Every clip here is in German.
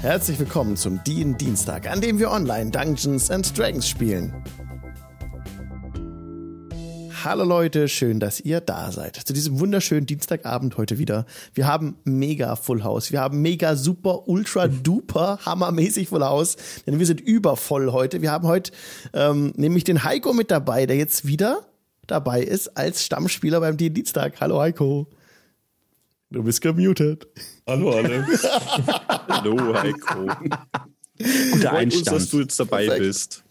Herzlich willkommen zum DIN Dienstag, an dem wir online Dungeons and Dragons spielen. Hallo Leute, schön, dass ihr da seid. Zu diesem wunderschönen Dienstagabend heute wieder. Wir haben mega Full House. Wir haben mega super, ultra duper, hammermäßig Full House. Denn wir sind übervoll heute. Wir haben heute ähm, nämlich den Heiko mit dabei, der jetzt wieder dabei ist als Stammspieler beim DIN Dienstag. Hallo Heiko. Du bist gemutet. Hallo alle. Hallo Heiko. Guter Freut uns, dass Einstand. du jetzt dabei Perfekt. bist.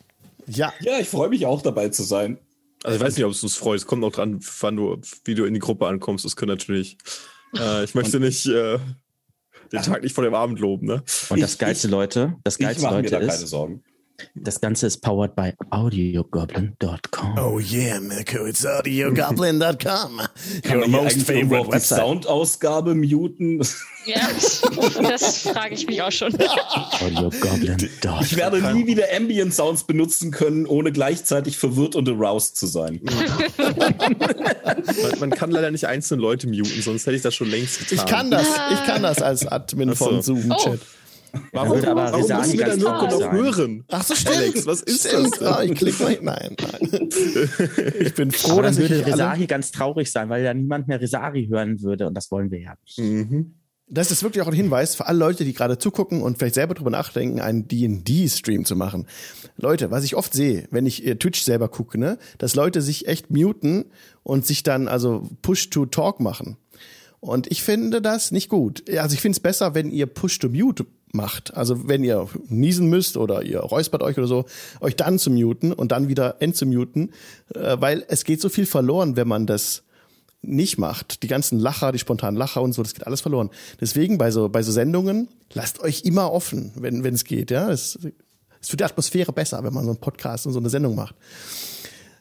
Ja, Ja, ich freue mich auch dabei zu sein. Also ich weiß nicht, ob es uns freut. Es kommt auch dran, wann du, wie du in die Gruppe ankommst. Das können natürlich. Äh, ich möchte nicht äh, den Tag nicht vor dem Abend loben, ne? Und das Ich- geilste, Leute, das Ich geilste, mache mir Leute da keine ist, Sorgen. das Ganze ist powered by audiogoblin.com. Oh yeah, Mirko, it's audiogoblin.com. Your man hier most eigentlich irgendwo favorite auch die website. Soundausgabe muten. Ja, das frage ich mich auch schon. Audiogoblin.com. Ich werde nie wieder Ambient Sounds benutzen können, ohne gleichzeitig verwirrt und aroused zu sein. Man, man kann leider nicht einzelne Leute muten, sonst hätte ich das schon längst getan. Ich kann das, ich kann das als Admin Ach so. vom Zoom-Chat. Warum, Würde aber warum Risani müssen wir ganz dann Mirko traurig noch sein. hören? Ach so, stimmt. Alex, was ist stimmt. das denn? Ah, ich klick mal hinein. Nein. Ich bin froh, Aber dann dass ich also, würde nicht alle, Resari ganz traurig sein, weil ja niemand mehr Resari hören würde und das wollen wir ja nicht. Mhm. Das ist wirklich auch ein Hinweis für alle Leute, die gerade zugucken und vielleicht selber drüber nachdenken, einen D&D-Stream zu machen. Leute, was ich oft sehe, wenn ich äh, Twitch selber gucke, ne, dass Leute sich echt muten und sich dann also Push-to-Talk machen. Und ich finde das nicht gut. Also ich finde es besser, wenn ihr Push-to-Mute macht. Also wenn ihr niesen müsst oder ihr räuspert euch oder so, euch dann zu muten und dann wieder entzumuten, äh, weil es geht so viel verloren, wenn man das nicht macht, die ganzen Lacher, die spontanen Lacher und so, das geht alles verloren. Deswegen bei so, bei so Sendungen, lasst euch immer offen, wenn wenn es geht. Ja, es ist für die Atmosphäre besser, wenn man so einen Podcast und so eine Sendung macht.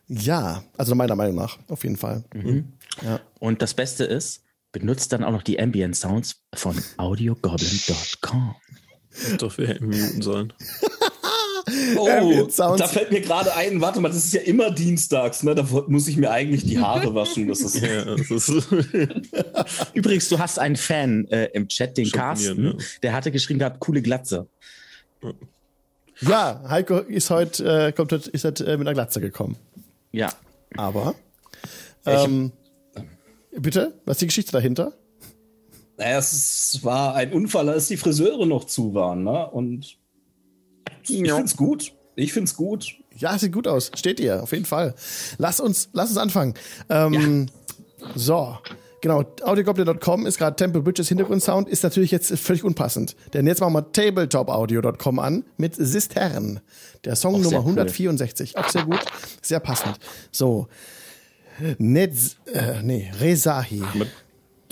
Ja, also meiner Meinung nach, auf jeden Fall. Und das Beste ist, benutzt dann auch noch die Ambient Sounds von audiogoblin.com. Doch, wir hätten muten sollen. Oh, Ambient Sounds. da fällt mir gerade ein, warte mal, das ist ja immer dienstags, ne? Da muss ich mir eigentlich die Haare waschen. Das ist Ja, das ist Übrigens, du hast einen Fan äh, im Chat, den Schockieren, Carsten, ja. der hatte geschrieben gehabt, coole Glatze. Ja, Heiko ist heute, äh, kommt heute, ist heute äh, mit einer Glatze gekommen. Ja. Aber ähm, bitte, was ist die Geschichte dahinter? Naja, es war ein Unfall, als die Friseure noch zu waren, ne? Und ich find's gut. Ich find's gut. Ja, sieht gut aus. Steht ihr, auf jeden Fall. Lass uns, lass uns anfangen. Ähm, So, genau. Audiogoblin.com ist gerade Temple Bridges Hintergrundsound, ist natürlich jetzt völlig unpassend. Denn jetzt machen wir tabletopaudio.com an mit Sistern. Der Song sehr Nummer cool. 164. Auch sehr gut, sehr passend. So. Netz, äh, nee, Rezahi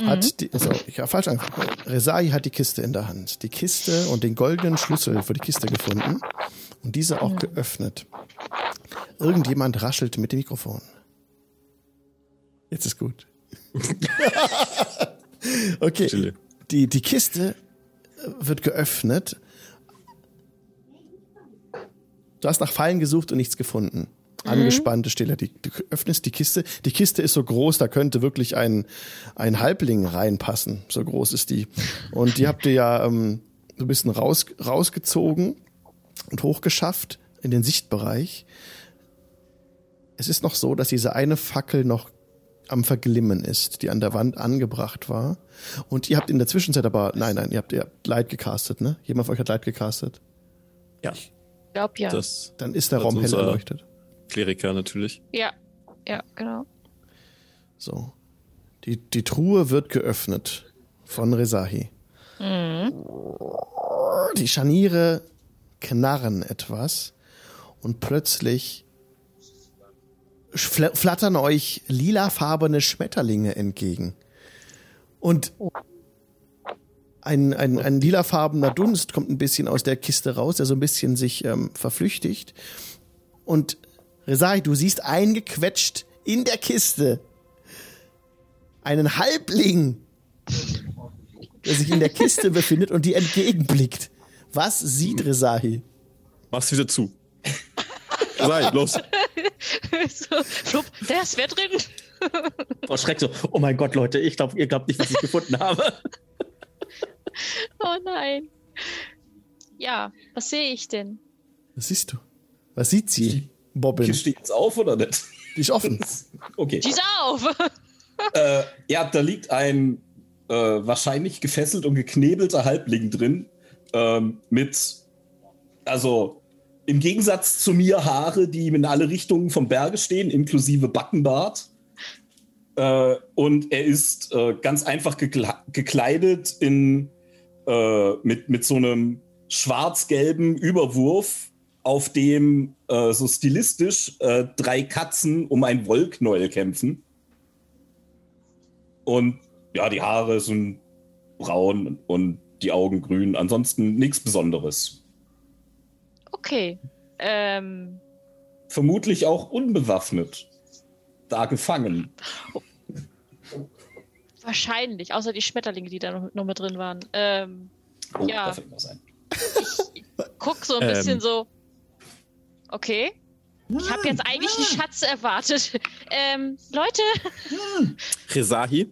Mhm. hat die, so, ich habe falsch angefangen. Rezahi hat die Kiste in der Hand. Die Kiste und den goldenen Schlüssel für die Kiste gefunden und diese auch geöffnet. Irgendjemand raschelt mit dem Mikrofon. Jetzt ist gut. okay. Stille. Die, die Kiste äh, wird geöffnet. Du hast nach Fallen gesucht und nichts gefunden. Angespannte Stille. Die, du öffnest die Kiste. Die Kiste ist so groß, da könnte wirklich ein, ein Halbling reinpassen. So groß ist die. Und die habt ihr ja ähm, so ein bisschen raus, rausgezogen und hochgeschafft in den Sichtbereich. Es ist noch so, dass diese eine Fackel noch am Verglimmen ist, die an der Wand angebracht war. Und ihr habt in der Zwischenzeit aber, nein, nein, ihr habt, ihr habt Light gecastet, ne? Jemand von euch hat Light gecastet. Ja, Ich glaube ja. das Dann ist der Hat Raum hell unser- erleuchtet. Kleriker natürlich. Ja, ja, genau. So. Die, die Truhe wird geöffnet von Rezahi. Die Scharniere knarren etwas und plötzlich fl flattern euch lilafarbene Schmetterlinge entgegen. Und ein, ein, ein lilafarbener Dunst kommt ein bisschen aus der Kiste raus, der so ein bisschen sich ähm, verflüchtigt. Und Rezahi, du siehst eingequetscht in der Kiste einen Halbling, der sich in der Kiste befindet und die entgegenblickt. Was sieht Rezahi? Mach's wieder zu. Sei, los. so, flupp, der ist wer drin? Vor Schreck so, oh mein Gott, Leute, ich glaube, ihr glaubt nicht, was ich gefunden habe. Oh nein. Ja, was sehe ich denn? Was siehst du? Was sieht sie? Bobbin. Kiste jetzt auf oder nicht? Die ist offen. Okay. Schieß auf! Äh, ja, da liegt ein äh, wahrscheinlich gefesselt und geknebelter Halbling drin. Ähm, mit, also im Gegensatz zu mir, Haare, die ihm in alle Richtungen vom Berge stehen, inklusive Backenbart. Äh, und er ist äh, ganz einfach gekla gekleidet in, äh, mit, mit so einem schwarz-gelben Überwurf, auf dem äh, so stilistisch äh, drei Katzen um ein Wollknäuel kämpfen. Und ja, die Haare sind braun und die Augen grün. Ansonsten nichts Besonderes. Okay. Ähm, Vermutlich auch unbewaffnet. Da gefangen. wahrscheinlich, außer die Schmetterlinge, die da noch, noch mit drin waren. Ähm, Oh, Ja. darf ich noch sein. guck so ein Ähm. bisschen so. Okay. Ich habe jetzt eigentlich einen Schatz erwartet. Ähm, Leute, Resahi,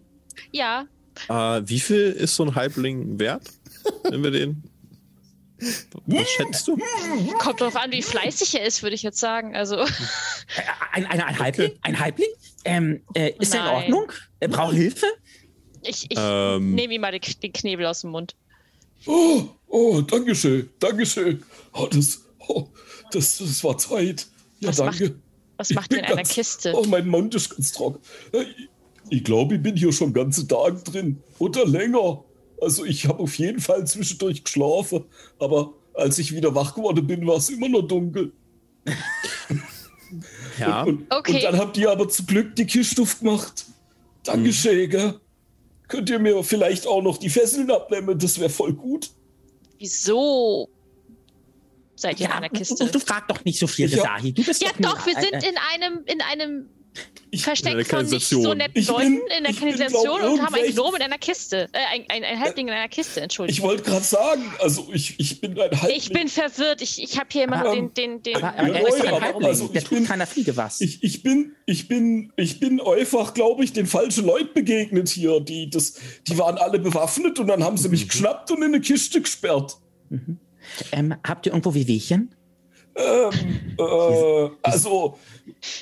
ja, äh, wie viel ist so ein Halbling wert, wenn wir den... Was schätzt du? kommt drauf an, wie fleißig er ist, würde ich jetzt sagen. Also, Ein, ein, ein Halbling? Ein Halbling? Ähm, äh, ist er in Nein. Ordnung? Er braucht Hilfe? ich, ich Ähm. nehme ihm mal den, K- den Knebel aus dem Mund. Oh, oh, Dankeschön, Dankeschön. Oh, das, oh, das, das war Zeit. Ja, Was macht- danke. Was Ich macht bin ihr in einer ganz- Kiste? Oh, mein Mund ist ganz trocken. Äh, Ich, ich glaube, ich bin hier schon ganze Tag drin. Oder länger. Also ich habe auf jeden Fall zwischendurch geschlafen. Aber als ich wieder wach geworden bin, war es immer noch dunkel. Ja, Und, und, Okay. und dann habt ihr aber zum Glück die Kiste aufgemacht. Dankeschön, gell? Könnt ihr mir vielleicht auch noch die Fesseln abnehmen? Das wäre voll gut. Wieso seid ihr in einer Kiste? Du fragst doch nicht so viel, Ja. Resahi. Du bist Ja nur doch, wir ein- sind äh, in einem, in einem Ich- in einer Versteck von nicht so Kanalisation. netten Ich bin- Leuten in der ich bin, Kanalisation glaub, und haben einen irgendwelche- Gnom in einer Kiste. Äh, ein, ein, ein Halbling in einer Kiste, Ich entschuldigung. wollte gerade sagen, also ich, ich bin ein Halbling. Ich bin verwirrt. Ich, ich habe hier immer Aber, den, den, den. aber, aber Ja, er ist doch Leute, ein aber- Halbling. also ich der bin- tut keiner Fliege was. Ich, ich bin, ich bin, ich bin einfach, glaube ich, den falschen Leuten begegnet hier. Die, das, die waren alle bewaffnet und dann haben sie mich geschnappt und in eine Kiste gesperrt. ähm, habt ihr irgendwo Wehwehchen? Ähm, äh, also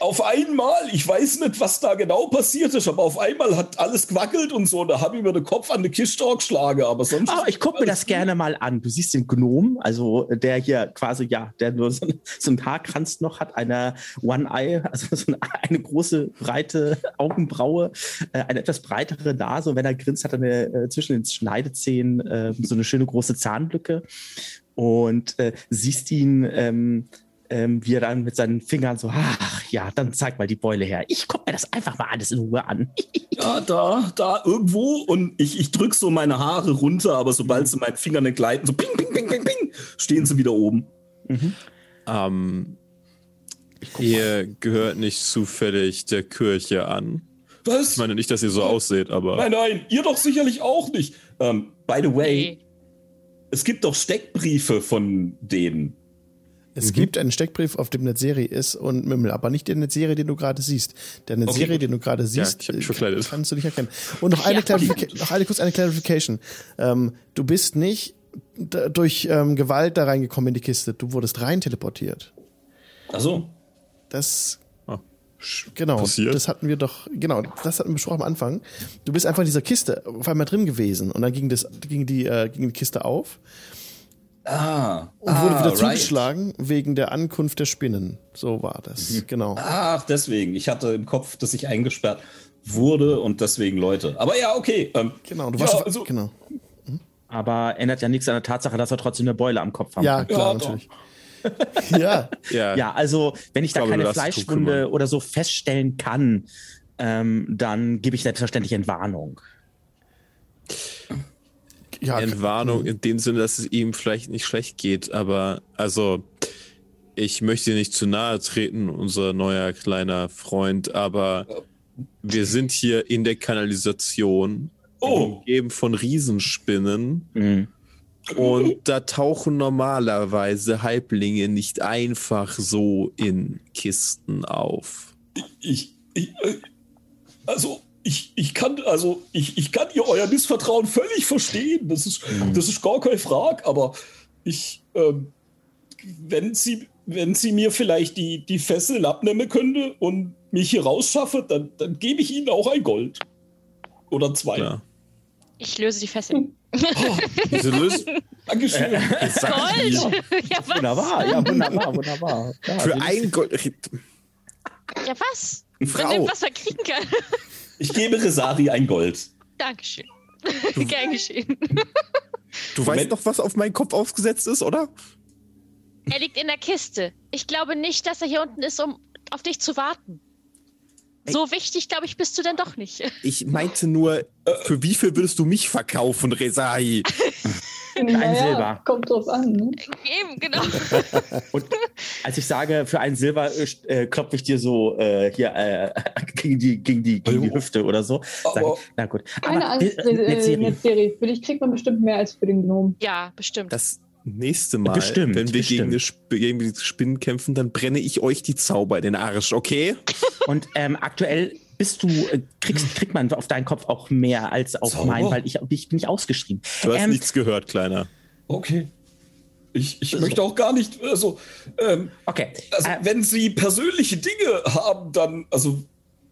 auf einmal, ich weiß nicht, was da genau passiert ist, aber auf einmal hat alles gewackelt und so. Da habe ich mir den Kopf an eine Kiste geschlagen, aber sonst. Oh, ich gucke mir das gerne mal an. Du siehst den Gnom, also äh, der hier quasi, ja, der nur so, ein- so einen Haarkranz noch hat, eine One-Eye, also so eine, eine große, breite Augenbraue, äh, eine etwas breitere Nase und wenn er grinst, hat er eine, äh, zwischen den Schneidezähnen äh, so eine schöne große Zahnlücke und äh, siehst ihn, ähm, ähm, wie er dann mit seinen Fingern so, ach ja, dann zeig mal die Beule her. Ich gucke mir das einfach mal alles in Ruhe an. Ja, da, da, irgendwo. Und ich, ich drücke so meine Haare runter, aber sobald sie meinen Fingern gleiten, so ping, ping, ping, ping, ping, stehen sie wieder oben. ähm, ihr gehört nicht zufällig der Kirche an. Was? Ich meine nicht, dass ihr so ausseht, aber... Nein, nein, ihr doch sicherlich auch nicht. Ähm, by the way, es gibt doch Steckbriefe von denen. Es gibt einen Steckbrief, auf dem Netzeri ist und Mümmel, aber nicht der Netzeri, den du gerade siehst. Der Netzeri, den du gerade siehst, ich hab mich äh, verkleidet. kannst du nicht erkennen. Und noch eine, Ja. Clarifica- noch eine kurz eine Clarification. Ähm, du bist nicht d- durch ähm, Gewalt da reingekommen in die Kiste. Du wurdest rein teleportiert. Achso. Das Ah, Genau, passiert. das hatten wir doch, genau, das hatten wir besprochen am Anfang. Du bist einfach in dieser Kiste auf einmal drin gewesen und dann ging, das, ging, die, äh, ging die Kiste auf Ah. und ah, wurde wieder right. zugeschlagen wegen der Ankunft der Spinnen. So war das, Mhm. genau. Ach, deswegen. Ich hatte im Kopf, dass ich eingesperrt wurde und deswegen Leute. Aber ja, okay. Ähm, Genau, du ja, warst, auf- also, genau. Aber ändert ja nichts an der Tatsache, dass er trotzdem eine Beule am Kopf hat. Ja, klar, doch. natürlich. ja, Ja, Ja, also wenn ich, Ich da glaube, du keine darfst dich drum Fleischwunde kümmern. oder so feststellen kann, ähm, dann gebe ich selbstverständlich Entwarnung. ja, Entwarnung in dem Sinne, dass es ihm vielleicht nicht schlecht geht, aber also ich möchte dir nicht zu nahe treten, unser neuer kleiner Freund, aber wir sind hier in der Kanalisation, Oh. umgeben von Riesenspinnen Mhm. und da tauchen normalerweise Halblinge nicht einfach so in Kisten auf. ich, ich, äh, also ich, ich kann, also ich, ich kann ihr euer Missvertrauen völlig verstehen. Das ist, das ist gar keine Frage, aber Ich, ähm, wenn sie, wenn sie mir vielleicht die, die Fesseln abnehmen könnte und mich hier rausschaffe, dann, dann gebe ich ihnen auch ein Gold. Oder zwei. Klar. Ich löse die Fesseln. Wieso löst? Dankeschön. Gold! ja, was? Wunderbar, ja, wunderbar, wunderbar. Ja, also, Für die- ein Gold. Ja, was? Wenn Frau, du was verkriegen kann. Ich gebe Resari ein Gold. Dankeschön. Gern geschehen. du weißt Moment. doch, was auf meinen Kopf aufgesetzt ist, oder? Er liegt in der Kiste. Ich glaube nicht, dass er hier unten ist, um auf dich zu warten. So wichtig, glaube ich, bist du dann doch nicht. Ich meinte nur, für wie viel würdest du mich verkaufen, Resahi? Silber. Kommt drauf an, ne? Eben, genau. Und als ich sage, für einen Silber äh, st- äh, klopfe ich dir so äh, hier äh, gegen, die, gegen, die, gegen die Hüfte oder so. Oh, Sag, Aber- ich, na gut. Keine Aber, Angst, äh, äh, Netzeri, Netzeri. Für dich kriegt man bestimmt mehr als für den Gnom. Ja, bestimmt. Das nächste Mal, Bestimmt, wenn wir bestimmt. gegen, eine Sp gegen die Spinnen kämpfen, dann brenne ich euch die Zauber in den Arsch, okay? Und ähm, aktuell bist du, äh, kriegst, kriegt man auf deinen Kopf auch mehr als auf Sauber. meinen, weil ich, ich bin nicht ausgeschrieben. Du hast Ähm, nichts gehört, Kleiner. Okay. Ich, ich möchte auch gar nicht, also, ähm, Okay. also Äh, wenn Sie persönliche Dinge haben, dann, also,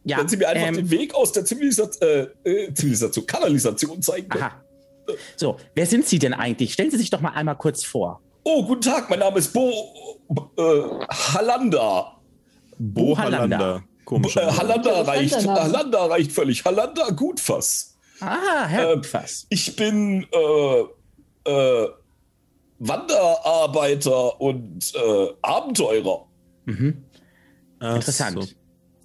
ja, wenn Sie mir einfach ähm, den Weg aus der Zivilisation, äh, äh, Zivilisation, Kanalisation zeigen können. Aha. So, wer sind Sie denn eigentlich? Stellen Sie sich doch mal einmal kurz vor. Oh, guten Tag, mein Name ist Bo äh, Hallanda. Bo Halanda. Halanda. Komisch. Äh, Hallanda Interessanter reicht, Name. Hallanda reicht völlig. Hallanda Gutfass. Ah, Herr Ähm, Kupfers. Ich bin äh, äh, Wanderarbeiter und äh, Abenteurer. Mhm. Ach Interessant.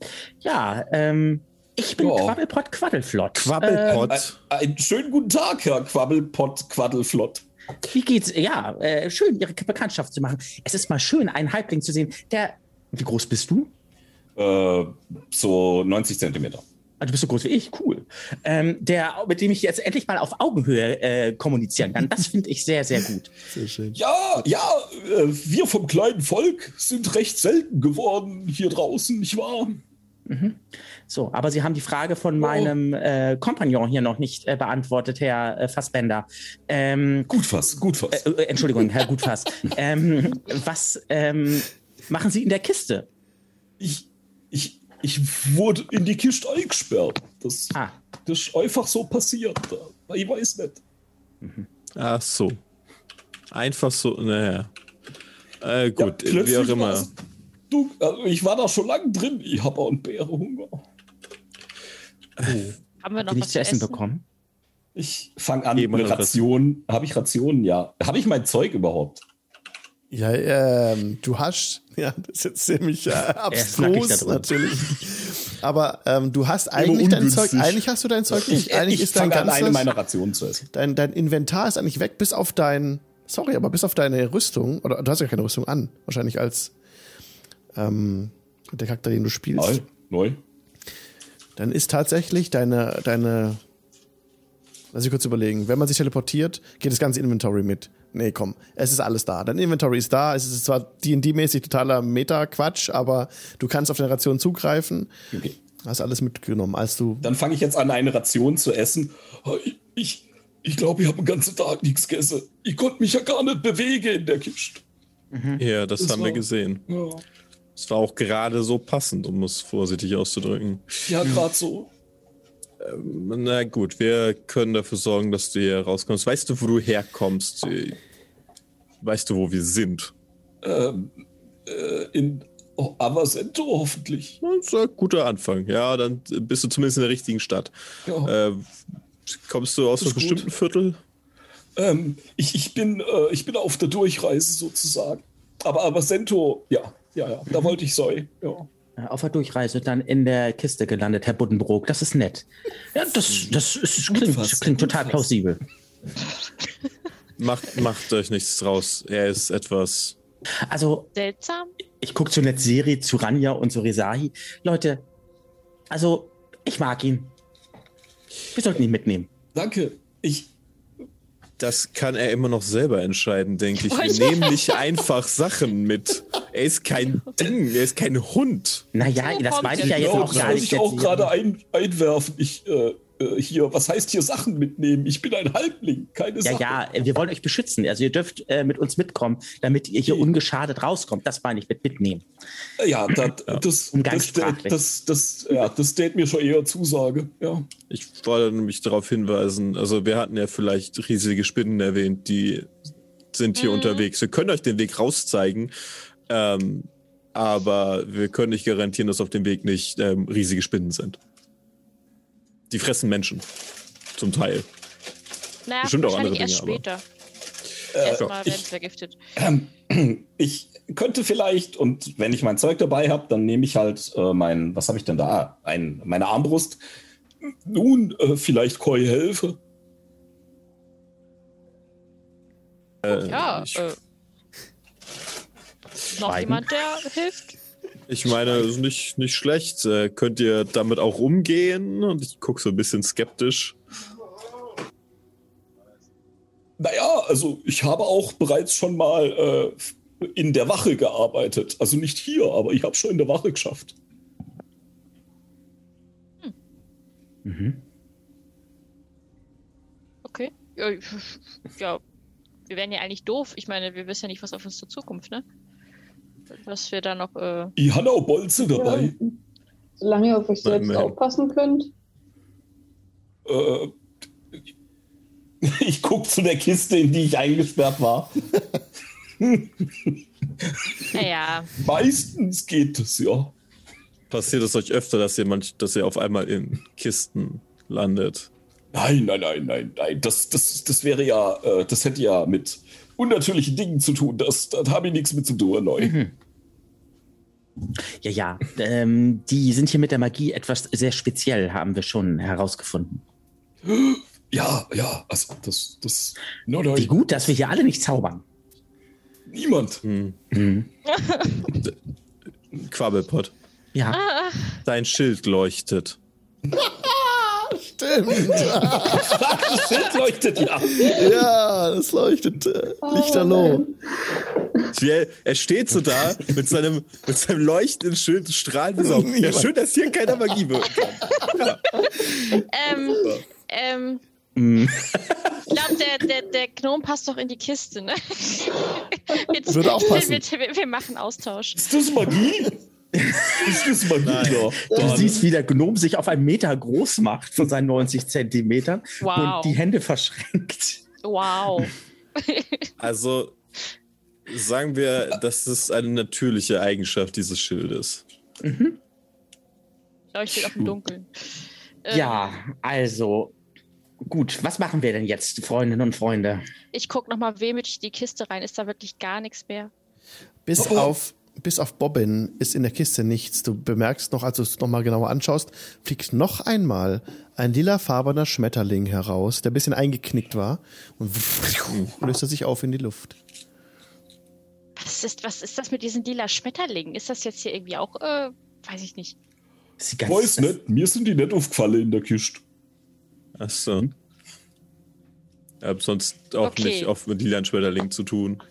so. Ja, ähm, ich bin Ja. Quabbelpott Quaddelflott. Quabbelpott. Ein, einen schönen guten Tag, Herr Quabbelpott Quaddelflott. Ähm, wie geht's? Ja, äh, schön, Ihre Bekanntschaft zu machen. Es ist mal schön, einen Halbling zu sehen, der. Wie groß bist du? Äh, so 90 Zentimeter. Ah, du bist so groß wie ich, cool. Ähm, der, mit dem ich jetzt endlich mal auf Augenhöhe äh, kommunizieren kann. Das finde ich sehr, sehr gut. Sehr schön. Ja, ja, äh, wir vom kleinen Volk sind recht selten geworden hier draußen, nicht wahr? So, aber Sie haben die Frage von meinem äh, Kompagnon hier noch nicht äh, beantwortet, Herr äh, Fassbender. Ähm, Gutfass, Gutfass. äh, äh, Entschuldigung, Herr Gutfass. ähm, was ähm, machen Sie in der Kiste? ich, ich, ich wurde in die Kiste eingesperrt. Das, Ah, das ist einfach so passiert. äh, Ich weiß nicht. Ach so. Einfach so, naja. Äh, Ja, gut, wie auch plötzlich war immer. es Du, also ich war da schon lange drin. Ich habe auch einen Bärenhunger. Haben wir noch die was nichts zu essen bekommen? Ich fange an Geh mal mit noch was. Rationen. Habe ich Rationen? Ja. Habe ich mein Zeug überhaupt? Ja, ähm, du hast, ja, das ist jetzt ziemlich äh, knackig da abstrus drin. natürlich. Aber ähm, du hast eigentlich dein Zeug, ungünstig. eigentlich hast du dein Zeug nicht. Eigentlich ich ist dein fange an, eine ganzes, meiner Rationen zu essen. dein, dein Inventar ist eigentlich weg, bis auf dein, sorry, aber bis auf deine Rüstung, oder du hast ja keine Rüstung an, wahrscheinlich als ähm, der Charakter, den du spielst. Neu? Neu? Dann ist tatsächlich deine, deine, lass ich kurz überlegen, wenn man sich teleportiert, geht das ganze Inventory mit. Nee, komm, es ist alles da. Dein Inventory ist da, es ist zwar D&D-mäßig totaler Meta-Quatsch, aber du kannst auf deine Ration zugreifen, Okay. hast alles mitgenommen, als du, Dann fange ich jetzt an, eine Ration zu essen. Ah, Ich, ich, ich glaube, ich habe den ganzen Tag nichts gegessen. Ich konnte mich ja gar nicht bewegen in der Kiste. Ja, das, Das haben wir war- gesehen. Ja, Es war auch gerade so passend, um es vorsichtig auszudrücken. ja gerade so. Na gut, wir können dafür sorgen, dass du hier rauskommst. Weißt du, wo du herkommst? Weißt du, wo wir sind? Ähm, äh, in oh, Avasento hoffentlich. Das ist ein guter Anfang. Ja, dann bist du zumindest in der richtigen Stadt. Ja. Äh, kommst du Das aus einem Oh. ist gut. bestimmten Viertel? Ähm, ich, ich, bin, äh, ich bin auf der Durchreise sozusagen. Aber Avasento, ja, ja, ja, da wollte ich sein. Ja. Äh, Auf der Durchreise und dann in der Kiste gelandet, Herr Buddenbrook. Das ist nett. Ja, das, das ist, klingt, fast, klingt gut total fast. plausibel. Macht, macht euch nichts draus. Er ist etwas. Also, Seltsam. ich gucke zu Netzeri, zu Ranja und zu Resahi. Leute, also, ich mag ihn. Wir sollten ihn mitnehmen. Danke. Ich, Das kann er immer noch selber entscheiden, denke ich. Wollte- Wir nehmen nicht einfach Sachen mit. Er ist kein Ding, er ist kein Hund. Naja, So das kommt meine er. ich ja jetzt genau, auch das gar wollte nicht. ich auch Netzeri. gerade ein, einwerfen. Ich, äh, äh, hier, was heißt hier Sachen mitnehmen? Ich bin ein Halbling, keine Ja, Sache. ja, äh, wir wollen euch beschützen. Also ihr dürft äh, mit uns mitkommen, damit ihr hier ungeschadet rauskommt. Das meine ich mit mitnehmen. Ja, dat, das, das, das, Umgangssprachlich. das, das, ja, das steht mir schon eher Zusage. Ja. Ich wollte nämlich darauf hinweisen, also wir hatten ja vielleicht riesige Spinnen erwähnt, die sind hier Mhm. unterwegs. Wir können euch den Weg rauszeigen, ähm, aber wir können nicht garantieren, dass auf dem Weg nicht ähm, riesige Spinnen sind. Die fressen Menschen. Zum Teil. Naja, Bestimmt auch wahrscheinlich andere erst Dinge, später. Äh, Erstmal ich- werden sie vergiftet. Ähm, ich könnte vielleicht, und wenn ich mein Zeug dabei habe, dann nehme ich halt äh, mein, was habe ich denn da? Ein, meine Armbrust. Nun, äh, vielleicht Koi helfe. Äh, Ja, ich, äh. Noch Schweigen. jemand, der hilft? ich meine, es ist nicht, nicht schlecht. Äh, könnt ihr damit auch umgehen? Und ich gucke so ein bisschen skeptisch. Naja, also ich habe auch bereits schon mal äh, in der Wache gearbeitet. Also nicht hier, aber ich habe schon in der Wache geschafft. Okay. Ja, ich- ja, wir wären ja eigentlich doof. Ich meine, wir wissen ja nicht, was auf uns zur Zukunft, ne? Was wir da noch. Äh, Ich hatte auch Bolze Ja, dabei. solange ihr auf euch selbst Immerhin. aufpassen könnt. Äh, ich gucke zu der Kiste, in die ich eingesperrt war. naja, Meistens geht es, ja. Passiert es euch öfter, dass ihr, manch, dass ihr auf einmal in Kisten landet? Nein, nein, nein, nein, nein. Das, das, das wäre ja, äh, das hätte ja mit unnatürlichen Dingen zu tun. Das, das habe ich nichts mit zu tun, neu. Ja, ja. Ähm, die sind hier mit der Magie etwas sehr speziell, haben wir schon herausgefunden. Ja, ja, also das, das, nein, Wie nein, gut, dass wir hier alle nicht zaubern. niemand. Hm. Mhm. Quabbelpott. Ja, Dein Schild leuchtet. Stimmt. Das Schild leuchtet ja. ja, das leuchtet äh, Oh, lichterloh. nein. Er, er steht so da mit seinem, mit seinem leuchtenden Schild, strahlend wie Sau. Ja, schön, dass hier keiner Magie wirkt. ähm, ähm, Mhm. ich glaube, der, der, der Gnome passt doch in die Kiste, ne? Jetzt, Würde auch passen. Wir, wir, wir machen Austausch. Ist das Magie? Ist das Magie? Ja. du Dann- siehst, wie der Gnom sich auf einen Meter groß macht von seinen 90 Zentimetern Wow. und die Hände verschränkt. Wow. Also sagen wir, das ist eine natürliche Eigenschaft dieses Schildes. Leuchtet auch im Dunkeln. Ähm, Ja, also gut, was machen wir denn jetzt, Freundinnen und Freunde? Ich guck nochmal wehmütig in die Kiste rein. Ist da wirklich gar nichts mehr? Bis auf bis auf Bobbin ist in der Kiste nichts. Du bemerkst noch, als du es nochmal genauer anschaust, fliegt noch einmal ein lilafarbener Schmetterling heraus, der ein bisschen eingeknickt war und löst er sich auf in die Luft. Was ist, was ist das mit diesen lila Schmetterlingen? Ist das jetzt hier irgendwie auch, äh, weiß ich nicht. Sie ganz- Weiß nicht, mir sind die nicht aufgefallen in der Hm? Kiste. Achso. Hab sonst auch Okay. nicht oft mit Lilan Schmetterling zu tun.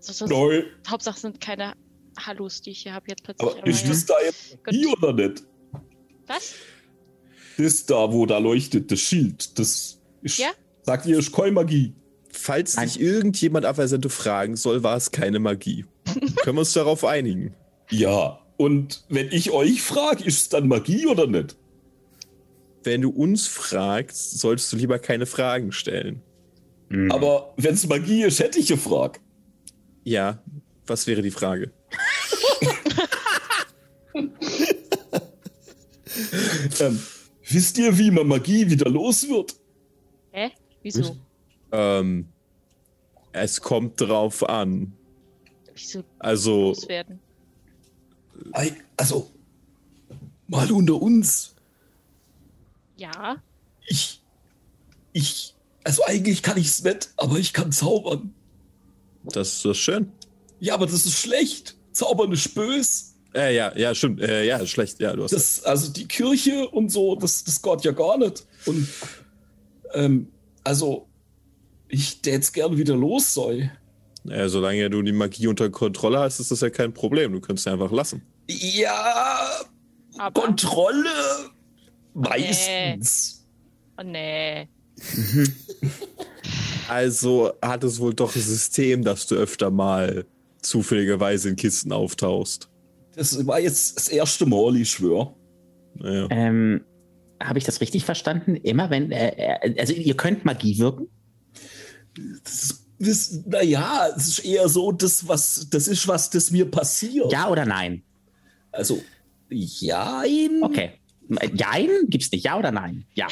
So, so, Neu. Hauptsache sind keine Hallus, die ich hier habe jetzt plötzlich. Aber ist ja. das da jetzt Gut. Magie oder nicht? Oh Was? Das da, wo da leuchtet, das Schild, das ist, Ja? sagt ihr, ist keine Magie. Falls Nein. dich irgendjemand Aversento fragen soll, war es keine Magie. Können wir uns darauf einigen? Ja, und wenn ich euch frage, ist es dann Magie oder nicht? Wenn du uns fragst, solltest du lieber keine Fragen stellen. Mhm. Aber wenn es Magie ist, hätte ich gefragt. Ja, was wäre die Frage? Ähm, wisst ihr, wie man Magie wieder los wird? Hä? Wieso? Ähm, es kommt drauf an. Wieso Also, loswerden? Ei, Also, mal unter uns. Ja. Ich, ich, also eigentlich kann ich es nicht, aber ich kann zaubern. das ist schön. Ja, aber das ist schlecht. Zaubern ist bös. Äh, ja, ja, stimmt. Äh, ja, schlecht. Ja, du hast Das, also die Kirche und so, das, das geht ja gar nicht. Und ähm, also, ich der jetzt gern wieder los soll. Äh, solange du die Magie unter Kontrolle hast, ist das ja kein Problem. Du kannst sie einfach lassen. Ja, Aber Kontrolle Meistens. Oh nee. Also hat es wohl doch ein System, dass du öfter mal zufälligerweise in Kisten auftauchst. Das war jetzt das erste Mal, ich schwör. Naja. Ähm, Habe ich das richtig verstanden? Immer wenn, äh, äh, also ihr könnt Magie wirken? Das, das, naja, es ist eher so, das, was, das ist was, das mir passiert. Ja oder nein? Also, jein. Okay. Äh, Jein? Gibt's nicht. Ja oder nein? Ja.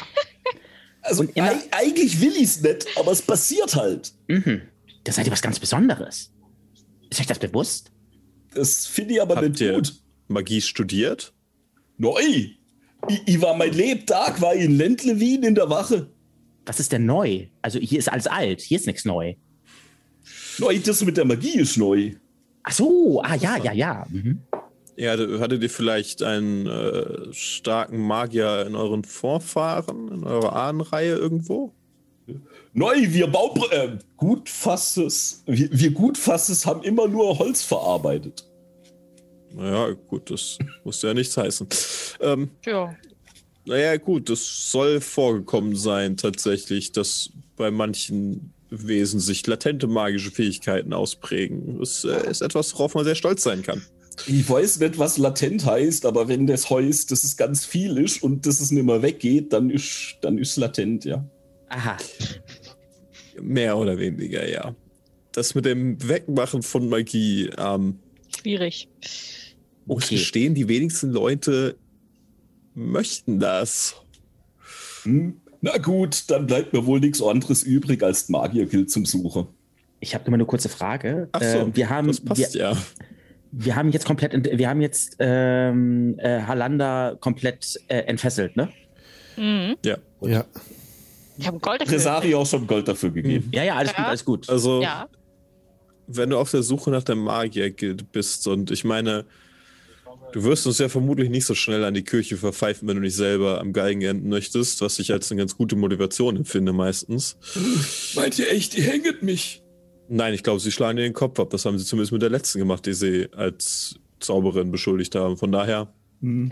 Also, Und immer- eig- eigentlich will ich es nicht, aber es passiert halt. Mhm. Das seid ihr was ganz Besonderes. Ist euch das bewusst? Das finde ich aber Habt nicht ihr gut. Magie studiert? Neu. Ich, ich war mein Lebtag, war ich in Ländle Wien in der Wache. Was ist denn neu? Also hier ist alles alt, hier ist nichts neu. Neu, das mit der Magie ist neu. Ach so, ah ja, ja, ja. Mhm. Ja, hatte- hattet ihr vielleicht einen äh, starken Magier in euren Vorfahren, in eurer Ahnenreihe irgendwo? Neu, wir Baubr äh, Gutfasses, wir, wir Gutfasses haben immer nur Holz verarbeitet. Naja, gut, das muss ja nichts heißen. Ähm, Ja. naja, gut, das soll vorgekommen sein tatsächlich, dass bei manchen Wesen sich latente magische Fähigkeiten ausprägen. Das äh, ist etwas, worauf man sehr stolz sein kann. Ich weiß nicht, was latent heißt, aber wenn das heißt, dass es ganz viel ist und dass es nicht mehr weggeht, dann ist dann ist latent, ja. Aha. Mehr oder weniger, ja. Das mit dem Wegmachen von Magie, ähm, Schwierig. muss Okay. gestehen, die wenigsten Leute möchten das. Hm? Na gut, dann bleibt mir wohl nichts anderes übrig als Magierkill zum Suchen. Ich habe nur mal eine kurze Frage. Ach so, äh, wir haben, Das passt wir, ja. wir haben jetzt komplett, ent- wir haben jetzt ähm, äh, Halanda komplett äh, entfesselt, ne? Mhm. Ja. Ich habe Gold dafür. Tresari auch schon Gold dafür gegeben. Ja, ja, alles Ja. gut, alles gut. Also, Ja. wenn du auf der Suche nach der Magier-Guild bist und ich meine, du wirst uns ja vermutlich nicht so schnell an die Kirche verpfeifen, wenn du dich selber am Geigen enden möchtest, was ich als eine ganz gute Motivation empfinde meistens. Mhm. Meint ihr echt, ihr hänget mich? Nein, ich glaube, sie schlagen dir den Kopf ab. Das haben sie zumindest mit der letzten gemacht, die sie als Zauberin beschuldigt haben. Von daher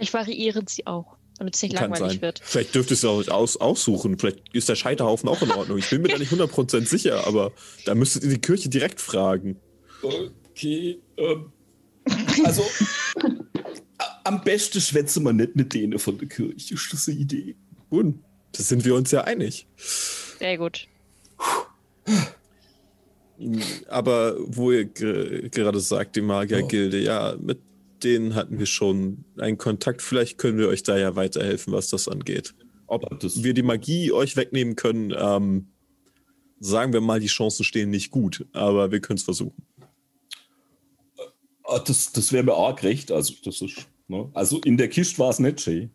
Ich variiere sie auch, damit es nicht kann langweilig sein. wird. Vielleicht dürftest du auch nicht aus, aussuchen. Vielleicht ist der Scheiterhaufen auch in Ordnung. Ich bin mir da nicht 100% sicher, aber da müsstet ihr die Kirche direkt fragen. Okay, ähm, also a- am besten schwätzen wir nicht mit denen von der Kirche, ist das eine Idee? Gut, da sind wir uns ja einig. Sehr gut. Aber wo ihr ge- gerade sagt, die Magiergilde, ja, mit denen hatten wir schon einen Kontakt. Vielleicht können wir euch da ja weiterhelfen, was das angeht. Ob Das- wir die Magie euch wegnehmen können, ähm, sagen wir mal, die Chancen stehen nicht gut, aber wir können es versuchen. Ah, das das wäre mir arg recht. Also, das ist, ne? also in der Kiste war es nicht schön.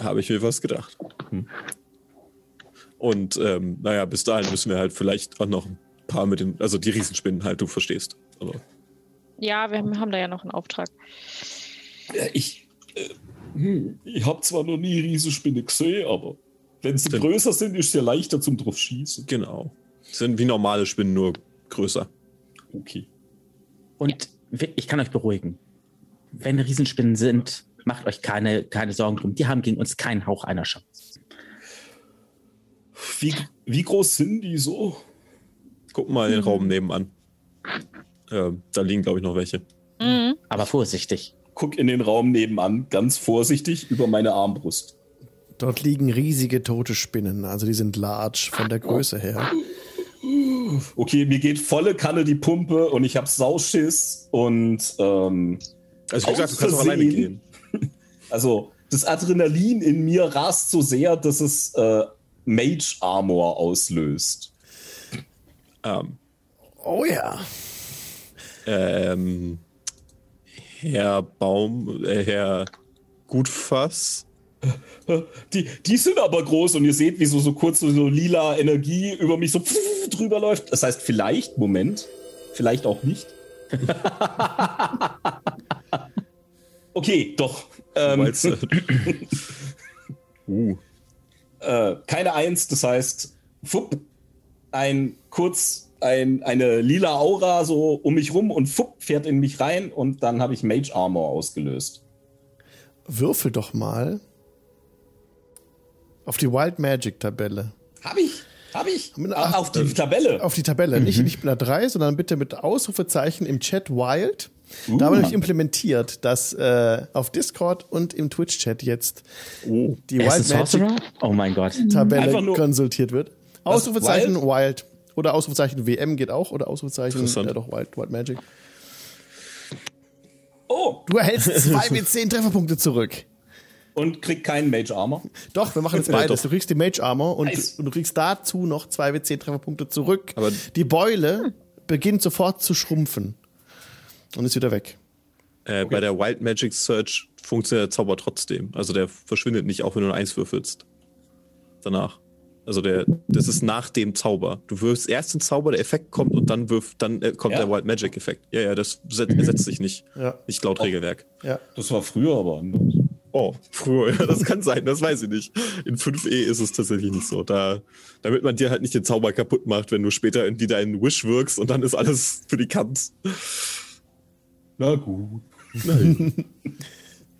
Habe ich mir was gedacht. Und ähm, naja, bis dahin müssen wir halt vielleicht auch noch ein paar mit den, also die Riesenspinnen halt, du verstehst. Also, Ja, wir haben, haben da ja noch einen Auftrag. Ja, ich äh, hm, ich habe zwar noch nie Riesenspinne gesehen, aber wenn sie Stimmt. größer sind, ist es ja leichter zum drauf schießen. genau. Sind wie normale Spinnen, nur größer. Okay. Und wir- ich kann euch beruhigen. Wenn Riesenspinnen sind, macht euch keine, keine Sorgen drum. Die haben gegen uns keinen Hauch einer Chance. Wie, wie groß sind die so? Guck mal in den Raum nebenan. Ähm, da liegen, glaube ich, noch welche. Mhm. Aber vorsichtig. Guck in den Raum nebenan, ganz vorsichtig über meine Armbrust. Dort liegen riesige tote Spinnen. Also die sind large von der Größe her. Okay, mir geht volle Kanne die Pumpe und ich hab Sauschiss und ähm, Also, wie Aus gesagt, du kannst auch Versehen. alleine gehen. also das Adrenalin in mir rast so sehr, dass es äh, Mage Armor auslöst. Ähm, Oh ja. ähm, Herr Baum, äh, Herr Gutfass. Die, die sind aber groß und ihr seht, wie so, so kurz so, so lila Energie über mich so drüber läuft. Das heißt, vielleicht, Moment, vielleicht auch nicht. okay, doch. Ähm. Ähm, äh, uh, äh, keine Eins, das heißt, fupp, ein kurz, ein, eine lila Aura so um mich rum und fupp fährt in mich rein und dann habe ich Mage Armor ausgelöst. Würfel doch mal Auf die Wild Magic Tabelle. Hab ich, hab ich. Mit Auf- acht- Auf die Tabelle. Auf die Tabelle. Mhm. Nicht, nicht mit einer 3, sondern bitte mit Ausrufezeichen im Chat Wild. Uh. Da habe ich implementiert, dass äh, auf Discord und im Twitch-Chat jetzt die Er ist Wild ein Magic Sorcerer? Oh mein Gott. Einfach Tabelle nur- konsultiert wird. Was, Ausrufezeichen Wild? oder Ausrufezeichen WM geht auch oder Ausrufezeichen Interessant. ja, doch Wild, Wild Magic. Oh, Du erhältst zwei bis zehn Trefferpunkte zurück. und krieg keinen Mage Armor. Doch, wir machen jetzt Ja, beides. doch. Du kriegst die Mage Armor und, Nice. und du kriegst dazu noch zwei W10 Trefferpunkte zurück. Aber- die Hm. Beule beginnt sofort zu schrumpfen und ist wieder weg. Äh, Bei der Wild Magic Search funktioniert der Zauber trotzdem. Also der verschwindet nicht, auch wenn du nur eins würfelst. Danach. Also der, das ist nach dem Zauber. Du wirfst erst den Zauber, der Effekt kommt und dann wirft, dann äh, kommt Ja? der Wild Magic Effekt. Ja, ja, das set, ersetzt sich nicht. Ja. Nicht laut Regelwerk. Ja. Das war früher aber anders. Oh, früher, ja, das kann sein, das weiß ich nicht. In 5e ist es tatsächlich nicht so. Da, damit man dir halt nicht den Zauber kaputt macht, wenn du später in die deinen Wish wirkst und dann ist alles für die Kant. Na gut.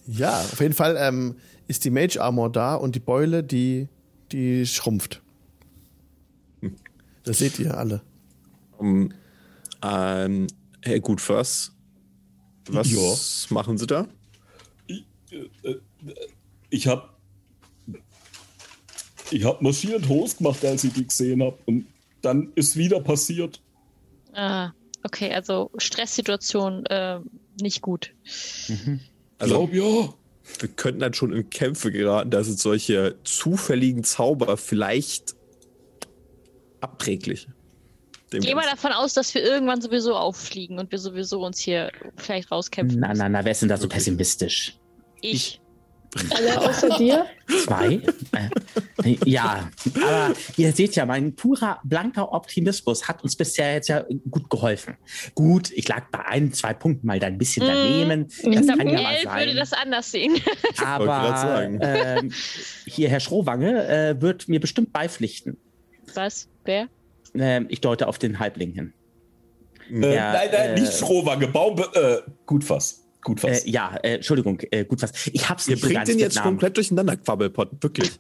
ja, auf jeden Fall ähm, ist die Mage Armor da und die Beule, die, die schrumpft. Das seht ihr alle. Um, ähm, hey, gut, was? Was Ja. machen sie da? äh, Ich hab. Ich hab marschiert Hose gemacht, als ich die gesehen hab. Und dann ist wieder passiert. Ah, okay, also Stresssituation äh, nicht gut. Also, glaub ja. wir könnten dann schon in Kämpfe geraten, da sind solche zufälligen Zauber vielleicht abträglich. Dem Geh mal Ganzen. davon aus, dass wir irgendwann sowieso auffliegen und wir sowieso uns hier vielleicht rauskämpfen. Na, na, na, wer ist denn da so Wirklich? pessimistisch? Ich. Alle außer dir? Zwei? äh, ja, aber ihr seht ja, mein purer, blanker Optimismus hat uns bisher jetzt ja gut geholfen. Gut, ich lag bei ein, zwei Punkten mal da ein bisschen Mm. daneben. Das kann ja mal Mel würde sein. das anders sehen. wollte gerade Aber sagen. ähm, hier, Herr Schrowange äh, wird mir bestimmt beipflichten. Was? Wer? Ähm, ich deute auf den Halbling hin. Äh, Ja, nein, nein, äh, nicht Schrohwange. Baum. Äh, gut was. Gut Äh, was. ja, äh, Entschuldigung, äh, gut was. Ich hab's Ihr nicht so bringt ganz den mit jetzt Namen. Mhm. komplett durcheinander, Quabbelpott, wirklich.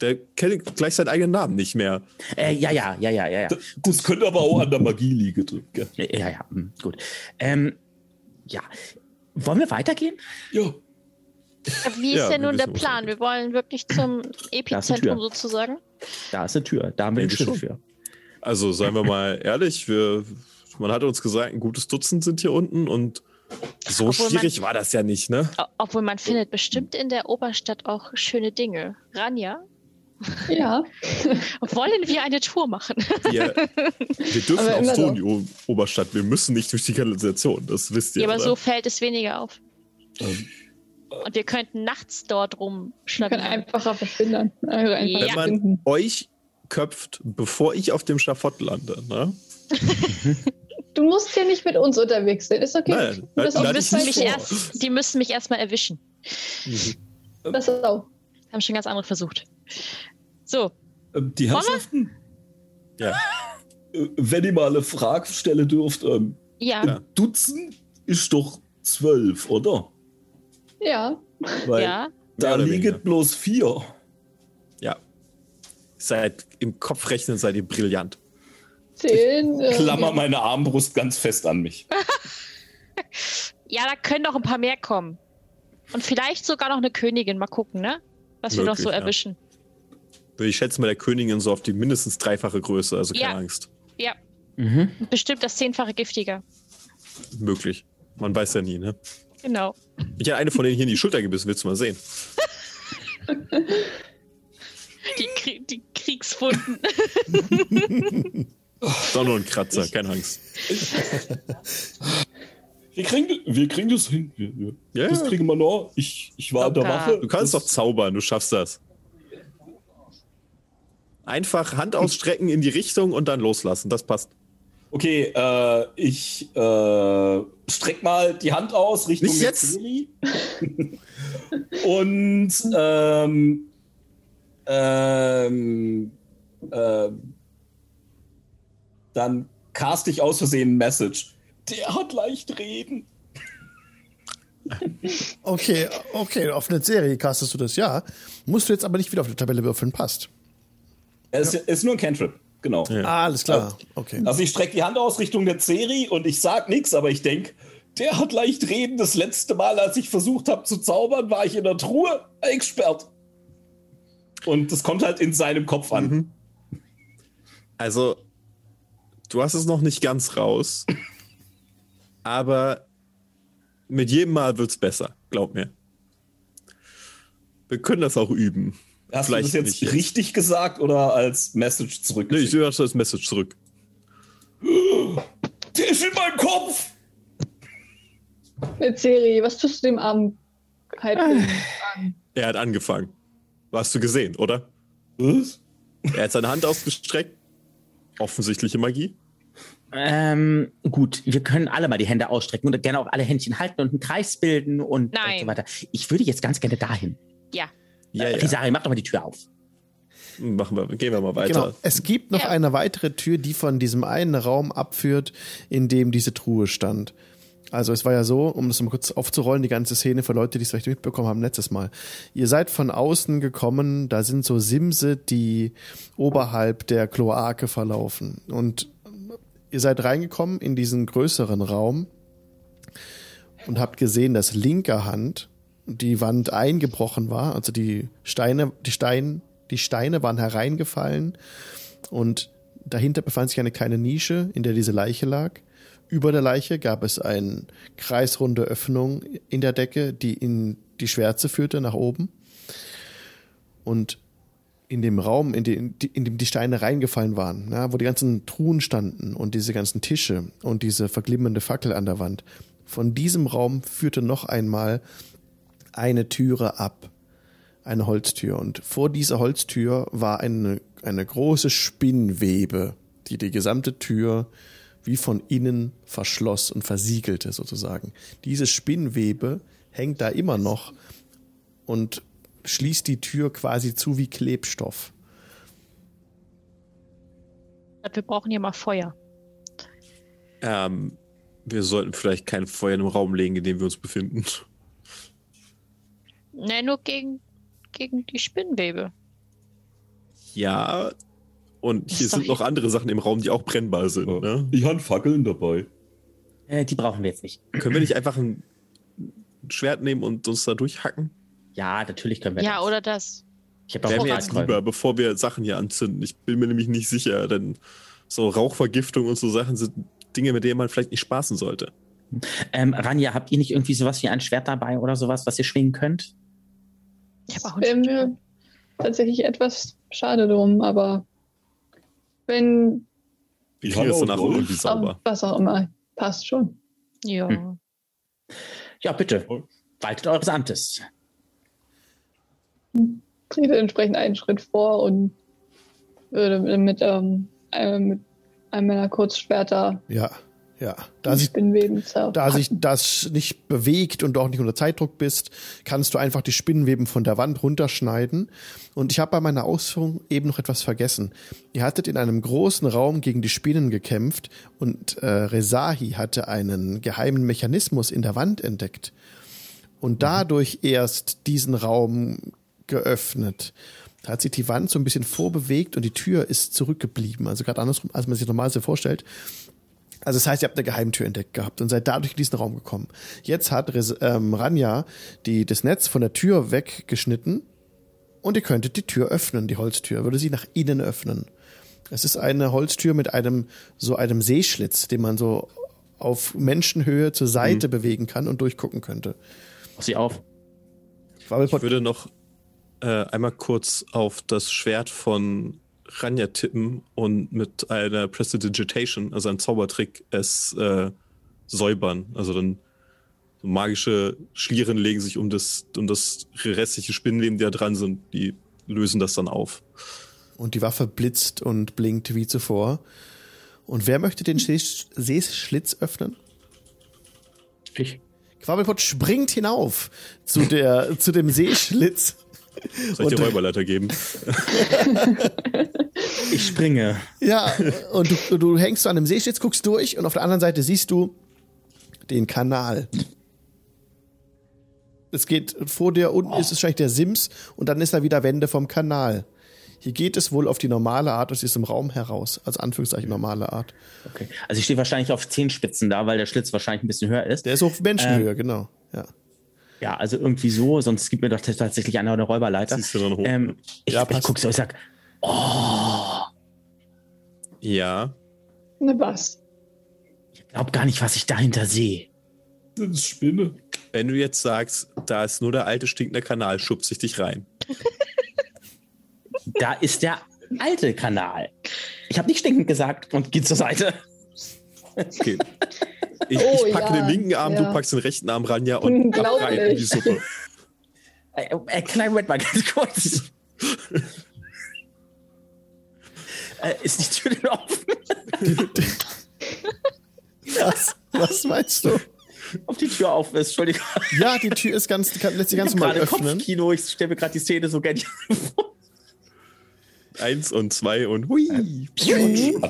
Der kennt gleich seinen eigenen Namen nicht mehr. Äh, ja, ja, ja, ja, ja, ja. D- Das könnte aber auch an der Magie liegen. drin, gell? Äh, Ja, ja, hm, gut. Ähm, ja. Wollen wir weitergehen? Ja. Wie ist Ja, denn wir nun der wissen, was Plan? wir Wir wollen wirklich zum Epizentrum Tür. sozusagen. Da ist eine Tür, da haben wir den Denke Schlüssel schon. für. Also, seien wir mal ehrlich, wir, man hat uns gesagt, ein gutes Dutzend sind hier unten und so Obwohl man- schwierig war das ja nicht, ne? O- Obwohl man findet bestimmt in der Oberstadt auch schöne Dinge. Ranja, Ja. wollen wir eine Tour machen? Wir, wir dürfen Aber aufs immer Tor in die O- Oberstadt, wir müssen nicht durch die Kanalisation, das wisst ihr. ne? Ja, aber oder? so fällt es weniger auf. Ähm. Und wir könnten nachts dort Man kann rumschlagen. einfacher verschwindern. Also einfach Wenn Wenn man verschwinden. euch köpft, bevor ich auf dem Schafott lande, ne? Du musst hier nicht mit uns unterwegs sein. Ist okay. Nein, Du bist nein, Die auch nein, nicht müssen, nicht mich vor. erst, die müssen mich erstmal erwischen. Das ist auch. Haben schon ganz andere versucht. So, Ähm, Die Herrschaften. Ja. Äh, Wenn ich mal eine Frage stellen dürft, ähm, ja. Ja. Dutzend ist doch zwölf, oder? Ja. Weil ja. da Mehr oder liegen weniger. bloß vier. Ja. Seid im Kopf rechnen, seid ihr brillant. Zehn. äh, Klammer meine Armbrust ganz fest an mich. Ja, da können noch ein paar mehr kommen. Und vielleicht sogar noch eine Königin. Mal gucken, ne? Was wir noch Möglich, so ja. erwischen. Ich schätze mal der Königin so auf die mindestens dreifache Größe, also keine Ja. Angst. Ja, Mhm. bestimmt das zehnfache giftiger. Möglich. Man weiß ja nie, ne? Genau. Ich habe eine von denen hier in die Schulter gebissen, willst du mal sehen. Die, Krie- die Kriegswunden. Ist auch nur ein Kratzer, keine Angst. Wir kriegen, wir kriegen das hin. Wir, wir. Ja, Das ja. kriegen wir noch. Ich, ich war an der Locker. Wache. Du kannst doch das, zaubern, du schaffst das. Einfach Hand ausstrecken in die Richtung und dann loslassen, das passt. Okay, äh, ich äh, streck mal die Hand aus Richtung Nicht jetzt! Mitsuri. Und ähm, ähm, ähm, dann cast ich aus Versehen ein Message. Der hat leicht reden. Okay, okay, auf eine Serie castest du das, ja. Musst du jetzt aber nicht wieder auf eine Tabelle würfeln, passt. Es ist, ist nur ein Cantrip, genau. Ah, alles klar. Okay. Also ich strecke die Hand aus Richtung der Zeri und ich sag nichts, aber ich denk, der hat leicht reden. Das letzte Mal, als ich versucht habe zu zaubern, war ich in der Truhe eingesperrt. Und das kommt halt in seinem Kopf an. Mhm. Also, du hast es noch nicht ganz raus, aber mit jedem Mal wird's besser, glaub mir. Wir können das auch üben. Hast Vielleicht du das nicht jetzt jetzt. richtig gesagt oder als Message Nee, ich zurückgeschickt? dachte, das Message zurück. der ist in meinem Kopf! Eine Serie, was tust du dem armen Halbling? Er hat angefangen. Hast du gesehen, oder? Was? Er hat seine Hand ausgestreckt. Offensichtliche Magie. Ähm, gut, wir können alle mal die Hände ausstrecken und gerne auch alle Händchen halten und einen Kreis bilden und, Nein. und so weiter. Ich würde jetzt ganz gerne dahin. Ja. Ja, Äh, Risari, mach doch mal die Tür auf. Machen wir, gehen wir mal weiter. Genau. Es gibt noch Ja. eine weitere Tür, die von diesem einen Raum abführt, in dem diese Truhe stand. Also es war ja so, um das mal kurz aufzurollen, die ganze Szene für Leute, die es vielleicht mitbekommen haben letztes Mal. Ihr seid von außen gekommen, da sind so Simse, die oberhalb der Kloake verlaufen. Und ihr seid reingekommen in diesen größeren Raum und habt gesehen, dass linker Hand die Wand eingebrochen war, also die Steine, die Stein, die Steine waren hereingefallen und dahinter befand sich eine kleine Nische, in der diese Leiche lag. Über der Leiche gab es eine kreisrunde Öffnung in der Decke, die in die Schwärze führte nach oben. Und in dem Raum, in dem, in dem die Steine reingefallen waren, na, wo die ganzen Truhen standen und diese ganzen Tische und diese verglimmende Fackel an der Wand, von diesem Raum führte noch einmal eine Türe ab, eine Holztür. Und vor dieser Holztür war eine, eine große Spinnwebe, die die gesamte Tür wie von innen verschloss und versiegelte sozusagen. Diese Spinnwebe hängt da immer noch und schließt die Tür quasi zu wie Klebstoff. Wir brauchen hier mal Feuer. Ähm, wir sollten vielleicht kein Feuer in einem Raum legen, in dem wir uns befinden. Ne, nur gegen, gegen die Spinnwebe. Ja. Und hier Ist doch sind noch hier- andere Sachen im Raum, die auch brennbar sind. Ne? Ich habe Fackeln dabei. Äh, die brauchen wir jetzt nicht. Können wir nicht einfach ein Schwert nehmen und uns da durchhacken? Ja, natürlich können wir Ja, das. oder das. Ich habe Wäre doch mir Vorrat jetzt lieber, Vorratkolben. bevor wir Sachen hier anzünden. Ich bin mir nämlich nicht sicher, denn so Rauchvergiftung und so Sachen sind Dinge, mit denen man vielleicht nicht spaßen sollte. Ähm, Ranja, habt ihr nicht irgendwie sowas wie ein Schwert dabei oder sowas, was ihr schwingen könnt? Ich hab auch Wäre mir Ähm, tatsächlich etwas schade drum, aber wenn, Wir Ja, kriegen das doch, danach doch. irgendwie sauber. was auch immer, passt schon. Ja. Hm. Ja, bitte. Waltet eures Amtes. Trete entsprechend einen Schritt vor und würde mit, ähm, einem, mit einem meiner Kurzschwerter Ja, ja. Da die sich, Spinnweben zerpacken. da sich das nicht bewegt und du auch nicht unter Zeitdruck bist, kannst du einfach die Spinnenweben von der Wand runterschneiden. Und ich habe bei meiner Ausführung eben noch etwas vergessen. Ihr hattet in einem großen Raum gegen die Spinnen gekämpft und äh, Rezahi hatte einen geheimen Mechanismus in der Wand entdeckt. und dadurch erst diesen Raum geöffnet. Da hat sich die Wand so ein bisschen vorbewegt und die Tür ist zurückgeblieben. Also gerade andersrum, als man sich normalerweise vorstellt. Also das heißt, ihr habt eine Geheimtür entdeckt gehabt und seid dadurch in diesen Raum gekommen. Jetzt hat Res ähm, Ranja die, das Netz von der Tür weggeschnitten und ihr könntet die Tür öffnen, die Holztür, würde sie nach innen öffnen. Es ist eine Holztür mit einem so einem Seeschlitz, den man so auf Menschenhöhe zur Seite bewegen kann und durchgucken könnte. Mach sie auf. Ich würde noch äh, einmal kurz auf das Schwert von Ranja tippen und mit einer Prestidigitation, also einem Zaubertrick, es äh, säubern. Also dann so magische Schlieren legen sich um das, um das restliche Spinnenleben, die da dran sind, die lösen das dann auf. Und die Waffe blitzt und blinkt wie zuvor. Und wer möchte den Sees- Seeschlitz öffnen? Ich. Quabbelpot springt hinauf zu, der, zu dem Seeschlitz. Soll ich Und- dir Räuberleiter geben? Ich springe. Ja, und du, du hängst so an dem Seeschlitz, guckst durch und auf der anderen Seite siehst du den Kanal. Es geht vor dir, unten ist es wahrscheinlich der Sims und dann ist da wieder Wände vom Kanal. Hier geht es wohl auf die normale Art aus diesem Raum heraus. Also Anführungszeichen normale Art. Okay. Also ich stehe wahrscheinlich auf Zehenspitzen da, weil der Schlitz wahrscheinlich ein bisschen höher ist. Der ist auf Menschenhöhe, genau. Ja. Ja, also irgendwie so, sonst gibt mir doch tatsächlich einer eine Räuberleiter. Ziehst du dann hoch. Ähm, ich Ja, ich passt. gucke so, ich sag, Ja. Ne, was? glaub gar nicht, was ich dahinter sehe. Das ist Spinne. Wenn du jetzt sagst, da ist nur der alte stinkende Kanal, schubst ich dich rein. Da ist der alte Kanal. Ich habe nicht stinkend gesagt und geh zur Seite. Okay. Ich, Oh, ich packe ja, den linken Arm, ja. du packst den rechten Arm ran, ja, und ab rein in die Unglaublich. Suppe. Äh, äh, kleinen Moment mal ganz kurz. äh, ist die Tür denn offen? Was, was meinst du? Ob die Tür offen ist, Entschuldigung. Ja, die Tür ist ganz, kann, lässt sich ganz Ich hab normal gerade öffnen. Kopfkino, ich stelle mir gerade die Szene so genial vor. Eins und zwei und hui. Hm.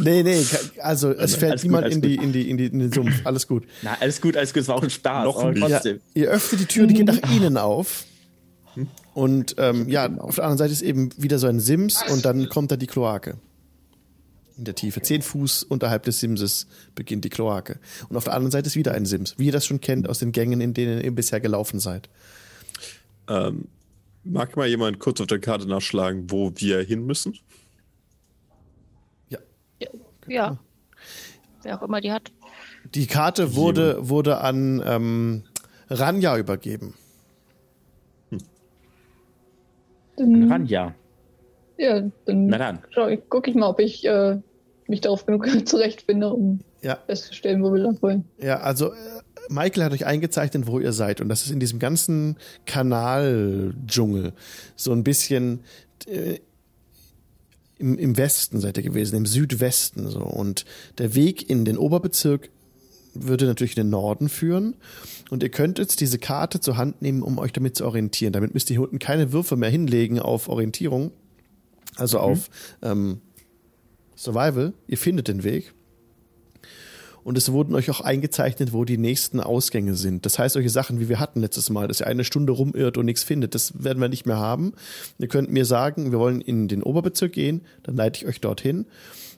Nee, nee, ka- also es alles fällt gut, niemand alles in, die, in, die, in, die, in den Sumpf. Alles gut. Na, alles gut, alles gut, es war auch ein Spaß. Noch aber nicht. Ja, trotzdem. Ah. Hm. ihr öffnet die Tür, die geht nach innen auf. Und ähm, ja, Genau. auf der anderen Seite ist eben wieder so ein Sims und dann kommt da die Kloake. In der Tiefe. Zehn Fuß unterhalb des Simses beginnt die Kloake. Und auf der anderen Seite ist wieder ein Sims, wie ihr das schon kennt aus den Gängen, in denen ihr bisher gelaufen seid. Ähm, mag mal jemand kurz auf der Karte nachschlagen, wo wir hin müssen? Ja. Wer auch immer die hat. Die Karte wurde, wurde an ähm, Ranja übergeben. Dann, Ranja. Ja, dann Na dann. schau ich, guck ich mal, ob ich äh, mich darauf genug zurechtfinde, um Ja, festzustellen, wo wir lang wollen. ja also äh, Michael hat euch eingezeichnet, wo ihr seid. Und das ist in diesem ganzen Kanaldschungel. So ein bisschen äh, im, im Westen seid ihr gewesen, im Südwesten. so Und der Weg in den Oberbezirk würde natürlich in den Norden führen. Und ihr könnt jetzt diese Karte zur Hand nehmen, um euch damit zu orientieren. Damit müsst ihr hier unten keine Würfe mehr hinlegen auf Orientierung, also auf ähm, Survival. Ihr findet den Weg. Und es wurden euch auch eingezeichnet, wo die nächsten Ausgänge sind. Das heißt, solche Sachen, wie wir hatten letztes Mal, dass ihr eine Stunde rumirrt und nichts findet, das werden wir nicht mehr haben. Ihr könnt mir sagen, wir wollen in den Oberbezirk gehen, dann leite ich euch dorthin.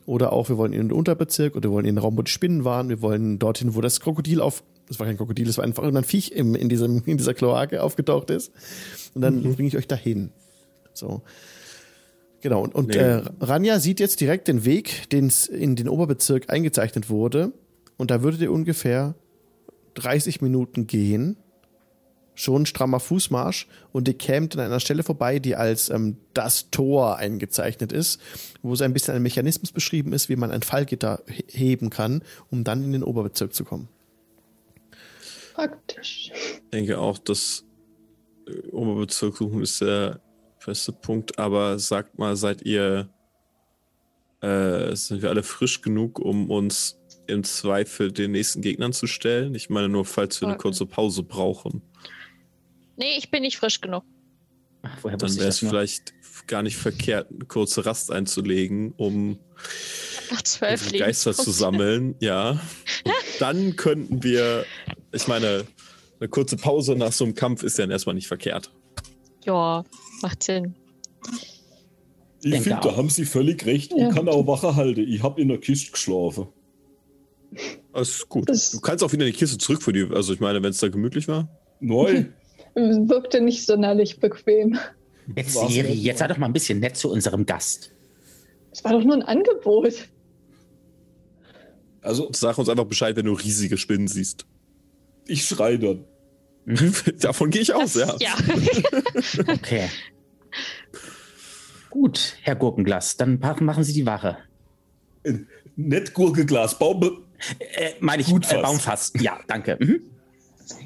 Oder auch, wir wollen in den Unterbezirk oder wir wollen in den Raum, wo die Spinnen waren. Wir wollen dorthin, wo das Krokodil auf... Das war kein Krokodil, das war einfach irgendein Viech im, in, diesem, in dieser Kloake aufgetaucht ist. Und dann bringe ich euch dahin. So. Genau, und, und Nee. äh, Ranja sieht jetzt direkt den Weg, den es in den Oberbezirk eingezeichnet wurde. Und da würdet ihr ungefähr 30 Minuten gehen. Schon ein strammer Fußmarsch. Und ihr kämt an einer Stelle vorbei, die als ähm, das Tor eingezeichnet ist, wo so ein bisschen ein Mechanismus beschrieben ist, wie man ein Fallgitter he- heben kann, um dann in den Oberbezirk zu kommen. Praktisch. Ich denke auch, dass äh, Oberbezirk suchen ist der beste Punkt, aber sagt mal, seid ihr, äh, sind wir alle frisch genug, um uns im Zweifel den nächsten Gegnern zu stellen? Ich meine nur, falls wir eine Okay. kurze Pause brauchen, Nee, ich bin nicht frisch genug. Ach, woher dann wusste wäre ich das es nur? vielleicht gar nicht verkehrt, eine kurze Rast einzulegen, um Nach zwölf unsere Geister zu sammeln, ja. Und dann könnten wir, ich meine, eine kurze Pause nach so einem Kampf ist dann erstmal nicht verkehrt. Ja, macht Sinn. Ich Denke finde, auch. da haben sie völlig recht. Ja. Ich kann auch Wache halten. Ich habe in der Kiste geschlafen. Das ist gut. Das- du kannst auch wieder in die Kiste zurück für die. Also ich meine, wenn es da gemütlich war. Neu. Wirkte nicht sonderlich bequem. Jetzt, War's Siri, nicht. jetzt sei doch mal ein bisschen nett zu unserem Gast. Es war doch nur ein Angebot. Also, Sag uns einfach Bescheid, wenn du riesige Spinnen siehst. ich schreie dann. Davon gehe ich aus, ja. Das- ja. Okay. Gut, Herr Gurkenglas, dann pa- machen Sie die Wache. Nett Gurkeglas, Baum. Äh, meine ich, Gut äh, fast. Baumfass. Ja, danke. Mhm.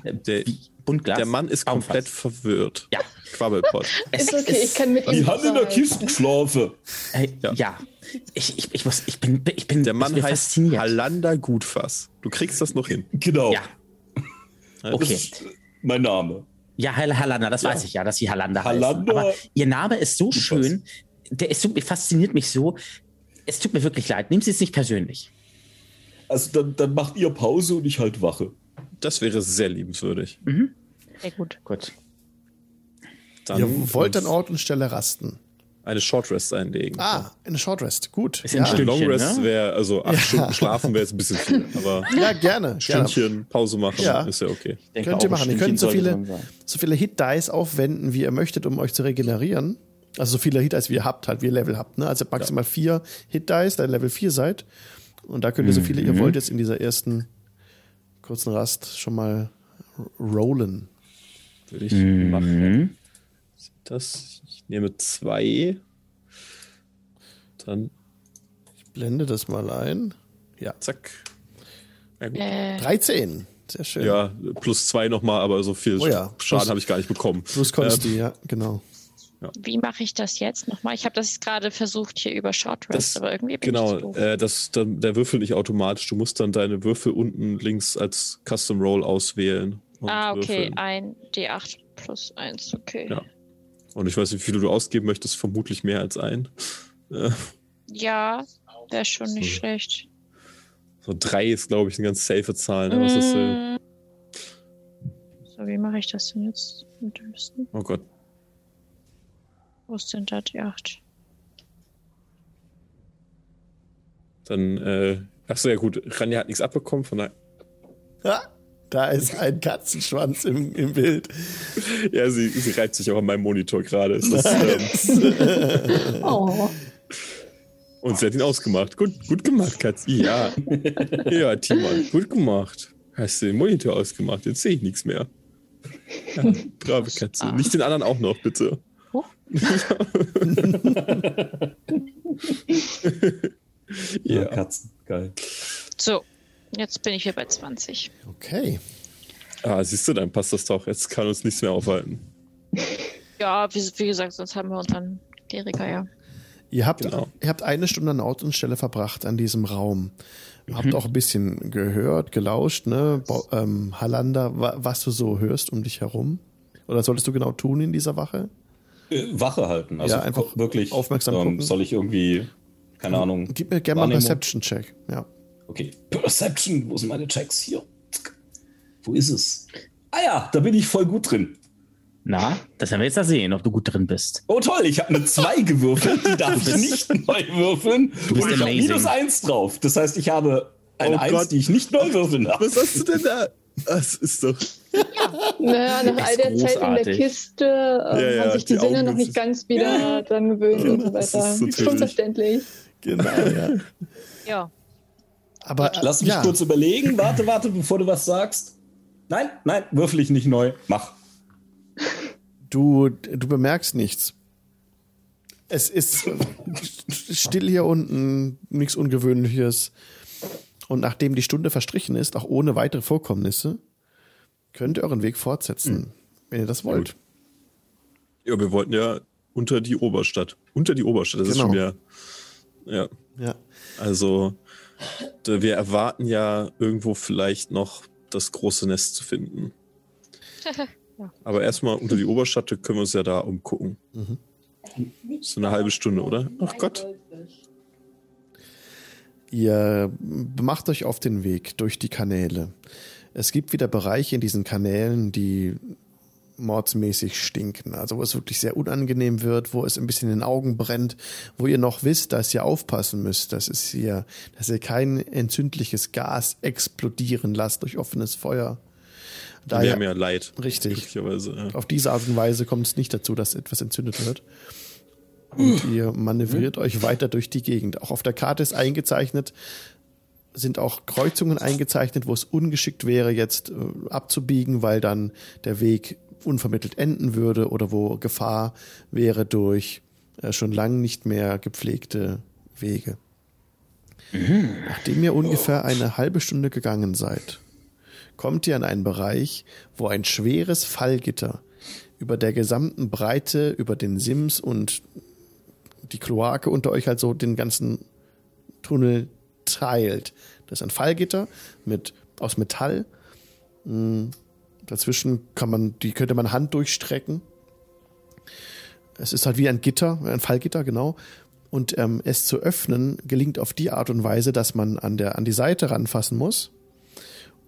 Äh, Der, wie? Buntglas. der Mann ist Baumfass. komplett verwirrt. Ja. Quabbelpott. Es ist okay, ich kann mit ihm. Die haben in der unterhalten. Kiste geschlafen. Äh, Ja. ja. Ich, ich, ich, muss, ich bin, ich bin, Der ich Mann bin heißt Halanda Gutfass. Du kriegst das noch hin. Genau. Ja, Das okay. ist äh, mein Name. Ja, Hal Halanda, das weiß ich ja, dass sie Halanda heißt. Halanda- Aber ihr Name ist so Lukas. schön, der ist so, fasziniert mich so. Es tut mir wirklich leid, nehmen Sie es nicht persönlich. Also, dann, dann macht ihr Pause und ich halt Wache. Das wäre sehr liebenswürdig. Sehr gut. Gut. Dann Ihr wollt an Ort und Stelle rasten. eine Short Rest einlegen. Ah, eine Short Rest. Gut. Ist Ja, ein Eine Stündchen, Long Rest ne? wäre, also acht Stunden schlafen wäre jetzt ein bisschen viel, aber ja gerne. gerne. Stündchen Pause machen Ja. ist ja okay. Ich denke, Könnt auch ihr ein machen. Ihr Stündchen könnt so sollte viele, drin sein. so viele Hit-Dice aufwenden, wie ihr möchtet, um euch zu regenerieren. Also so viele Hit-Dice, wie ihr habt, halt, wie ihr Level habt. Ne? Also maximal vier Hit-Dice, da ihr Level 4 seid. Und da könnt ihr so viele Mhm. ihr wollt jetzt in dieser ersten kurzen Rast schon mal r- rollen. Würde ich machen. Mhm. Das, ich nehme zwei. Dann Ich blende das mal ein. Ja. zack. Ja, gut. Äh, 13. Sehr schön. ja plus zwei nochmal, aber so viel Oh ja. Schaden Plus- habe ich gar nicht bekommen. Ähm, Plus Consti, ja, genau. wie mache ich das jetzt nochmal? Ich habe das jetzt gerade versucht hier über Short Rest, Das- aber irgendwie bin ich so Genau, doof. äh, das, da, der würfelt nicht automatisch. Du musst dann deine Würfel unten links als Custom Roll auswählen. und Ah, okay. würfeln. Ein D8 plus 1, okay. Ja. Und ich weiß nicht, wie viele du ausgeben möchtest, vermutlich mehr als ein. Äh, Ja, wäre schon nicht So. schlecht. So drei ist, glaube ich, eine ganz safe Zahl. Ne? Was ist, äh, Mm. So, wie mache ich das denn jetzt mit dem Wissen? oh Gott. Wo ist denn da D8? Dann, äh, achso, ja gut, Ranja hat nichts abbekommen, von daher. Ha, da ist ein Katzenschwanz im, im Bild. Ja, sie, sie reibt sich auch an meinem Monitor gerade. Es ist, ähm, Oh. und sie hat ihn ausgemacht. Gut, gut gemacht, Katz. Ja. ja, Timon, gut gemacht. Hast du den Monitor ausgemacht? Jetzt sehe ich nichts mehr. Ja, brave Katze. Nicht den anderen auch noch, bitte. Huch. Ja, ja. Katzen. Geil. So, jetzt bin ich hier bei 20. Okay. Ah, siehst du, dann passt das doch. Jetzt kann uns nichts mehr aufhalten. Ja, wie, wie gesagt, sonst haben wir unseren Kleriker, ja. Ihr habt, Genau. ihr habt eine Stunde an Ort und Stelle verbracht an diesem Raum. Mhm. Habt auch ein bisschen gehört, gelauscht, ne? Bo ähm, Halander, wa was du so hörst um dich herum. Oder solltest du genau tun in dieser Wache? Äh, Wache halten. Also Ja, einfach wirklich ähm, aufmerksam gucken. Soll ich irgendwie, keine Ahnung. Gib mir gerne mal einen Wahrnehmung. Perception-Check. Ja. Okay. Perception, wo sind meine Checks hier? Zack. Wo ist es? Ah ja, da bin ich voll gut drin. Na, das werden wir jetzt da sehen, ob du gut drin bist. Oh toll, ich habe eine 2 gewürfelt, die darf ich nicht neu würfeln. Du bist und ich habe amazing. minus 1 drauf. Das heißt, ich habe eine Oh 1, Gott. die ich nicht neu würfeln darf. Was hast du denn da? Das ist doch. Naja, nach Ist all der Zeit in der großartig. Kiste ähm, Ja, ja, haben sich die, die Sinne Augen noch nicht müssen- ganz wieder dran gewöhnt und so das weiter. ist so Ist tödlich. schon verständlich. Genau, ja. Ja. Aber Lass mich ja, kurz überlegen. Warte, warte, bevor du was sagst. Nein, nein, würfel ich nicht neu. Mach. du, du bemerkst nichts. Es ist still hier unten, nichts Ungewöhnliches. Und nachdem die Stunde verstrichen ist, auch ohne weitere Vorkommnisse, könnt ihr euren Weg fortsetzen, wenn ihr das wollt. Ja, wir wollten ja unter die Oberstadt. Unter die Oberstadt, das ist Genau. schon wieder. Ja, Ja. also da- wir erwarten ja irgendwo vielleicht noch das große Nest zu finden. Aber erstmal unter die Oberstadt können wir uns ja da umgucken. So eine halbe Stunde, oder? Ach Gott. Ihr macht euch auf den Weg durch die Kanäle. Es gibt wieder Bereiche in diesen Kanälen, die mordsmäßig stinken. Also wo es wirklich sehr unangenehm wird, wo es ein bisschen in den Augen brennt, wo ihr noch wisst, dass ihr aufpassen müsst, dass es hier, dass ihr kein entzündliches Gas explodieren lasst durch offenes Feuer. Da wir ihr- haben ja Leid. richtig. Glücklicherweise. Ja. Auf diese Art und Weise kommt es nicht dazu, dass etwas entzündet wird. Und ihr manövriert euch weiter durch die Gegend. Auch auf der Karte ist eingezeichnet, sind auch Kreuzungen eingezeichnet, wo es ungeschickt wäre, jetzt äh, abzubiegen, weil dann der Weg unvermittelt enden würde oder wo Gefahr wäre durch äh, schon lange nicht mehr gepflegte Wege. Nachdem ihr ungefähr eine halbe Stunde gegangen seid, kommt ihr an einen Bereich, wo ein schweres Fallgitter über der gesamten Breite, über den Sims und die Kloake unter euch halt so den ganzen Tunnel teilt. Das ist ein Fallgitter mit, aus Metall. Mm, Dazwischen kann man, die könnte man Hand durchstrecken. Es ist halt wie ein Gitter, ein Fallgitter, genau. Und ähm, es zu öffnen gelingt auf die Art und Weise, dass man an, der, an die Seite ranfassen muss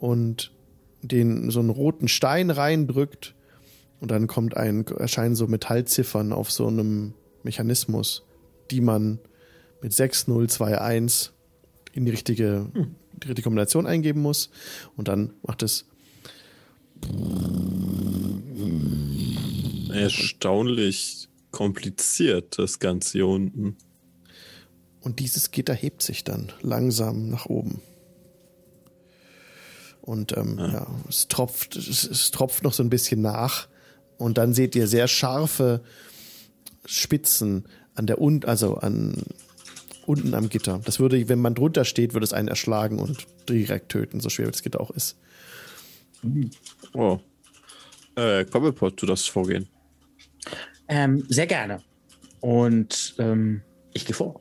und den so einen roten Stein reindrückt Und dann kommt ein, erscheinen so Metallziffern auf so einem Mechanismus, die man mit 6021 in die richtige, die richtige Kombination eingeben muss. Und dann macht es Erstaunlich kompliziert, das Ganze hier unten. Und dieses Gitter hebt sich dann langsam nach oben. Und ähm, ja. es, tropft, es, es tropft noch so ein bisschen nach. Und dann seht ihr sehr scharfe Spitzen an der un also an unten am Gitter. Das würde, wenn man drunter steht, würde es einen erschlagen und direkt töten, so schwer das Gitter auch ist. Wow. Oh. Äh, Cobblepot, du darfst vorgehen. Ähm, sehr gerne. Und ähm, ich gehe vor.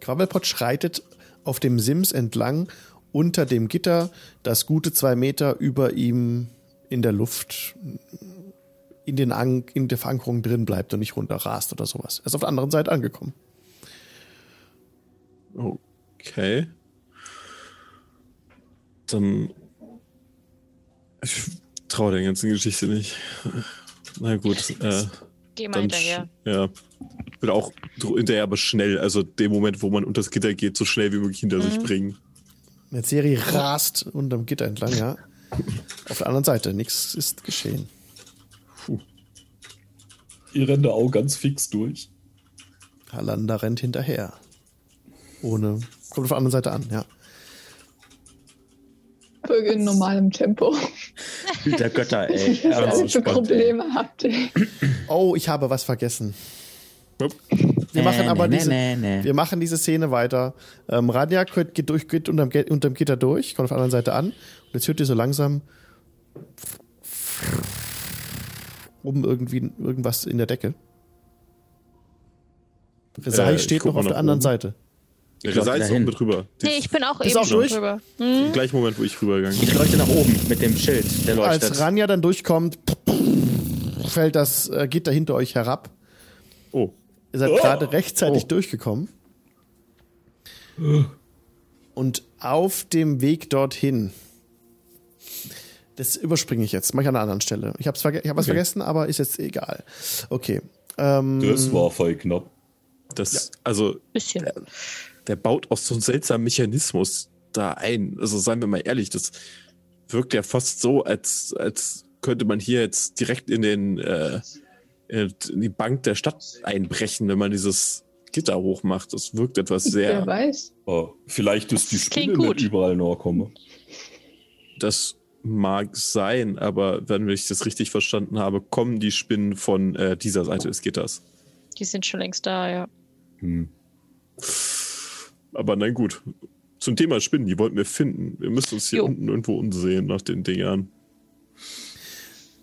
Quabbelpot schreitet auf dem Sims entlang unter dem Gitter, das gute zwei Meter über ihm in der Luft in, den An in der Verankerung drin bleibt und nicht runterrast oder sowas. Er ist auf der anderen Seite angekommen. Okay. Dann. Ich traue der ganzen Geschichte nicht. Na gut. Äh, Geh mal dann hinterher. sch- Ja. Bin auch dr- hinterher, aber schnell. Also dem Moment, wo man unter das Gitter geht, so schnell wie möglich hinter Mhm. sich bringen. Eine Serie rast unterm Gitter entlang, ja. Auf der anderen Seite, nichts ist geschehen. Ihr rennt da auch ganz fix durch. Halanda rennt hinterher. Ohne. Kommt auf der anderen Seite an, ja. Vögel in normalem Tempo. Hüter Götter, ey. Ja, Was ihr für spannend, Probleme habt ihr? Oh, ich habe was vergessen. Wir machen aber diese, wir machen diese Szene weiter. Ähm, Rania geht, geht, durch, geht unterm, Ge- unterm Gitter durch, kommt auf der anderen Seite an. Und jetzt hört ihr so langsam oben um irgendwie irgendwas in der Decke. Resai Äh, ich steht guck noch auf mal der nach anderen oben. Seite. Ich glaub, sei jetzt dahin. oben drüber. Die- Nee, ich Mhm. bin auch Bist eben auch schon durch? drüber. Im gleichen Moment, wo ich rübergegangen Ich bin. leuchte nach oben mit dem Schild, der leuchtet. Als Rania dann durchkommt, fällt das äh, Gitter hinter euch herab. Oh. Ihr seid Oh. gerade rechtzeitig Oh. durchgekommen. Und auf dem Weg dorthin, das überspringe ich jetzt, mache ich an einer anderen Stelle. Ich habe verge ich hab was Okay. vergessen, aber ist jetzt egal. Okay. Ähm, Das war voll knapp. Das, Also Bisschen. der baut auch so einen seltsamen Mechanismus da ein. Also seien wir mal ehrlich, das wirkt ja fast so, als, als könnte man hier jetzt direkt in, den, äh, in in die Bank der Stadt einbrechen, wenn man dieses Gitter hochmacht. Das wirkt etwas Wer sehr. weiß. Oh, vielleicht ist die Das Spinne klingt gut. nicht überall noch komme. Das mag sein, aber wenn ich das richtig verstanden habe, kommen die Spinnen von äh, dieser Seite des Gitters. Die sind schon längst da, ja. Hm. Aber nein, gut. Zum Thema Spinnen, die wollten wir finden. Wir müssen uns hier Jo. unten irgendwo umsehen nach den Dingern.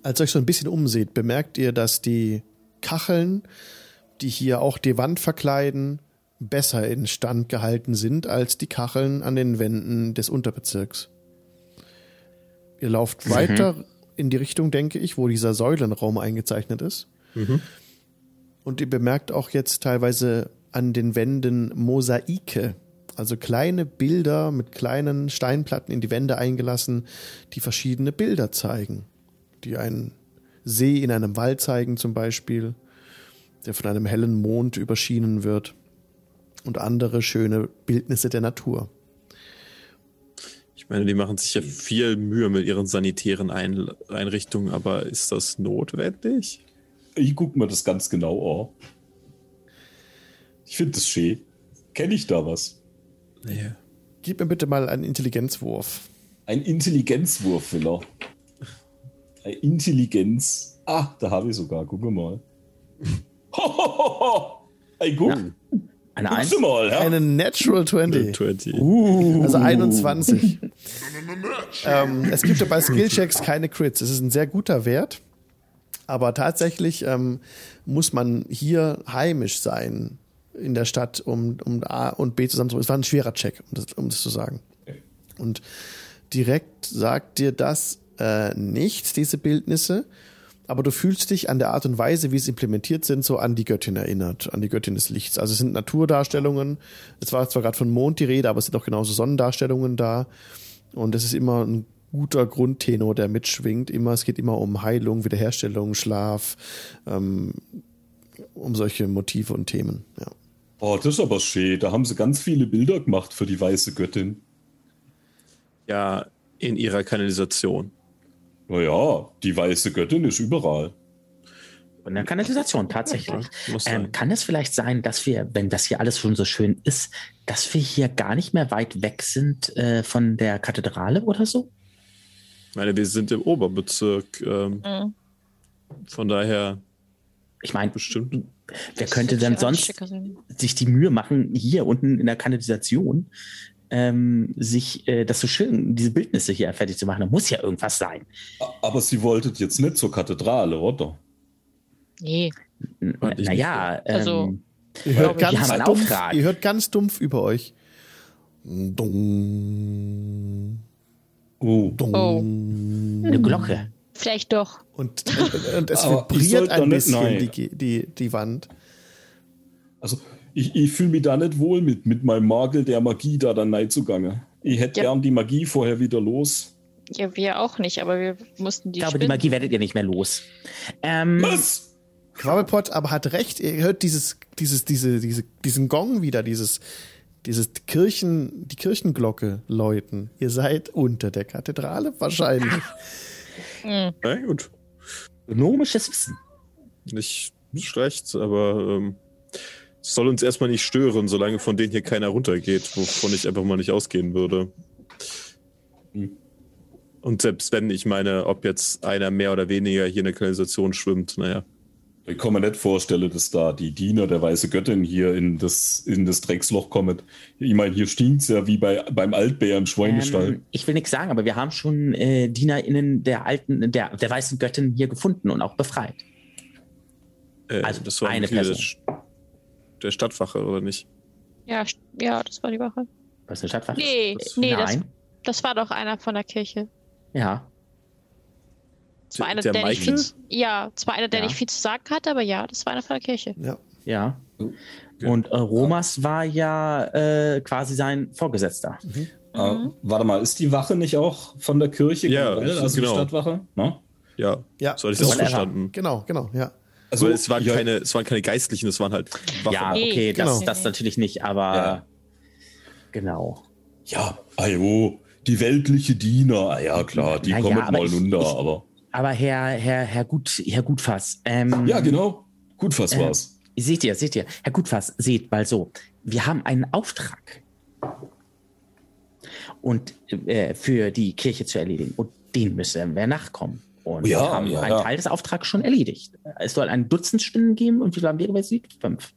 Als ihr euch so ein bisschen umseht, bemerkt ihr, dass die Kacheln, die hier auch die Wand verkleiden, besser in Stand gehalten sind als die Kacheln an den Wänden des Unterbezirks. Ihr lauft weiter in die Richtung, denke ich, wo dieser Säulenraum eingezeichnet ist. Und ihr bemerkt auch jetzt teilweise an den Wänden Mosaike, also kleine Bilder mit kleinen Steinplatten in die Wände eingelassen, die verschiedene Bilder zeigen die einen See in einem Wald zeigen zum Beispiel, der von einem hellen Mond überschienen wird und andere schöne Bildnisse der Natur. Ich meine, die machen sich ja viel Mühe mit ihren sanitären Ein Einrichtungen, aber ist das notwendig? Ich guck mir das ganz genau an. Ich finde das schön. Kenne ich da was? Nee. Gib mir bitte mal einen Intelligenzwurf. Ein Intelligenzwurf, Villa. Ein Intelligenz. Ah, da habe ich sogar. Guck mal. Ho, ho, ho, ho. Ey, guck. Ja, Eine Eins. Guckst du mal, ja? Eine Natural 20. 20. Also 21. ähm, es gibt ja bei Skillchecks keine Crits. Es ist ein sehr guter Wert. Aber tatsächlich ähm, muss man hier heimisch sein in der Stadt, um, um A und B zusammenzukommen. Es war ein schwerer Check, um das, um das zu sagen. Und direkt sagt dir das äh, nichts, diese Bildnisse. Aber du fühlst dich an der Art und Weise, wie es implementiert sind, so an die Göttin erinnert, an die Göttin des Lichts. Also es sind Naturdarstellungen. Es war zwar gerade von Mond die Rede, aber es sind auch genauso Sonnendarstellungen da. Und es ist immer ein guter Grundtenor, der mitschwingt. Immer, es geht immer um Heilung, Wiederherstellung, Schlaf, ähm, um solche Motive und Themen. Ja. Oh, das ist aber schön. Da haben sie ganz viele Bilder gemacht für die weiße Göttin. Ja, in ihrer Kanalisation. Naja, die weiße Göttin ist überall. Und dann Kanalisation, tatsächlich. Muss sein. Ähm, kann es vielleicht sein, dass wir, wenn das hier alles schon so schön ist, dass wir hier gar nicht mehr weit weg sind äh, von der Kathedrale oder so? ich meine, wir sind im Oberbezirk. Ähm, Mhm. Von daher Ich meine, bestimmt. wer könnte dann sonst sich die Mühe machen, hier unten in der Kanalisation ähm, sich äh, das so schön, diese Bildnisse hier fertig zu machen? Da muss ja irgendwas sein. A- Aber sie wolltet jetzt nicht zur Kathedrale, oder? Nee. N- Fand ich Naja, ähm, Also- Ihr hört, Die ganz haben einen dumpf, Auftrag. ihr hört ganz dumpf über euch. Dung, Oh. dung. Oh. eine Glocke. Vielleicht doch. Und, und, und es Aber ich vibriert sollte doch ein nicht- bisschen nein. die, Ge- die, die Wand. Also, ich, ich fühle mich da nicht wohl mit, mit meinem Makel der Magie da dann nein zugange. Ich hätte Ja. gern die Magie vorher wieder los. Ja, wir auch nicht, aber wir mussten die Ich glaube, die Spinnen- Magie werdet ihr nicht mehr los. Ähm, Was? Quabbelpot aber hat recht, ihr hört dieses, dieses, diese, diese, diesen Gong wieder, dieses, dieses Kirchen, die Kirchenglocke läuten. Ihr seid unter der Kathedrale wahrscheinlich. Mhm. Na gut. Ökonomisches Wissen. Nicht, nicht schlecht, aber ähm, es soll uns erstmal nicht stören, solange von denen hier keiner runtergeht, wovon ich einfach mal nicht ausgehen würde. Hm. Und selbst wenn, ich meine, ob jetzt einer mehr oder weniger hier in der Kanalisation schwimmt, naja. Ich kann mir nicht vorstellen, dass da die Diener der weiße Göttin hier in das, in das Drecksloch kommen. Ich meine, hier stinkt's ja wie bei, beim Altbären Schweinestall. Ähm, ich will nichts sagen, aber wir haben schon äh, DienerInnen der alten, der, der weißen Göttin hier gefunden und auch befreit. Äh, Also eine Mitglied der Person. Sch- Der Stadtwache, oder nicht? Ja, st- ja, das war die Wache. Was eine Stadtwache? Nee, nee, das, Nein. das war doch einer von der Kirche. Ja. Das war einer, der der, nicht Michael? viel, zu- ja, das war einer, der Ja. nicht viel zu sagen hatte, aber ja, das war einer von der Kirche. ja. Ja. Oh, Ja. Und äh, Romas war ja äh, quasi sein Vorgesetzter. Mhm. Ah, warte mal, ist die Wache nicht auch von der Kirche? Ja, generell, also genau. die Stadtwache? Ne? Na? Ja. Ja. So hatte ich Das war das auch der verstanden. Genau, genau, ja. Also, Also, es, waren ja, keine, es waren keine Geistlichen, es waren halt Wachen. Ja, Nee, okay, das, genau. das natürlich nicht, aber Ja. genau. Ja, ajo, die weltliche Diener. Ah, ja, klar, die Ja, ja, kommen aber mal ich- runter, ich- aber. Aber Herr, Herr, Herr Gut, Herr Gutfass, ähm, Ja, genau. Gut, was Äh, war's. seht ihr, seht ihr, Herr Gutfass, seht mal so, wir haben einen Auftrag und äh, für die Kirche zu erledigen und den müssen wir nachkommen. Und Ja, wir haben ja, einen ja. Teil des Auftrags schon erledigt. Es soll ein Dutzend Spinnen geben und wie viel haben wir gewesen? Fünf.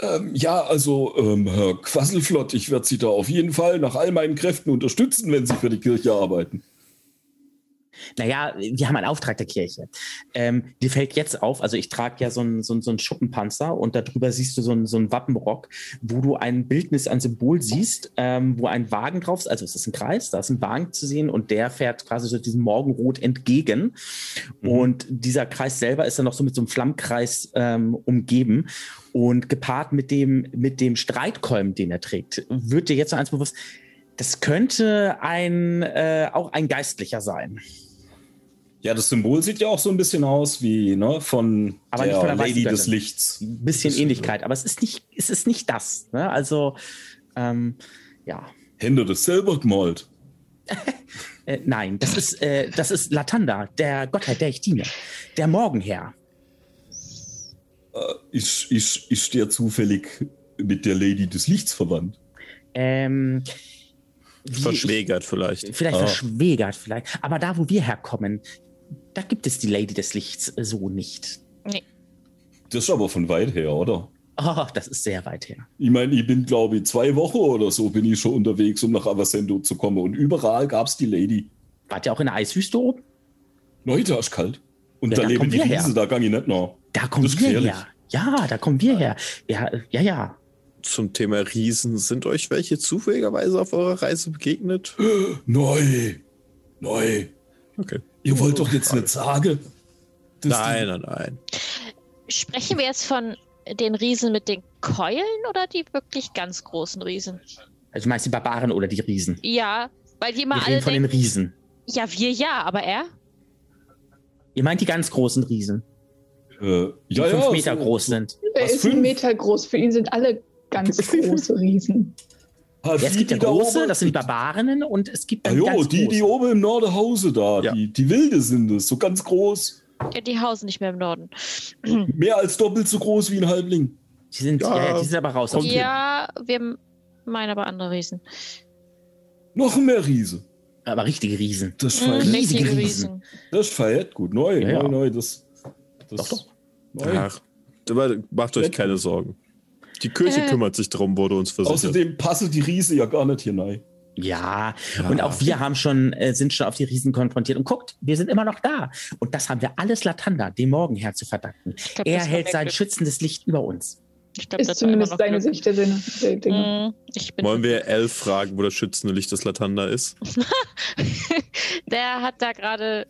Ähm, ja, also, ähm, Herr Quasselflott, ich werde Sie da auf jeden Fall nach all meinen Kräften unterstützen, wenn Sie für die Kirche arbeiten. Naja, wir haben einen Auftrag der Kirche. Ähm, dir fällt jetzt auf, also ich trage ja so einen so einen- so einen Schuppenpanzer und darüber siehst du so einen, so einen Wappenrock, wo du ein Bildnis, ein Symbol siehst, ähm, wo ein Wagen drauf ist. Also es ist ein Kreis, da ist ein Wagen zu sehen und der fährt quasi so diesem Morgenrot entgegen. Und dieser Kreis selber ist dann noch so mit so einem Flammkreis ähm, umgeben. Und gepaart mit dem, mit dem Streitkolben, den er trägt, wird dir jetzt so eins bewusst, das könnte ein, äh, auch ein Geistlicher sein. Ja, das Symbol sieht ja auch so ein bisschen aus wie ne, von Aber der nicht von der Lady weißen des Göttin. Lichts. ein bisschen Ähnlichkeit, aber es ist nicht, es ist nicht das. Ne? Also, ähm, ja. Hände des Silbergmold. Äh, nein, das ist, äh, das ist Latanda, der Gottheit, der ich diene. Der Morgenherr. Ist, ist, ist der zufällig mit der Lady des Lichts verwandt? Ähm, wie- Verschwägert vielleicht. Ich, vielleicht Ah. verschwägert, vielleicht. Aber da, wo wir herkommen, da gibt es die Lady des Lichts äh, so nicht. Das ist aber von weit her, oder? Oh, das ist sehr weit her. Ich meine, ich bin, glaube ich, zwei Wochen oder so bin ich schon unterwegs, um nach Avasendo zu kommen. Und überall gab es die Lady. Wart ihr auch in der Eiswüste oben? Leute, ist kalt. Und Ja, da da leben kommen die wir her. Riesen, da gang ich nicht nach. Da kommen Das ist wir gefährlich. her. Ja, da kommen wir her. Ja, äh, ja, ja. Zum Thema Riesen, sind euch welche zufälligerweise auf eurer Reise begegnet? Neu! Neu! Okay. Ihr wollt doch jetzt nicht sagen, dass Nein, nein, nein. Sprechen wir jetzt von den Riesen mit den Keulen oder die wirklich ganz großen Riesen? Also, du meinst die Barbaren oder die Riesen? Ja, weil die immer wir alle reden von den denken, Riesen. Ja, wir ja, aber er? Ihr meint die ganz großen Riesen, Äh, die fünf Meter so- groß sind. Er Was, ist ein fünf? Meter groß. Für ihn sind alle ganz große Riesen. Ah, Ja, es die, gibt ja die da große, oben- das sind Barbarinnen und es gibt Ah, dann jo, ganz die, die große. oben im Nordehause da, Ja. die, die Wilde sind es, so ganz groß. Ja, die hausen nicht mehr im Norden. Mehr als doppelt so groß wie ein Halbling. Die sind, ja, Ja, ja, die sind aber raus. kommt ja. Ja, wir m- meinen aber andere Riesen. Noch mehr Riese. Aber richtige Riesen. Das Mhm, feiert, richtige Riesen. Riesen. das feiert gut. Neu, Ja, ja. neu, neu. Das, das, Doch, doch. Neu. Ach, aber macht euch keine Sorgen. Die Kirche Äh. kümmert sich drum, wurde uns versichert. Außerdem passen die Riese ja gar nicht hier rein. Ja, Ja. und auch wir haben schon, äh, sind schon auf die Riesen konfrontiert. Und guckt, wir sind immer noch da. Und das haben wir alles Latanda, dem Morgenherr, zu verdanken. Ich glaub, er das war hält mehr sein Glück. schützendes Licht über uns. Ich glaub, Ist das war immer zumindest noch seine Glück. Sicht der Sinne. Der Dinge. Mhm, Ich bin Wollen wir Elf fragen, wo das schützende Licht des Latanda ist? Der hat da gerade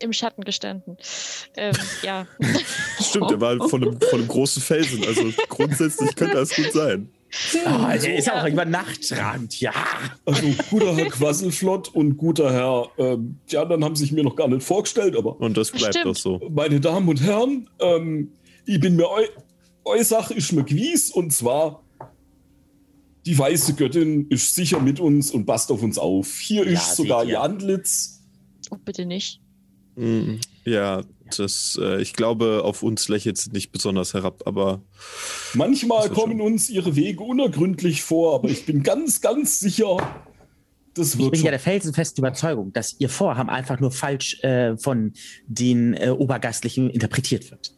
im Schatten gestanden. Ähm, ja. Stimmt, der war von einem, von einem großen Felsen. Also grundsätzlich könnte das gut sein. Ah, er ist auch irgendwann nachtragend, ja. Also guter Herr Quasselflott und guter Herr, ähm, die anderen haben sich mir noch gar nicht vorgestellt, aber Und das bleibt Stimmt. doch so. meine Damen und Herren, ähm, ich bin mir eu, eu Sache ist mir gewiss und zwar die weiße Göttin ist sicher mit uns und passt auf uns auf. Hier Ja, ist sogar seht ihr. ihr Antlitz. Oh, bitte nicht. Mm, Ja, das, äh, ich glaube, auf uns lächelt sie nicht besonders herab, aber Manchmal Das wird kommen uns ihre Wege unergründlich vor, aber ich bin ganz, ganz sicher, das Ich wird bin ja schon. der felsenfesten Überzeugung, dass ihr Vorhaben einfach nur falsch äh, von den äh, Obergeistlichen interpretiert wird.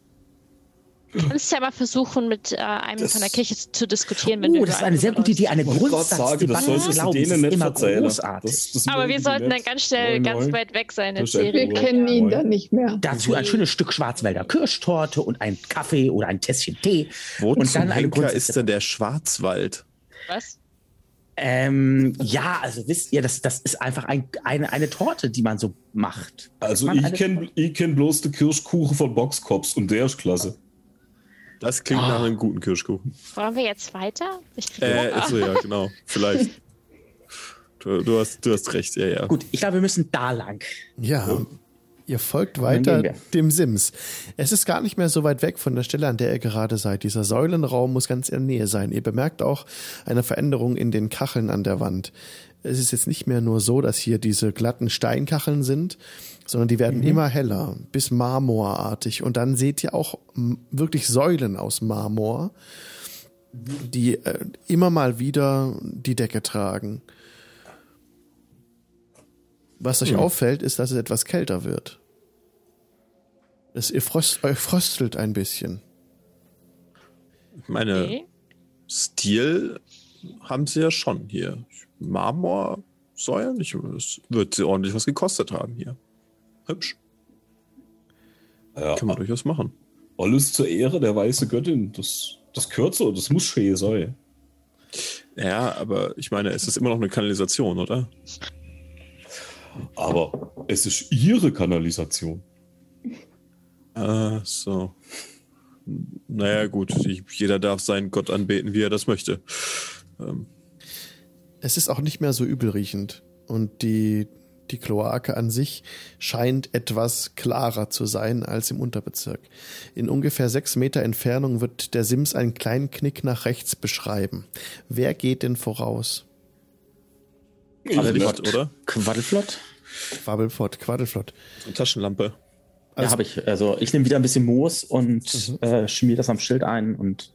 Du kannst ja mal versuchen, mit äh, einem Das- von der Kirche zu diskutieren, wenn du. Oh, das über ist eine sehr gute Angebot Idee. Eine Ich wollte gerade Grundsatzdebatte Oh das sollst des du Glaubens denen ist nicht immer erzählen. großartig. Das- das hast. Aber mögen wir die sollten dann nicht. ganz schnell, Moin, ganz moin. weit weg sein. Das ist Erzähl. Wir Moin. kennen ihn Moin. dann nicht mehr. Dazu ein schönes Stück Schwarzwälder Kirschtorte und ein Kaffee oder ein Tässchen Tee. wo Und zum dann eine Henker Grundsätze- ist denn der Schwarzwald? Was? Ähm, ja, also wisst ihr, das, das ist einfach ein, eine, eine Torte, die man so macht. Also Man ich alles- kenne ich kenn bloß den Kirschkuchen von Boxcops und der ist klasse. Das klingt Ah. nach einem guten Kirschkuchen. Wollen wir jetzt weiter? Ich krieg Äh, Hunger. achso, ja, genau. Vielleicht. Du, du, hast, du hast recht, ja, ja. Gut, ich glaube, wir müssen da lang. Ja. Ihr folgt dann weiter gehen wir. dem Sims. Es ist gar nicht mehr so weit weg von der Stelle, an der ihr gerade seid. Dieser Säulenraum muss ganz in der Nähe sein. Ihr bemerkt auch eine Veränderung in den Kacheln an der Wand. Es ist jetzt nicht mehr nur so, dass hier diese glatten Steinkacheln sind, sondern die Mhm. werden immer heller, bis marmorartig. Und dann seht ihr auch m, wirklich Säulen aus Marmor, Mhm. die äh, immer mal wieder die Decke tragen. Was euch auffällt, ist, dass es etwas kälter wird. Es ihr frost, euch fröstelt ein bisschen. Ich meine, Ah, Okay. Stil haben sie ja schon hier. Marmorsäulen, ich, es wird sie ordentlich was gekostet haben hier. Hübsch, Ja, kann man durchaus machen. alles zur Ehre der weiße Göttin. Das, das gehört so, das muss schön sein. Ja, aber ich meine, es ist immer noch eine Kanalisation, oder? Aber es ist ihre Kanalisation. Ah, so. Naja, gut, ich, jeder darf seinen Gott anbeten, wie er das möchte. Ähm, Es ist auch nicht mehr so übelriechend. Und die, die Kloake an sich scheint etwas klarer zu sein als im Unterbezirk. In ungefähr sechs Meter Entfernung wird der Sims einen kleinen Knick nach rechts beschreiben. Wer geht denn voraus? aber nicht, oder? Quaddelflott? Quabbelflott, Quaddelflott. Eine Taschenlampe. Da habe ich, also ich nehme wieder ein bisschen Moos und äh, schmier das am Schild ein und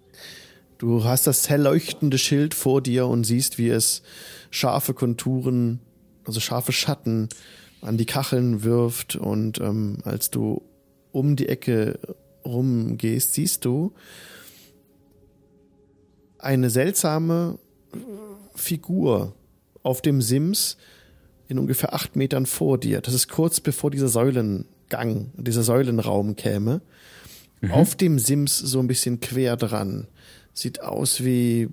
Du hast das hell leuchtende Schild vor dir und siehst, wie es scharfe Konturen, also scharfe Schatten an die Kacheln wirft. Und ähm, als du um die Ecke rumgehst, siehst du eine seltsame Figur auf dem Sims in ungefähr acht Metern vor dir. Das ist kurz bevor dieser Säulengang, dieser Säulenraum käme auf dem Sims so ein bisschen quer dran. Sieht aus wie.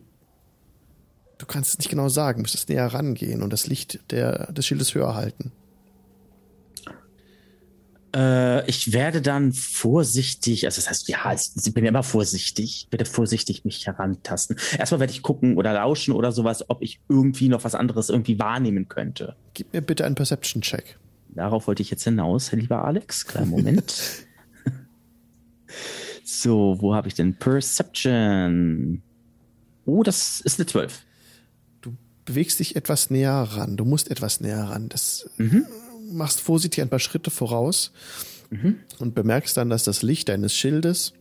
Du kannst es nicht genau sagen, müsstest näher rangehen und das Licht der, des Schildes höher halten. Äh, ich werde dann vorsichtig, also das heißt, ja, es- ich bin ja immer vorsichtig, ich werde vorsichtig mich herantasten. Erstmal werde ich gucken oder lauschen oder sowas, ob ich irgendwie noch was anderes irgendwie wahrnehmen könnte. Gib mir bitte einen Perception-Check. Darauf wollte ich jetzt hinaus, lieber Alex. Kleinen Moment. so, wo habe ich denn Perception? Oh, das ist eine 12. Bewegst dich etwas näher ran. Du musst etwas näher ran. Das Mhm. machst vorsichtig ein paar Schritte voraus Mhm. und bemerkst dann, dass das Licht deines Schildes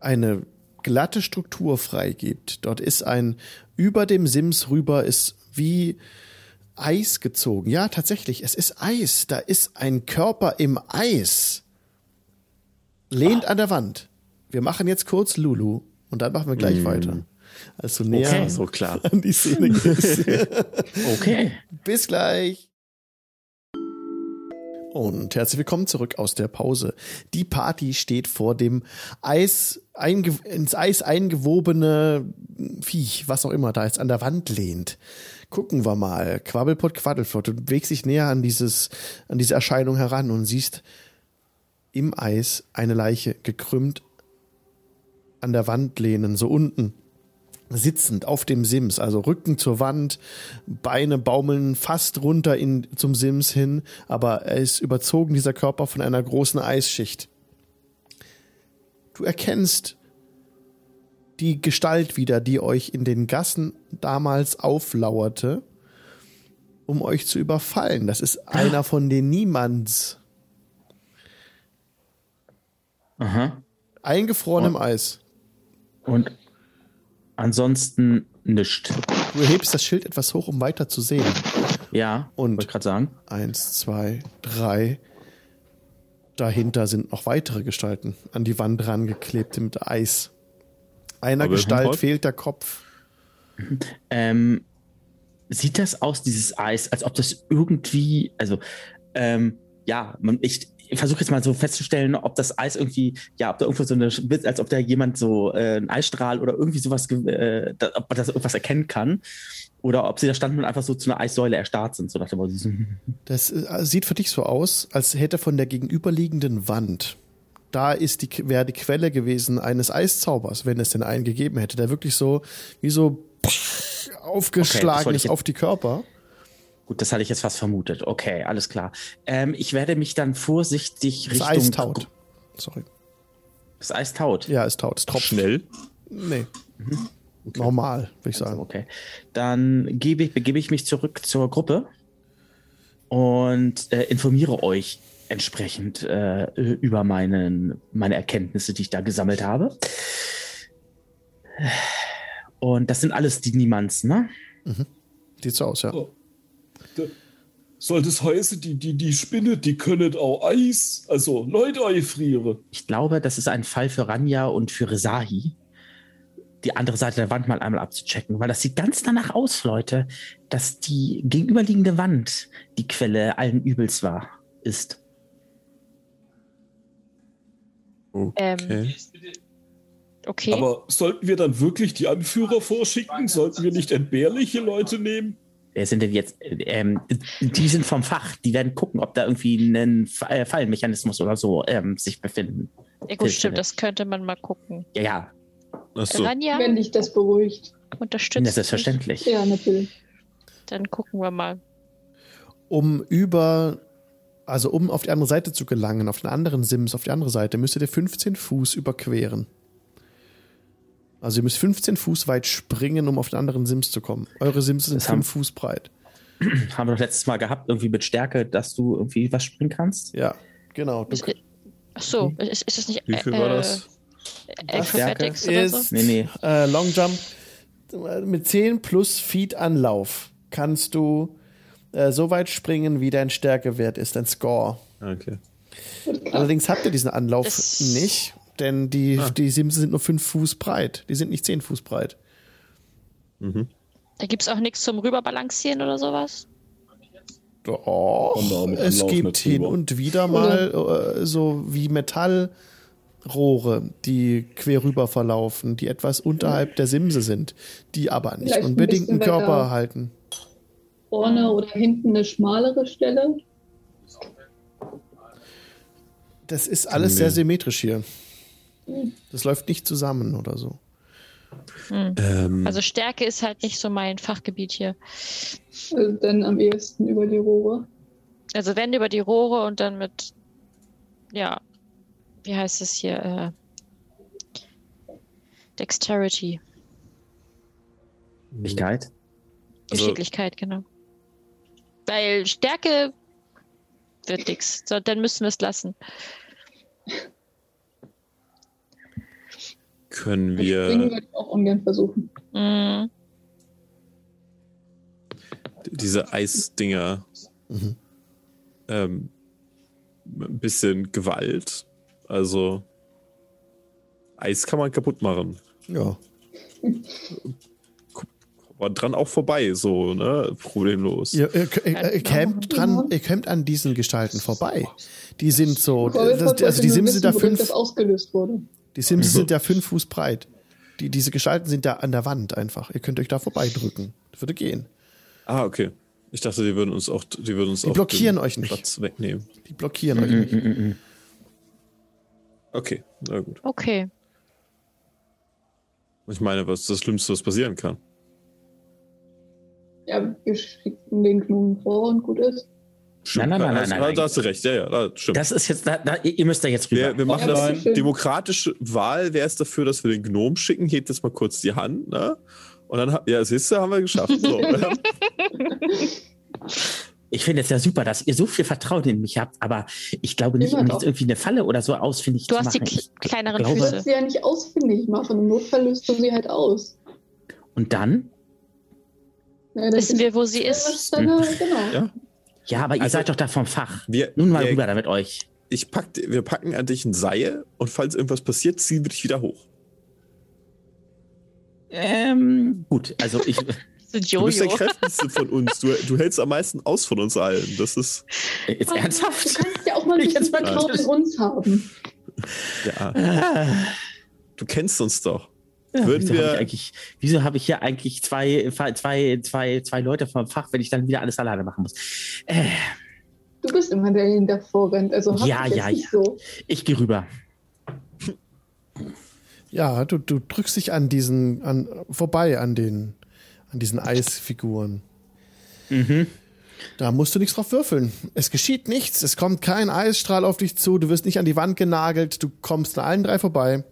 eine glatte Struktur freigibt. Dort ist ein über dem Sims rüber ist wie Eis gezogen. Ja, tatsächlich, es ist Eis. Da ist ein Körper im Eis. Lehnt an der Wand. Wir machen jetzt kurz Lulu und dann machen wir gleich weiter. Also näher Okay. So klar. an die Szene gehst. Okay. Bis gleich. Und herzlich willkommen zurück aus der Pause. Die Party steht vor dem Eis einge ins Eis eingewobene Viech, was auch immer da jetzt an der Wand lehnt. Gucken wir mal. Quabbelpott, Quaddelflott. Du bewegst dich näher an, dieses, an diese Erscheinung heran und siehst im Eis eine Leiche gekrümmt an der Wand lehnen, so unten sitzend auf dem Sims, also Rücken zur Wand, Beine baumeln fast runter in, zum Sims hin, aber er ist überzogen, dieser Körper, von einer großen Eisschicht. Du erkennst die Gestalt wieder, die euch in den Gassen damals auflauerte, um euch zu überfallen. Das ist einer von den Niemands. Aha. Eingefroren im Eis. Und ansonsten nichts. Du hebst das Schild etwas hoch, um weiter zu sehen. Ja, Und- wollte gerade sagen. Eins, zwei, drei. Dahinter sind noch weitere Gestalten an die Wand rangeklebt mit Eis. Einer Aber Gestalt Humboldt? fehlt der Kopf. Ähm, sieht das aus, dieses Eis, als ob das irgendwie, also, ähm, ja, man, ich, ich versuche jetzt mal so festzustellen, ob das Eis irgendwie, ja, ob da irgendwo so eine, als ob da jemand so äh, einen Eisstrahl oder irgendwie sowas, ge- äh, da, ob man das irgendwas erkennen kann. Oder ob sie da standen und einfach so zu einer Eissäule erstarrt sind. So nach dem Motto, so, hm, Das äh, sieht für dich so aus, als hätte von der gegenüberliegenden Wand. Da ist die, wäre die Quelle gewesen eines Eiszaubers, wenn es denn einen gegeben hätte, der wirklich so wie so aufgeschlagen wollte ich ist jetzt- auf die Körper. gut, das hatte ich jetzt fast vermutet. Okay, alles klar. Ähm, ich werde mich dann vorsichtig Das Richtung. Eis taut. Sorry. Das Eis taut. Ja, es taut. Es tropft. Schnell. Nee. Normal, würde ich sagen. Mhm. Also, Okay. Dann gebe ich, begebe ich mich zurück zur Gruppe und äh, informiere euch entsprechend äh, über meinen, meine Erkenntnisse, die ich da gesammelt habe. Und das sind alles die Niemands, ne? Sieht so aus, Oh. ja. Soll das heißen, die, die, die Spinne, die können auch Eis, also Leute friere. Ich glaube, das ist ein Fall für Ranja und für Rezahi, die andere Seite der Wand mal einmal abzuchecken, weil das sieht ganz danach aus, Leute, dass die gegenüberliegende Wand die Quelle allen Übels war, ist. Okay. Okay. Aber sollten wir dann wirklich die Anführer vorschicken? Sollten wir nicht entbehrliche Leute nehmen? Wer sind denn jetzt? äh, Ähm, die sind vom Fach. Die werden gucken, ob da irgendwie ein Fa- äh, Fallenmechanismus oder so ähm, sich befinden. ja, gut, genau. stimmt, das könnte man mal gucken. Ja, ja, Achso. Ranja Wenn dich das beruhigt. unterstützt. das ist selbstverständlich. Ja, natürlich. mich. Dann gucken wir mal. um über, also um auf die andere Seite zu gelangen, auf den anderen Sims, auf die andere Seite, müsstet ihr 15 Fuß überqueren. Also ihr müsst 15 Fuß weit springen, um auf den anderen Sims zu kommen. Eure Sims sind Das haben- 5 Fuß breit. Haben wir doch letztes Mal gehabt, irgendwie mit Stärke, dass du irgendwie was springen kannst. Ja, genau. Du, Ach so, ist, ist das nicht Hm? Wie viel äh, war das? Acrobatics oder so? ist Nee, nee. Äh, Long Jump mit 10 plus Feet Anlauf kannst du äh, so weit springen, wie dein Stärkewert ist, dein Score. Ah, Okay. Allerdings habt ihr diesen Anlauf Das- nicht, denn die, Ah. die Sims sind nur 5 Fuß breit. Die sind nicht 10 Fuß breit. Da gibt es auch nichts zum Rüberbalancieren oder sowas. Und da Doch, mit es Anlauf gibt nicht hin drüber. und wieder mal äh, so wie Metallrohre, die quer rüber verlaufen, die etwas unterhalb der Simse sind, die aber nicht Vielleicht ein unbedingt einen bisschen weiter. Körper halten. Mhm. Vorne oder hinten eine schmalere Stelle. Mhm. Das ist alles sehr symmetrisch hier. Das läuft nicht zusammen oder so. Hm. Ähm, Also Stärke ist halt nicht so mein Fachgebiet hier. Also dann am ehesten über die Rohre. Also wenn über die Rohre und dann mit, ja, wie heißt es hier? Äh, Dexterity, Möglichkeit. Also- Geschicklichkeit, genau. Weil Stärke wird nix. So, dann müssen wir es lassen. können Springen wir würde ich auch ungern versuchen. Mm. diese Eisdinger Mhm. ähm, ein bisschen Gewalt, also Eis kann man kaputt machen. Ja. War dran auch vorbei, so, ne? Problemlos. Ihr, ihr, ihr, ihr, kämpft äh, dran, ihr kämpft an diesen Gestalten vorbei. Die sind so, Corbett das, wollte also die nur Sims wissen, sind da wodurch fünf, das ausgelöst wurde. die Sims sind da fünf Fuß breit. Die, diese Gestalten sind da an der Wand einfach. Ihr könnt euch da vorbeidrücken. Das würde gehen. Ah, okay. Ich dachte, die würden uns auch, die würden uns auch blockieren den euch nicht. Platz wegnehmen. Die blockieren euch nicht. Okay, na gut. Okay. Ich meine, was das Schlimmste, was passieren kann. Ja, wir schicken den Gnomen vor und gut ist. Stimmt. nein, nein, Da- nein, da- nein, nein. Da hast du recht, ja, ja, da, stimmt. Das ist jetzt, da, da, ihr ihr müsst da jetzt rüber. Also, wir, wir machen Ja, das das ist schön. demokratische Wahl. Wer ist dafür, dass wir den Gnom schicken? Hebt jetzt mal kurz die Hand, ne? Und dann, ha- ja, siehst du, haben wir geschafft. So, ne? Ich finde es ja super, dass ihr so viel Vertrauen in mich habt, aber ich glaube nicht, Immer um doch. jetzt irgendwie eine Falle oder so ausfindig Du zu hast die machen. kle- Ich kleineren Du glaube, Füße. sollst sie ja nicht ausfindig machen. Im Notfall löst du sie halt aus. Und dann? Ja, das Wissen ist- wir, wo sie das ist? ist dann, äh, Genau. Ja. Ja, aber ihr Also- seid doch da vom Fach. Wir, Nun mal wir, rüber da mit euch. Ich pack, di- wir packen an dich ein Seil und falls irgendwas passiert, ziehen wir dich wieder hoch. Ähm, gut, also ich. So ein Du bist der Jojo. kräftigste von uns. Du, du hältst am meisten aus von uns allen. Das ist, äh, jetzt Du ernsthaft? kannst ja auch mal ein Ich bisschen jetzt mal Vertrauen in kritisch. uns haben. ja, Ah, du kennst uns doch. ja, Würden wieso habe ich, wir- eigentlich- wieso hab ich hier eigentlich zwei, zwei, zwei, zwei Leute vom Fach, wenn ich dann wieder alles alleine machen muss? Äh, Du bist immer der, der davor rennt. Also hab Ja, dich jetzt ja, nicht ja. so. ich gehe rüber. Ja, du, du drückst dich an diesen, an, vorbei an den, an diesen Eisfiguren. Mhm. Da musst du nichts drauf würfeln. Es geschieht nichts. Es kommt kein Eisstrahl auf dich zu. Du wirst nicht an die Wand genagelt. Du kommst an allen drei vorbei.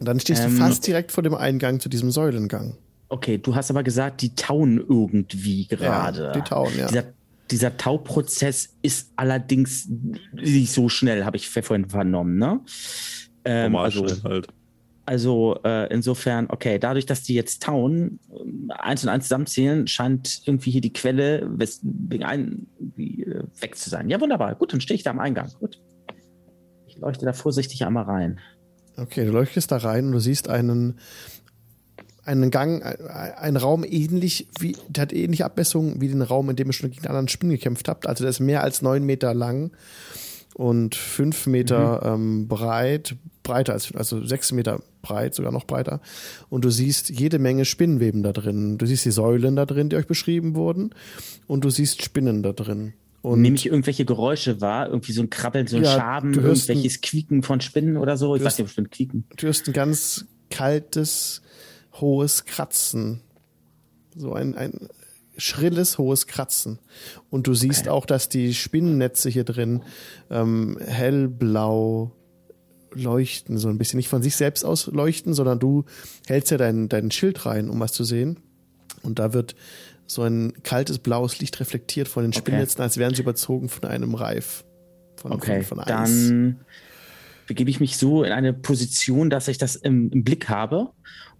Und dann stehst Ähm. du fast direkt vor dem Eingang zu diesem Säulengang. Okay, du hast aber gesagt, die tauen irgendwie gerade. die tauen, ja. Dieser, dieser Tauprozess ist allerdings nicht so schnell, habe ich vorhin vernommen, ne? Ähm, Normal also, schnell halt. Also äh, insofern, okay, dadurch, dass die jetzt tauen, ähm, eins und eins zusammenzählen, scheint irgendwie hier die Quelle wes- wegen ein, wie, äh, weg zu sein. Ja, wunderbar. Gut, dann stehe ich da am Eingang. Gut. Ich leuchte da vorsichtig einmal rein. Okay, du leuchtest da rein und du siehst einen, einen Gang, ein- einen Raum ähnlich wie, der hat ähnliche Abmessungen wie den Raum, in dem ihr schon gegen anderen Spinnen gekämpft habt. Also der ist mehr als neun Meter lang und fünf Meter ähm, breit, breiter als, also sechs Meter breit, sogar noch breiter. Und du siehst jede Menge Spinnenweben da drin. Du siehst die Säulen da drin, die euch beschrieben wurden. Und du siehst Spinnen da drin. Und Nehme ich irgendwelche Geräusche wahr, irgendwie so ein Krabbeln, so ein Ja, Schaben, du hörst irgendwelches Quieken von Spinnen oder so. Ich Du weiß hörst- nicht, ob Spinnen quieken. Du hörst ein ganz kaltes, hohes Kratzen. So ein, ein schrilles, hohes Kratzen. Und du siehst auch, dass die Spinnennetze hier drin ähm, hellblau leuchten, so ein bisschen. Nicht von sich selbst aus leuchten, sondern du hältst ja dein, dein Schild rein, um was zu sehen. Und da wird so ein kaltes, blaues Licht reflektiert von den Spinnnetzen, als wären sie überzogen von einem Reif. Von, Okay, von, von Eis. dann begebe ich mich so in eine Position, dass ich das im, im Blick habe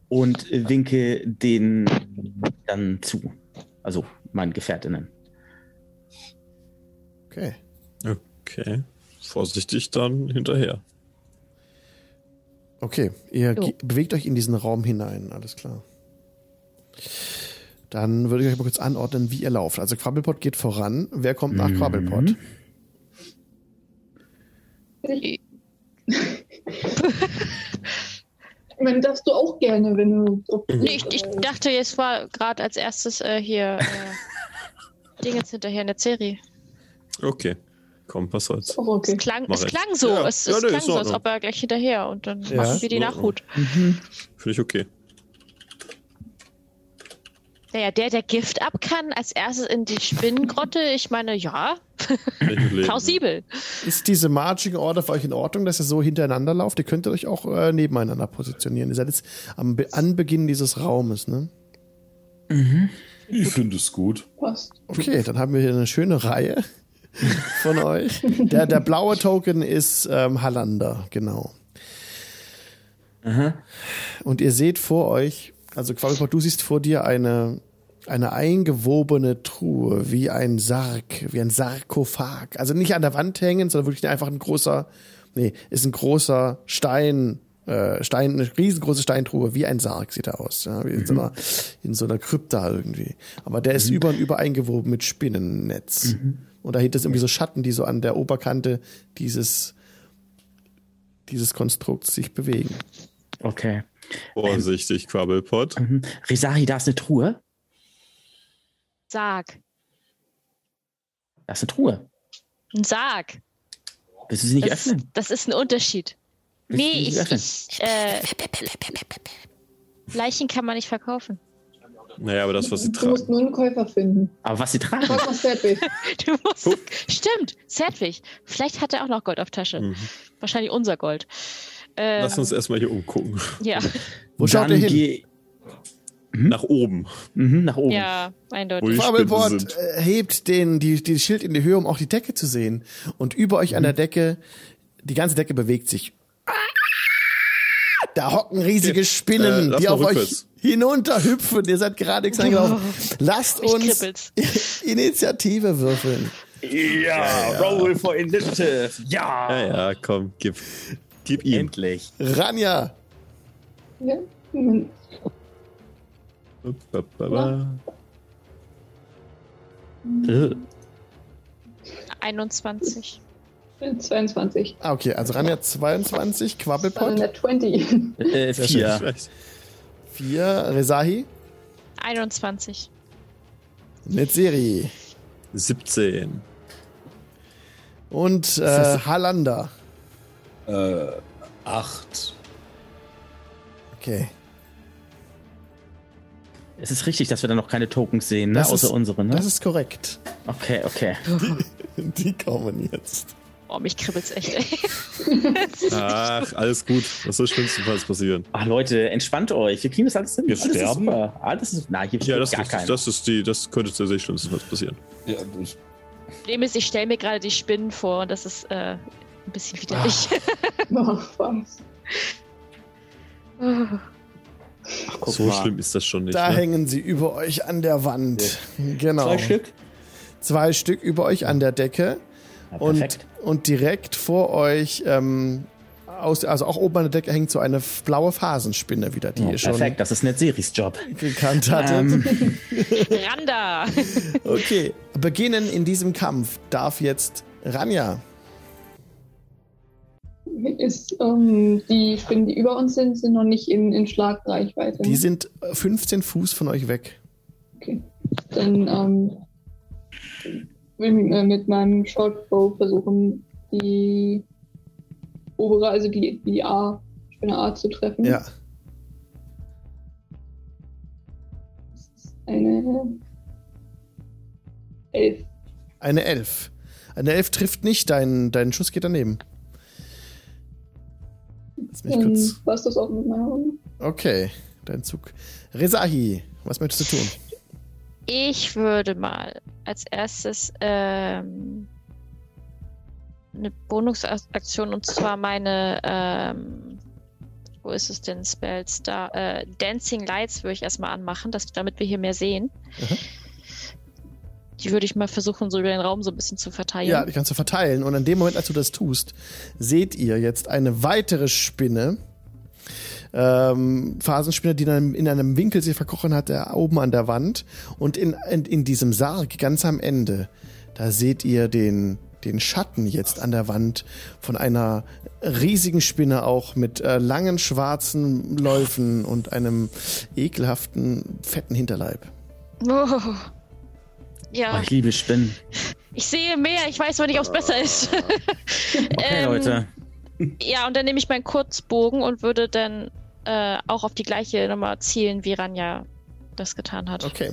und äh, winke den dann zu. Also meinen Gefährtinnen. Okay. Okay. Vorsichtig dann hinterher. Okay, ihr Jo. ge- bewegt euch in diesen Raum hinein, alles klar. Dann würde ich euch mal kurz anordnen, wie ihr lauft. Also Quabbelpot geht voran. Wer kommt nach Quabbelpot? Ich meine, darfst du auch gerne, wenn du. äh, ob- Nee, ich, ich dachte, jetzt war gerade als erstes äh, hier äh, Dingens hinterher in der Serie. Okay. Komm, was soll's. Auch Es okay. klang, Mach es ich. klang so, Ja. es, Ja, es nee, klang ist in so, als Ordnung. ob er gleich hinterher und dann Ja. machen wir die Ist in Nachhut. Ordnung. Finde ich okay. Naja, der, der Gift ab kann, als erstes in die Spinnengrotte, ich meine, ja, Äh, plausibel. Ist diese Marching Order für euch in Ordnung, dass ihr so hintereinander lauft? Ihr könnt euch auch äh, nebeneinander positionieren. Ihr seid jetzt am Be Anbeginn dieses Raumes, ne? Ich finde es gut. Passt. Okay, dann haben wir hier eine schöne Reihe von euch. Der, der blaue Token ist ähm, Hallander, genau. Und ihr seht vor euch, also Qualiport, du siehst vor dir eine, eine eingewobene Truhe, wie ein Sarg, wie ein Sarkophag. Also nicht an der Wand hängen, sondern wirklich einfach ein großer, nee, ist ein großer Stein, äh, Stein, eine riesengroße Steintruhe, wie ein Sarg sieht er aus, ja, wie in, so einer, in so einer Krypta irgendwie. Aber der ist über und über eingewoben mit Spinnennetz. Und dahinter ist irgendwie so Schatten, die so an der Oberkante dieses, dieses Konstrukts sich bewegen. Okay. Vorsichtig, Quabbelpot. Mhm. Risari, da ist eine Truhe. Sarg. Da ist eine Truhe. Ein Sarg. Willst du sie nicht Das, öffnen? das ist ein Unterschied. Willst du nee, sie ich. nicht öffnen? ich äh, Leichen kann man nicht verkaufen. Naja, aber das, was sie Du musst tragen. nur einen Käufer finden. Aber was sie tragen? Frag mal Sedwig. Du musst. Stimmt, Sedwig. Vielleicht hat er auch noch Gold auf Tasche. Hm. Mhm. Wahrscheinlich unser Gold. Äh, Lass uns erstmal hier umgucken. ja, Wo schaut ihr hin? geh- Nach oben. Mhm, nach oben. ja, eindeutig. Ui. die Spinnen Fabelbord sind. äh, hebt den, die, die Schild in die Höhe, um auch die Decke zu sehen. Und über euch an der Decke, die ganze Decke bewegt sich. Da hocken riesige Spinnen, Äh, lass die mal auf rückwärts. euch hinunterhüpfen. Ihr seid gerade nichts angelaufen. Lasst Mich uns kribbelt's. Initiative würfeln. Ja, roll for initiative. Ja. Ja, ja, komm, gib, gib ihm. Endlich. Ranja, ja. Hm. Moment. Ba, ba, ba. Äh, 21. 22. ah, okay, also Ranja 22, Dann in Quabbelpot der 20. äh, Ja. vier. Schlecht. 4, Resahi, 21. Netzeri 17. und äh, Halanda. Äh, acht. Okay. Es ist richtig, dass wir da noch keine Tokens sehen, ne? Das außer ist- unseren. Ne? Das ist korrekt. okay, okay. Die kommen jetzt. Oh, mich kribbelt's echt. ey. Ach, alles gut. Was soll schlimmstenfalls passieren? Ach, Leute, entspannt euch. Wir kriegen das alles hin. Wir alles sterben? Ist super. Alles ist. Nein, hier Ja, stirbt das, gar ist, keiner. das ist die, das könnte tatsächlich schlimmstenfalls passieren. Ja, ich, Problem ist, ich stelle mir gerade die Spinnen vor und das ist äh, ein Ah. bisschen widerlich. Ach, was. Ach, guck so mal. schlimm ist das schon nicht. Da Ne? hängen sie über euch an der Wand. Genau. Zwei Stück. Zwei Stück über euch an der Decke. Ja, Und, perfekt. und direkt vor euch, ähm, aus, also auch oben an der Decke hängt so eine f- blaue Phasenspinne wieder, die Oh, ihr schon perfekt, das ist nicht Series Job. gekannt hattet. Ähm, Randa! Okay. Beginnen in diesem Kampf darf jetzt Ranja. Ist, ähm, die Spinnen, die über uns sind, sind noch nicht in, in Schlagreichweite. Mhm. Die sind äh, 15 Fuß von euch weg. Okay. Dann ähm, will ich äh, mit meinem Shortbow versuchen, die obere, also die, die A, Spinne A zu treffen. Mhm. Ja. Eine Elf. Eine Elf. Eine Elf trifft nicht, dein, dein Schuss geht daneben. Lass Mhm. mich Dann kurz. war's das auch mit meiner Runde. Okay, dein Zug. Rezahi, was möchtest du tun? Ich würde mal als erstes ähm, eine Bonusaktion und zwar meine, ähm, wo ist es denn, Spells da? Äh, Dancing Lights würde ich erstmal anmachen, dass, damit wir hier mehr sehen. Aha. Die würde ich mal versuchen, so über den Raum so ein bisschen zu verteilen. Ja, die kannst du verteilen. Und in dem Moment, als du das tust, seht ihr jetzt eine weitere Spinne. Ähm, Phasenspinne, die in einem, in einem Winkel sich verkrochen hat, der oben an der Wand. Und in, in, in diesem Sarg, ganz am Ende, da seht ihr den, den Schatten jetzt an der Wand von einer riesigen Spinne auch mit äh, langen schwarzen Läufen und einem ekelhaften, fetten Hinterleib. Oh. Ja, oh, ich liebe Spinnen. ich sehe mehr, ich weiß aber nicht, ob es besser ist. Okay, Ähm, Leute. Ja, und dann nehme ich meinen Kurzbogen und würde dann äh, auch auf die gleiche Nummer zielen wie Ranja das getan hat. Okay.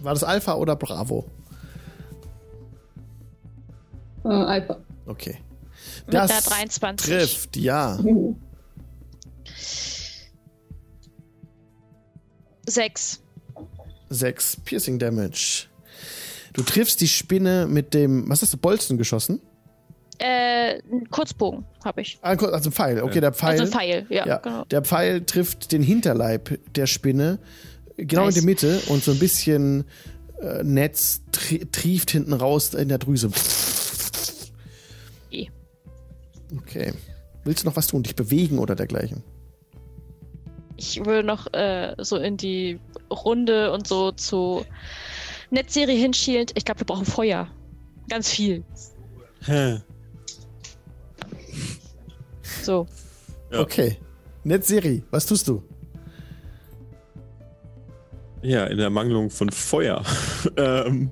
War das Alpha oder Bravo? Äh, Alpha. Okay. Mit einer 23. trifft, ja. Sechs. 6 Piercing Damage. Du triffst die Spinne mit dem, was hast du, Bolzen geschossen? Äh, einen Kurzbogen habe ich. Ah, kurz, also ein Pfeil, okay, der Pfeil. Also ein Pfeil, ja, Ja, genau. Der Pfeil trifft den Hinterleib der Spinne, genau Nice. in die Mitte und so ein bisschen äh, Netz tri trieft hinten raus in der Drüse. Eh. Okay. Willst du noch was tun? Dich bewegen oder dergleichen? Ich würde noch äh, so in die Runde und so zu Netzserie hinschielend. Ich glaube, wir brauchen Feuer. Ganz viel. Hä? So. Ja. Okay. Netzeri, was tust du? Ja, in der Mangelung von Feuer. ähm.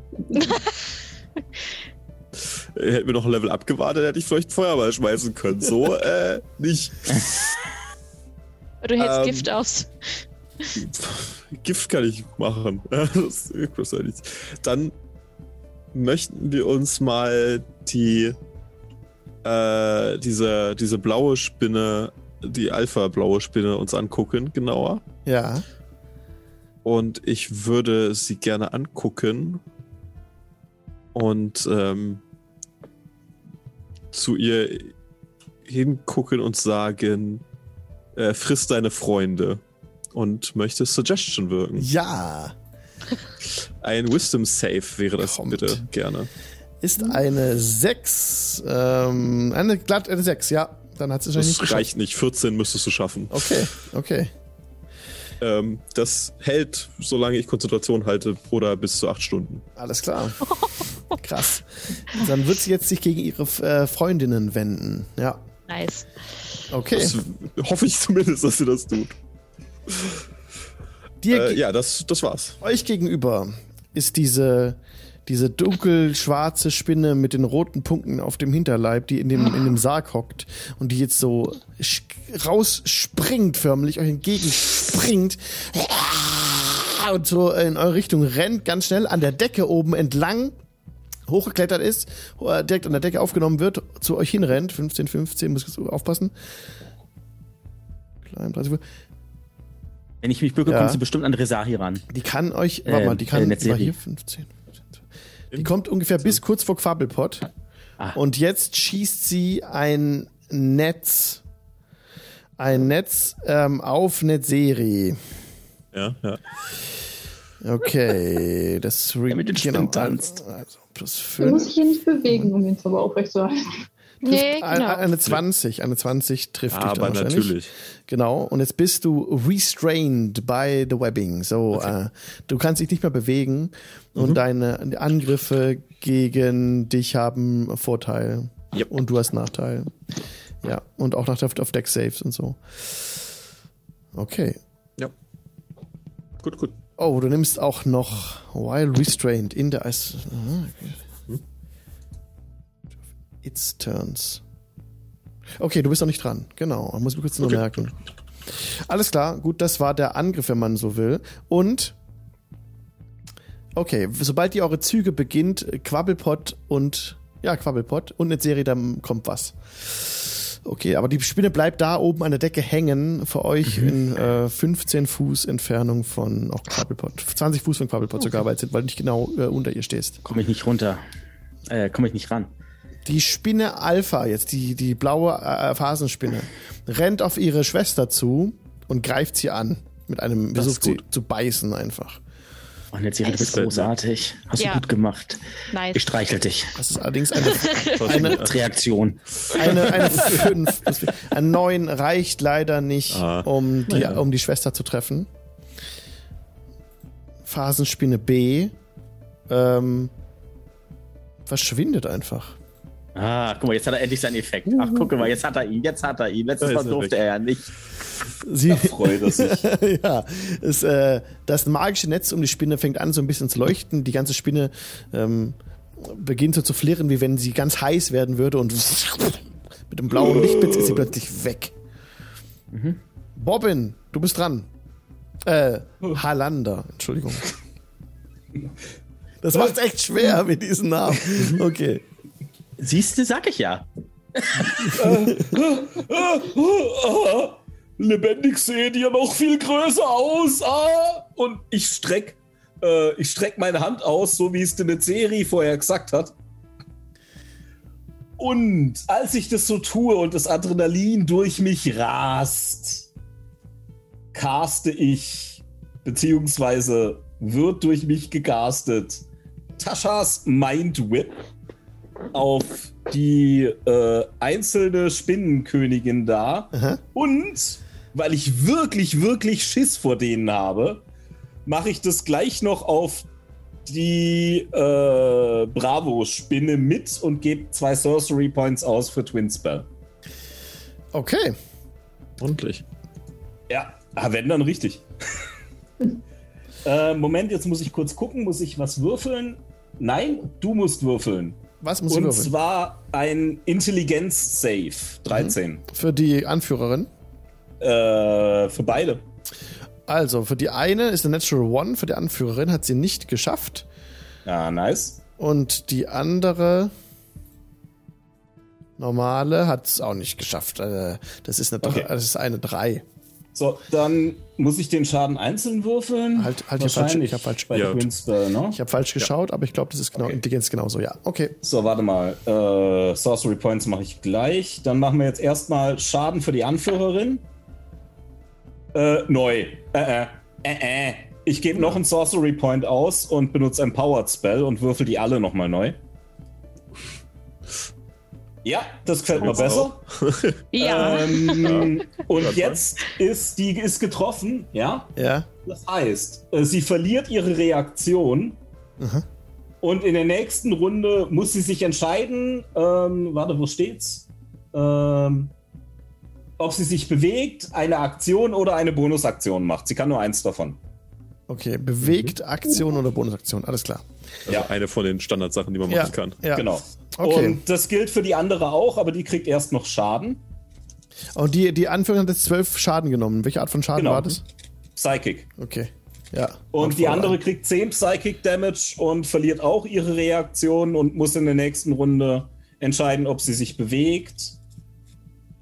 Hätten wir noch ein Level abgewartet, hätte ich vielleicht einen Feuerball schmeißen können. So, äh, nicht. Du hältst Ähm. Gift aus. Gift kann ich machen. das kostet ja nichts. Dann möchten wir uns mal die äh, diese, diese blaue Spinne, die Alpha-blaue Spinne uns angucken, genauer. Ja. Und ich würde sie gerne angucken und ähm, zu ihr hingucken und sagen, äh, friss deine Freunde und möchte Suggestion wirken. Ja. Ein Wisdom Save wäre das Kommt. bitte gerne. Ist eine 6. Ähm, eine glatt, eine 6, ja. Dann hat sie schon Das nicht geschafft. reicht nicht. 14 müsstest du schaffen. Okay, okay. Ähm, das hält, solange ich Konzentration halte, oder bis zu 8 Stunden. Alles klar. Krass. Dann wird sie jetzt sich gegen ihre äh, Freundinnen wenden. Ja. Nice. Okay. Das hoffe ich zumindest, dass sie das tut. Dir, Äh, ge- ja, das, das war's. Euch gegenüber ist diese, diese dunkelschwarze Spinne mit den roten Punkten auf dem Hinterleib, die in dem, in dem Sarg hockt und die jetzt so sch- rausspringt förmlich, euch entgegenspringt und so in eure Richtung rennt, ganz schnell an der Decke oben entlang hochgeklettert ist, äh, direkt an der Decke aufgenommen wird, zu euch hinrennt. 15, 15, muss ich jetzt aufpassen. Klein, 30, Wenn ich mich bücke, Ja. kommt sie bestimmt an Resari ran. die kann euch, warte Ähm, mal, die kann, äh, war Netzserie. hier 15. Die kommt ungefähr bis kurz vor Quabbelpot. Ah. Und jetzt schießt sie ein Netz, ein Netz ähm, auf Netzeri. Ja, ja. Okay, das re- Damit du genau, Spinnen tanzt. Also plus Du 5. musst dich hier nicht bewegen, um den Zauber aufrechtzuerhalten. Nee, Eine, genau. Äh, eine 20, eine 20 trifft dich Ah, Aber dann wahrscheinlich. natürlich. Genau, und jetzt bist du restrained by the webbing. So, äh, du kannst dich nicht mehr bewegen Mhm. und deine Angriffe gegen dich haben Vorteil. Yep. Und du hast Nachteil. Ja, und auch Nachteil auf Deck Saves und so. Okay. Gut, gut. Oh, du nimmst auch noch while restrained in Hm? the ice. It's turns. Okay, du bist noch nicht dran. Genau, muss ich kurz nur merken. Alles klar, gut, das war der Angriff, wenn man so will. Und okay, sobald ihr eure Züge beginnt, Quabbelpot und ja, Quabbelpot und eine Serie, dann kommt was. Okay, aber die Spinne bleibt da oben an der Decke hängen, für euch Mhm. in äh, 15 Fuß Entfernung von auch Quabbelpot. 20 Fuß von Quabbelpot sogar, weil, weil du nicht genau äh, unter ihr stehst. Komme ich nicht runter. Äh, komme ich nicht ran. Die Spinne Alpha jetzt, die, die blaue äh, Phasenspinne, rennt auf ihre Schwester zu und greift sie an. Mit einem Das ist Versuch sie gut. zu beißen einfach. Und jetzt, Siri, du bist Nice. großartig. Hast Ja. du gut gemacht. Nice. Ich streichel dich. Das ist allerdings eine, Eine, Als Reaktion. eine, eine 5. Eine 9 reicht leider nicht, Ah. um, die, Naja. um die Schwester zu treffen. Phasenspinne B ähm, verschwindet einfach. Ah, guck mal, jetzt hat er endlich seinen Effekt. Ach, guck mal, jetzt hat er ihn, jetzt hat er ihn. Letztes Da Mal ist er durfte weg. er ja nicht. Sie, Freue sich. ja, es, äh, das magische Netz um die Spinne fängt an, so ein bisschen zu leuchten. Die ganze Spinne ähm, beginnt so zu flirren, wie wenn sie ganz heiß werden würde und mit dem Mhm. blauen Lichtblitz ist sie plötzlich weg. Bobbin, du bist dran. Äh, Halander, Entschuldigung. Das macht's echt schwer mit diesem Namen. Okay. Siehst du, sag ich ja. Ah, ah, lebendig seht ihr noch viel größer aus. Ah. Und ich streck, äh, ich streck meine Hand aus, so wie es der Serie vorher gesagt hat. Und als ich das so tue und das Adrenalin durch mich rast, caste ich, beziehungsweise wird durch mich gecastet, Taschas Mind Whip auf die äh, einzelne Spinnenkönigin da. Aha. Und weil ich wirklich, wirklich Schiss vor denen habe, mache ich das gleich noch auf die äh, Bravo-Spinne mit und gebe zwei Sorcery Points aus für Twin Spell. Okay. Ordentlich. Ja, ah, wenn dann richtig. äh, Moment, jetzt muss ich kurz gucken, muss ich was würfeln? Nein, du musst würfeln. Was muss ich und würfeln? Mhm. zwar ein Intelligenz-Save. 13. Für die Anführerin. Äh, für beide. Also, für die eine ist eine Natural One, für die Anführerin hat sie nicht geschafft. Ja, nice. Und die andere normale hat es auch nicht geschafft. Äh, Das ist eine, Okay. Dre- das ist eine 3. So, dann muss ich den Schaden einzeln würfeln. Halt- halt die falsche- ich hab falsch- bei Ja. Twinspell, ne? Ich habe falsch geschaut, aber ich glaube, das ist genau Okay. Intelligenz genauso. Ja, okay. So, warte mal. Äh, Sorcery Points mache ich gleich. Dann machen wir jetzt erstmal Schaden für die Anführerin. Äh, neu. Äh, äh, äh, äh. Ich gebe noch einen Sorcery Point aus und benutze Empowered Spell und würfel die alle nochmal neu. Ja, das gefällt mir Jetzt besser. auch. Ja. Ähm, und Hört man. jetzt ist die ist getroffen, ja? Ja. Das heißt, äh, sie verliert ihre Reaktion. Aha. Und in der nächsten Runde muss sie sich entscheiden, ähm, warte, wo steht's? Ähm, ob sie sich bewegt, eine Aktion oder eine Bonusaktion macht. Sie kann nur eins davon. Okay. Mhm. Bewegt, Aktion oder Bonusaktion. Alles klar. Also Ja. eine von den Standardsachen, die man Ja. machen kann. Ja. Genau. Okay. Und das gilt für die andere auch, aber die kriegt erst noch Schaden. Und die, die Anführerin hat jetzt zwölf Schaden genommen. Welche Art von Schaden Genau. war das? Psychic. Okay. Ja. Und Hat die voll andere ein. kriegt 10 Psychic Damage und verliert auch ihre Reaktion und muss in der nächsten Runde entscheiden, ob sie sich bewegt,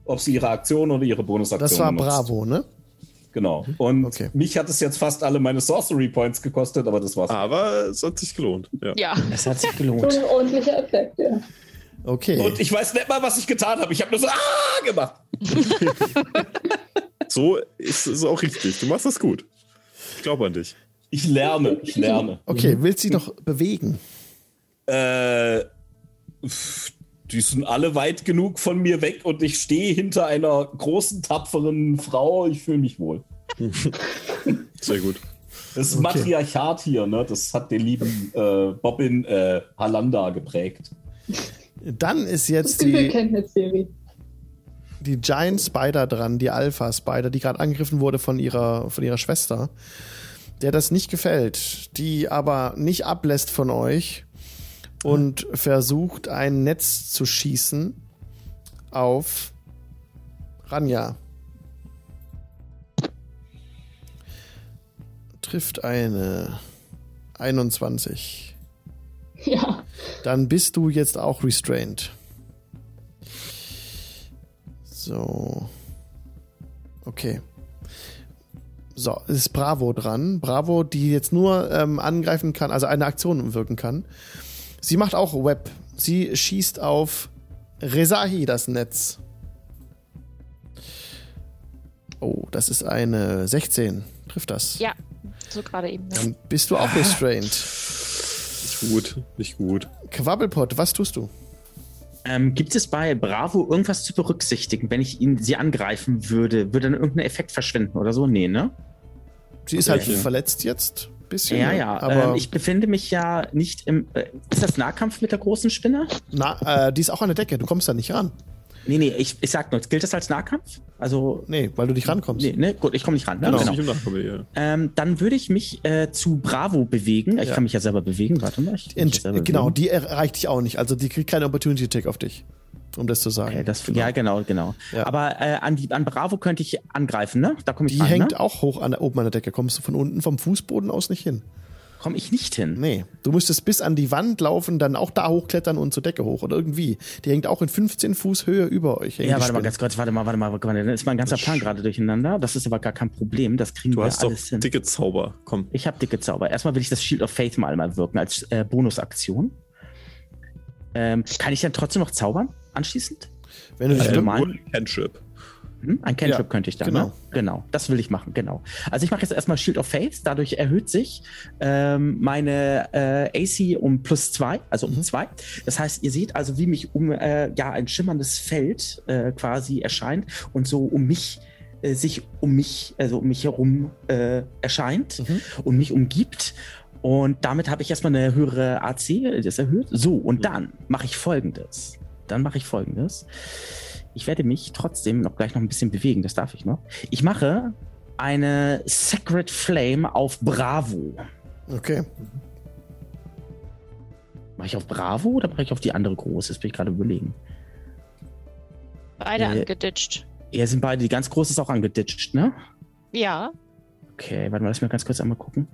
ob sie ihre Aktion oder ihre Bonusaktion Das war nutzt. Bravo, ne? Genau. Und Okay. mich hat es jetzt fast alle meine Sorcery Points gekostet, aber das war's. Aber es hat sich gelohnt. Ja. ja. Das hat sich Schon gelohnt. ein ordentlicher Effekt, ja. Okay. Und ich weiß nicht mal, was ich getan habe. Ich habe nur so ah gemacht. So ist es auch richtig. Du machst das gut. Ich glaube an dich. Ich lerne, ich lerne. okay, willst du sie noch bewegen? Äh, pf, die sind alle weit genug von mir weg und ich stehe hinter einer großen, tapferen Frau. Ich fühle mich wohl. Sehr gut. Das Okay. Matriarchat hier, ne? Das hat den lieben äh, Bobbin äh, Halanda geprägt. Dann ist jetzt Die die, Kenntnisserie. die Giant Spider dran, die Alpha Spider, die gerade angegriffen wurde von ihrer, von ihrer Schwester, der das nicht gefällt, die aber nicht ablässt von euch und versucht, ein Netz zu schießen auf Ranja. Trifft eine 21. Ja. Dann bist du jetzt auch restrained. So. Okay. So, es ist Bravo dran. Bravo, die jetzt nur ähm, angreifen kann, also eine Aktion umwirken kann. Sie macht auch Web. Sie schießt auf Rezahi das Netz. Oh, das ist eine 16. Trifft das? Ja. So gerade eben. Ne? Dann bist du auch restrained. Nicht gut. Nicht gut. Quabbelpot, was tust du? Ähm, gibt es bei Bravo irgendwas zu berücksichtigen, wenn ich ihn sie angreifen würde? Würde dann irgendein Effekt verschwinden oder so? Nee, ne? Sie ist Okay. halt verletzt jetzt. Bisschen. Ja, ne? ja. Aber ähm, ich befinde mich ja nicht im. Äh, ist das Nahkampf mit der großen Spinne? na, äh, die ist auch an der Decke. Du kommst da nicht ran. Nee, nee, ich, ich sag nur, gilt das als Nahkampf? Also. Nee, weil du nicht rankommst. Nee, ne? Gut, ich komme nicht ran. Ne? Genau. Genau. Nicht im Nachkommen, ja. Ähm, dann würde ich mich äh, zu Bravo bewegen. Ich Ja. kann mich ja selber bewegen. Warte mal. Ich kann mich In, ja selber genau, bewegen. die erreicht dich auch nicht. Also die kriegt keine Opportunity Attack auf dich. um das zu sagen. Okay, das, Ja, genau, genau. Ja. Aber äh, an, die, an Bravo könnte ich angreifen, ne? Da komme ich Die ran, hängt ne? auch hoch an der, oben an der Decke. Kommst du von unten vom Fußboden aus nicht hin? Komme ich nicht hin. Nee. Du müsstest bis an die Wand laufen, dann auch da hochklettern und zur Decke hoch oder irgendwie. Die hängt auch in 15 Fuß Höhe über euch. hängt Ja, die warte mal Spinne. ganz kurz, warte mal, warte mal, warte mal. Dann ist mein ganzer Plan gerade durcheinander. Das ist aber gar kein Problem. Das kriegen Du wir hast doch alles hin. dicke Zauber. Komm. Ich habe dicke Zauber. Erstmal will ich das Shield of Faith mal einmal wirken als äh, Bonusaktion. Ähm, kann ich dann trotzdem noch zaubern anschließend? Wenn du dich Also Äh, mit- mal- Ein Cantrip. Hm? Ein Cantrip Ja, könnte ich dann, genau. genau. ne? Genau, das will ich machen, genau. Also ich mache jetzt erstmal Shield of Faith, dadurch erhöht sich ähm, meine äh, AC um plus zwei, also um Mhm. zwei. Das heißt, ihr seht also, wie mich um äh, ja ein schimmerndes Feld äh, quasi erscheint und so um mich äh, sich um mich, also um mich herum äh, erscheint Mhm. und mich umgibt. Und damit habe ich erstmal eine höhere AC, das erhöht. So, Mhm. und dann mache ich folgendes. Dann mache ich folgendes. Ich werde mich trotzdem noch gleich noch ein bisschen bewegen, das darf ich noch. Ich mache eine Sacred Flame auf Bravo. Okay. Mache ich auf Bravo oder mache ich auf die andere große? Das bin ich gerade überlegen. Beide Äh. angeditscht. Ja, sind beide, die ganz große ist auch angeditscht, ne? Ja. Okay, warte mal, lass mir ganz kurz einmal gucken.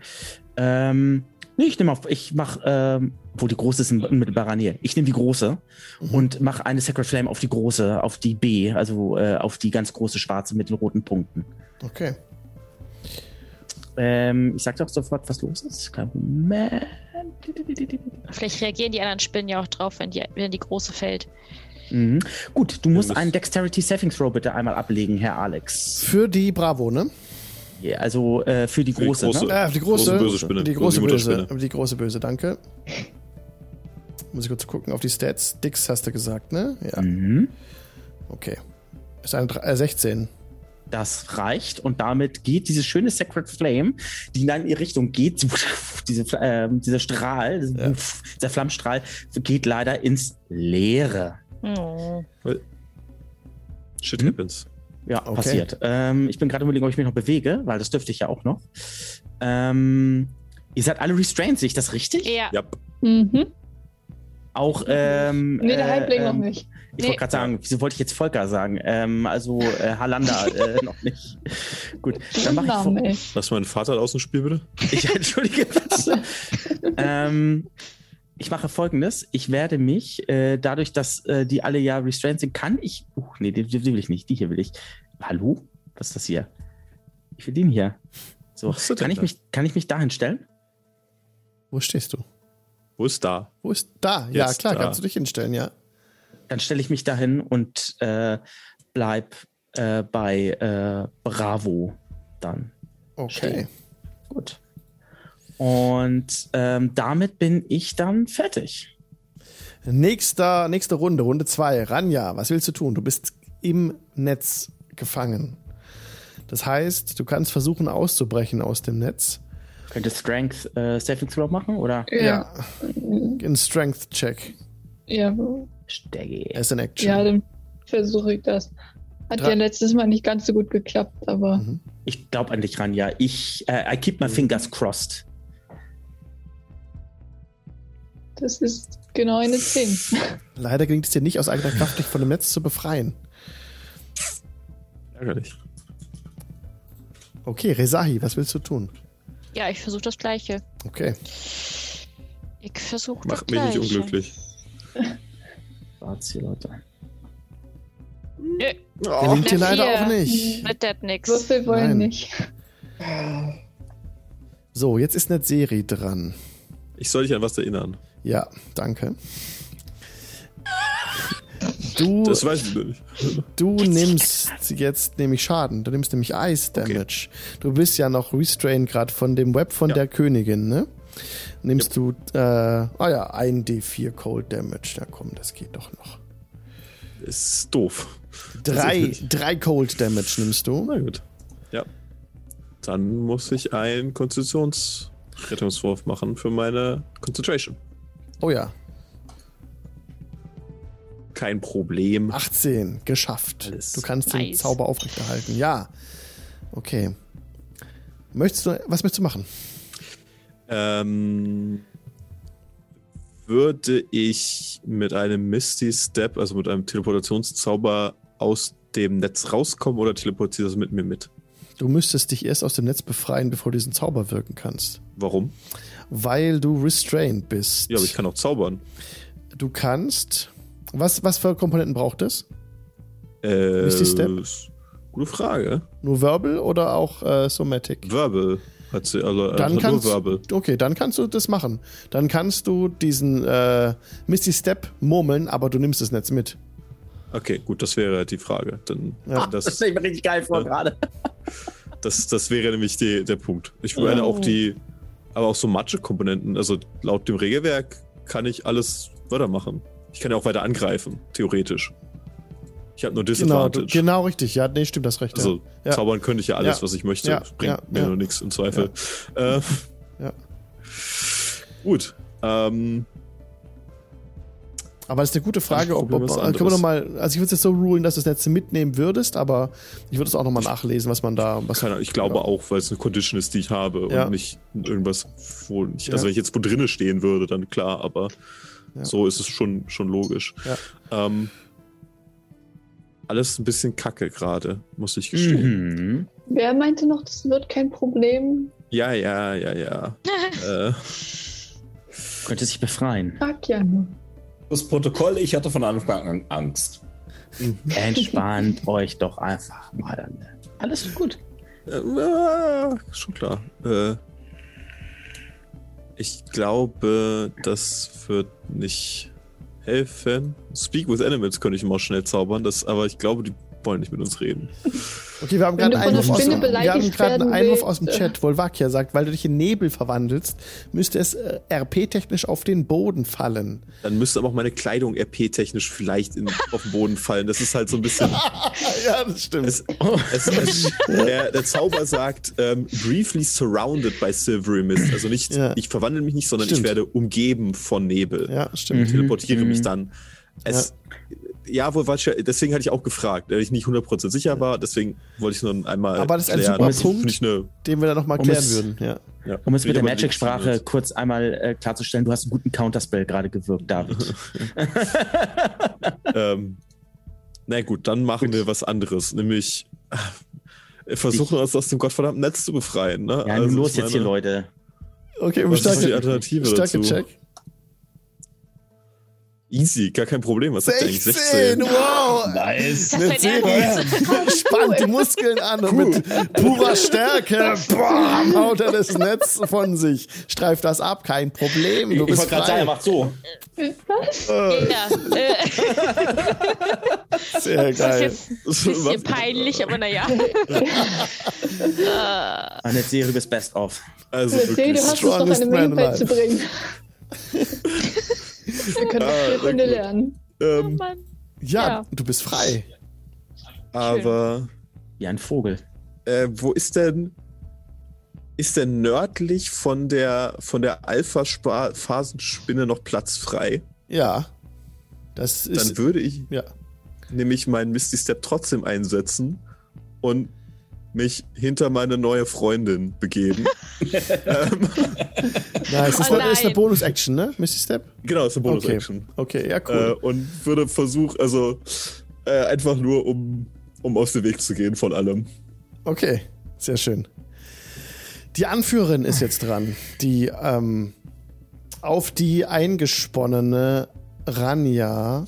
Ähm, nee, ich nehme auf, ich mache, ähm, wo die große ist in unmittelbarer Nähe. Ich nehme die große und mache eine Sacred Flame auf die große, auf die B, also äh, auf die ganz große schwarze mit den roten Punkten. Okay. Ähm, ich sag dir auch sofort, was los ist. Kein Moment. Vielleicht reagieren die anderen Spinnen ja auch drauf, wenn die, wenn die große fällt. Mhm. Gut, du musst müsst- einen Dexterity Saving Throw bitte einmal ablegen, Herr Alex. Für die Bravo, ne? Ja, Also äh, für die Für die große. Große. Ne? Ah, die große, Große böse Spinne. Die große Große böse, Mutterspinne. die große böse, danke. Muss ich kurz gucken auf die Stats. Dix hast du gesagt, ne? Ja, Mhm. okay. Ist eine drei- äh, 16. Das reicht und damit geht diese schöne Sacred Flame, die dann in ihre Richtung geht, diese, ähm, dieser Strahl, Ja. dieser Flammstrahl geht leider ins Leere. Oh. Shit Mhm. happens. Ja, Okay. passiert. Ähm, ich bin gerade überlegen, ob ich mich noch bewege, weil das dürfte ich ja auch noch. Ähm, ihr seid alle restrained, sehe ich das richtig? Ja. Ja. Mhm. Auch ähm, Nee, der äh, Halbling ähm, noch nicht. Ich Nee. wollte gerade sagen, wieso wollte ich jetzt Volker sagen? Ähm, also äh, Halanda äh, noch nicht. Gut, dann mache ich vor- Namen, ey. Lass meinen Vater aus dem Spiel, bitte. Ich entschuldige bitte. ähm, ich mache folgendes. Ich werde mich, äh, dadurch, dass äh, die alle ja restrained sind, kann ich. Uh, nee, die, die will ich nicht. Die hier will ich. Hallo? Was ist das hier? Ich will den hier. So, Was ist das kann denn ich, da? mich, kann ich mich dahin stellen? Wo stehst du? Wo ist da? Wo ist da? Ja, Jetzt klar, da. kannst du dich hinstellen, ja. Dann stelle ich mich dahin und äh, bleib äh, bei äh, Bravo dann. Okay. Stehen. Gut. Und ähm, damit bin ich dann fertig. Nächster, nächste Runde, Runde 2. Ranja, was willst du tun? Du bist im Netz gefangen. Das heißt, du kannst versuchen auszubrechen aus dem Netz. Könnte Strength äh, Saving Throw machen oder? Ja. In Strength Check. Ja, Steggy. As an Action. ja dann versuche ich das. Hat Drei- ja letztes Mal nicht ganz so gut geklappt, aber Mhm. Ich glaube an dich, Ranja. Ich, äh, I keep my fingers crossed. das ist genau eine 10. Leider gelingt es dir nicht, aus eigener Kraft dich von dem Netz zu befreien. Ärgerlich. Okay, Resahi, was willst du tun? Ja, ich versuche das Gleiche. Okay. Ich versuche das Macht mich nicht Gleiche. unglücklich. Wart's hier, Leute. Gelingt dir Na, leider hier. Hm. auch nicht. Mit das nix. Würfel wollen Nein. nicht. So, jetzt ist eine Serie dran. Ich soll dich an was erinnern. Ja, danke. Du, Das weißt du nicht. du nimmst jetzt nämlich Schaden. Du nimmst nämlich Ice Damage. Du bist ja noch restrained gerade von dem Web von Ja. der Königin, ne? Nimmst du, äh, ah ja, 1d4 Cold Damage. Na komm, das geht doch noch. Das ist doof. Drei, Tatsächlich. drei Cold Damage nimmst du. Na gut. Ja. Dann muss ich einen Konstitutionsrettungswurf machen für meine Concentration. Oh ja, Kein Problem. 18, geschafft. Alles. Du kannst den Nice. Zauber aufrechterhalten. Ja. Okay. Möchtest du, was möchtest du machen? Ähm, würde ich mit einem Misty Step, also mit einem Teleportationszauber aus dem Netz rauskommen oder teleportiert das mit mir mit? Du müsstest dich erst aus dem Netz befreien, bevor du diesen Zauber wirken kannst. Warum? Weil du restrained bist. Ja, aber ich kann auch zaubern. Du kannst. Was, was für Komponenten braucht es? Äh, Misty Step? Gute Frage. Nur Verbal oder auch äh, Somatic? Wirbel hat sie, also äh, Dann hat nur kannst- Wirbel. Okay, dann kannst du das machen. Dann kannst du diesen äh, Misty Step murmeln, aber du nimmst das Netz mit. Okay, gut, das wäre die Frage. Dann Ja. Das, das, stell Ah, ich mir richtig geil vor Ja. gerade. das, das wäre nämlich die, der Punkt. Ich meine Ja. auch die, aber auch so Matsche-Komponenten. Also laut dem Regelwerk kann ich alles weitermachen. Ich kann ja auch weiter angreifen, theoretisch. Ich habe nur Genau, du, Disadvantage. genau richtig. Ja, nee, stimmt, das recht. Also Ja. zaubern könnte ich ja alles, Ja. was ich möchte. Ja. Bringt Ja. mir Ja. nur nichts im Zweifel. Äh, Ja. Gut. Ähm, ja. Aber das ist eine gute Frage, Das ob, Problem ob ist können wir anderes. noch mal, also ich würde es jetzt so rulen, dass du das Netz mitnehmen würdest, aber ich würde es auch nochmal nachlesen, was man da, was keine Ahnung, ich glaube Ja. auch, weil es eine Condition ist, die ich habe Genau. Ja. und nicht irgendwas, wo ich, Ja. also wenn ich jetzt wo drinne stehen würde, dann klar, aber Ja. so ist es schon, schon logisch. Ähm, alles ein bisschen kacke gerade, muss ich gestehen. Mhm. Wer meinte noch, das wird kein Problem? Ja, ja, ja, ja. äh, Könnte sich befreien. Frag ja nur. Das Protokoll, ich hatte von Anfang an Angst. Entspannt euch doch einfach mal. Alles wird gut. Äh, äh, schon klar. Äh, ich glaube, das wird nicht helfen. Speak with Animals könnte ich mal schnell zaubern, das, aber ich glaube, die wollen nicht mit uns reden. Okay, wir haben Wenn gerade du einen, von Einwurf der aus Spinne dem- wir haben beleidigt gerade einen werden Einwurf willst, aus dem äh. Chat. Volvakia sagt, weil du dich in Nebel verwandelst, müsste es äh, RP-technisch auf den Boden fallen. Dann müsste aber auch meine Kleidung RP-technisch vielleicht in, auf den Boden fallen. Das ist halt so ein bisschen. ja, das stimmt. Es, es, es, der, der Zauber sagt, ähm, briefly surrounded by silvery mist. Also nicht, Ja. ich verwandle mich nicht, sondern Stimmt. ich werde umgeben von Nebel. ja, stimmt. Ich teleportiere Mhm. mich dann. Es, ja, wohl war deswegen hatte ich auch gefragt, weil ich nicht 100% sicher war, deswegen wollte ich nur einmal. Aber das ist ein klären. super Das ist Punkt. nicht eine, Den wir dann nochmal Um klären es- würden. Ja. ja, Um es bin mit ich der aber nicht Magic-Sprache informiert. kurz einmal äh, klarzustellen, du hast einen guten Counterspell gerade gewirkt, David. Ähm, na gut, dann machen wir was anderes, nämlich äh, versuchen uns aus dem gottverdammten Netz zu befreien. Ne? Ja, Also, nun los ich jetzt hier, meine, Leute. Okay, Was ist die starke, Alternative starke dazu? Check. Easy, gar kein Problem. Was sagt ihr eigentlich? 16, wow! Nice. Das Eine ist dein Ernst? Serie. Spannt die Muskeln an und mit purer Stärke boah, haut er das Netz von sich. Streift das ab, kein Problem. Du bist frei. so. Ah. Ja, äh, Sehr das ist geil. jetzt ein bisschen peinlich, aber naja. Ähm. äh, Eine Serie bis Best of. Also Erzähl, wirklich. du hast uns doch strongest eine man Menge alive. beizubringen. Wir können Ah, das na vier Runde gut. lernen. oh Ähm, Mann. Ja, Ja. du bist frei. aber Wie ein Vogel. äh, wo ist denn ist denn nördlich von der von der Alpha Phasenspinne noch Platz frei? Ja. Das Dann ist. würde ich Ja. nämlich meinen Misty Step trotzdem einsetzen und mich hinter meine neue Freundin begeben. ähm, Ja, es ist, Oh eine, ist eine nein. Bonus-Action, ne? Missy Step? genau, ist eine Okay. Bonus-Action. Okay, ja, Äh, cool. und würde versuchen, also äh, einfach nur um, um aus dem Weg zu gehen von allem. Okay, sehr schön. Die Anführerin ist jetzt dran, die ähm, auf die eingesponnene Ranja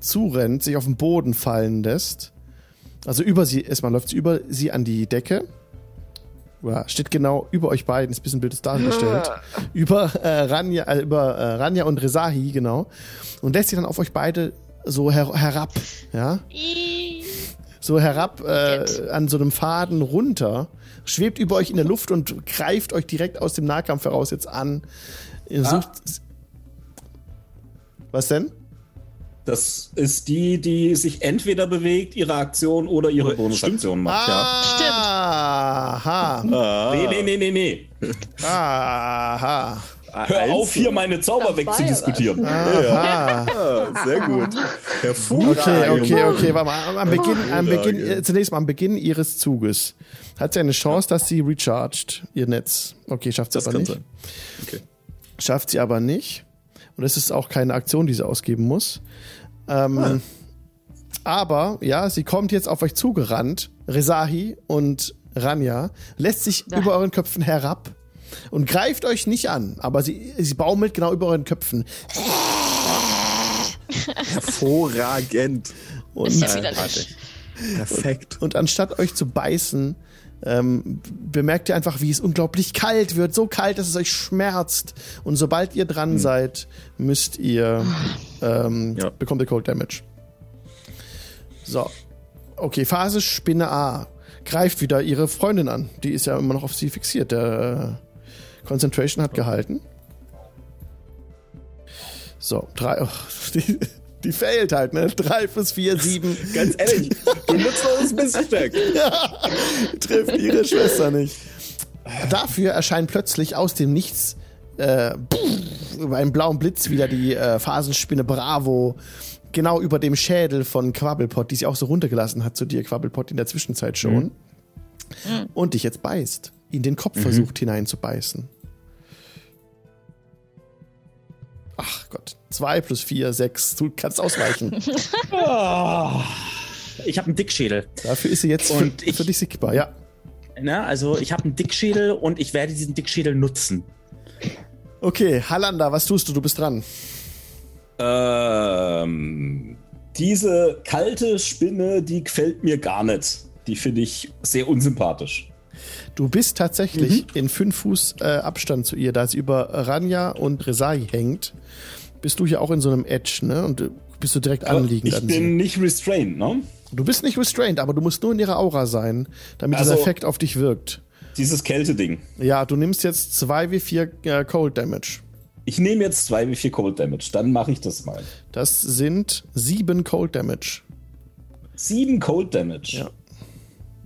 zurennt, sich auf den Boden fallen lässt. Also über sie, erstmal läuft sie über sie an die Decke. Ja, steht genau über euch beiden, ist ein bisschen blödes dargestellt. über, äh, Ranja, äh, über äh, Ranja und Rezahi, genau. Und lässt sie dann auf euch beide so her herab, ja Ih. so herab äh, Geht. an so einem Faden runter, schwebt über euch in der Luft und greift euch direkt aus dem Nahkampf heraus jetzt an. Ihr Ah. sucht. Was denn? Das ist die, die sich entweder bewegt, ihre Aktion oder ihre Oder- Bonusaktion macht, Ah. ja. Stimmt. Aha. Ah, Nee, nee, nee, nee, nee. Aha. Hör auf, hier meine Zauber Das war ja wegzudiskutieren. Aha. Ah, sehr gut. Hervorragend. Okay, okay, okay. Warte mal. Am- Am Beginn, am Beginn, Frage. äh, zunächst mal am Beginn ihres Zuges hat sie eine Chance, dass sie recharged, ihr Netz. Okay, schafft sie Das aber kann nicht. sein. Schafft sie aber nicht. Und es ist auch keine Aktion, die sie ausgeben muss. Ähm, Ah. Aber, ja, sie kommt jetzt auf euch zugerannt. Resahi und Ranja lässt sich Ja. über euren Köpfen herab und greift euch nicht an, aber sie, sie baumelt genau über euren Köpfen. Hervorragend. Und Ist ja Äh, warte. widerlich. Perfekt. Und anstatt euch zu beißen, ähm, bemerkt ihr einfach, wie es unglaublich kalt wird. So kalt, dass es euch schmerzt. Und sobald ihr dran seid, müsst ihr ähm, Hm. Ja. bekommt ihr Cold Damage. So. Okay, Phase Spinne A greift wieder ihre Freundin an. Die ist ja immer noch auf sie fixiert. Der äh, Concentration hat gehalten. So, drei. Oh, die, die failt halt, ne? Drei plus vier, sieben. Ganz ehrlich, du nutzloses Miststück. trifft ihre Schwester nicht. Dafür erscheint plötzlich aus dem Nichts äh, pff, über einen blauen Blitz wieder die äh, Phasenspinne Bravo. Genau über dem Schädel von Quabbelpot, die sie auch so runtergelassen hat zu dir, Quabbelpot, in der Zwischenzeit schon. Und dich jetzt beißt. In den Kopf versucht hineinzubeißen. Ach Gott. Zwei plus vier, sechs. Du kannst ausweichen. Ah, ich habe einen Dickschädel. Dafür ist sie jetzt für, Und ich- für dich sichtbar. Ja. Ne? Also ich habe einen Dickschädel und ich werde diesen Dickschädel nutzen. Okay, Hallanda, was tust du? Du bist dran. Ähm, diese kalte Spinne, die gefällt mir gar nicht. Die finde ich sehr unsympathisch. Du bist tatsächlich Mhm. in fünf Fuß äh, Abstand zu ihr, da sie über Ranja und Resai hängt. Bist du hier auch in so einem Edge, ne? Und äh, bist du direkt anliegend ich an bin sie. nicht restrained, ne? Du bist nicht restrained, aber du musst nur in ihrer Aura sein, damit Also- dieser Effekt auf dich wirkt. Dieses Kälte-Ding. Ja, du nimmst jetzt 2 wie 4 äh, Cold Damage. Ich nehme jetzt 2 wie 4 Cold Damage, dann mache ich das mal. Das sind 7 Cold Damage. 7 Cold Damage. Ja.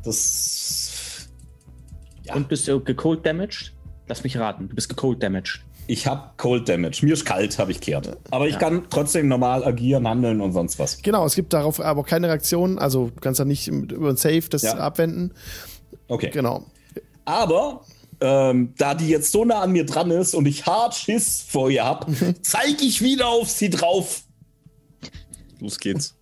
Das. Ja, Und bist du gecold damaged? Lass mich raten, du bist gecold damaged. ich habe Cold Damage. Mir ist kalt, habe ich kehrt. Aber ich kann trotzdem normal agieren, handeln und sonst was. Genau, es gibt darauf aber keine Reaktion, also du kannst da nicht mit- über ein Save das Ja. abwenden. Okay. Genau. Aber ähm, da die jetzt so nah an mir dran ist und ich hart Schiss vor ihr hab, Mhm. zeige ich wieder auf sie drauf. Los geht's.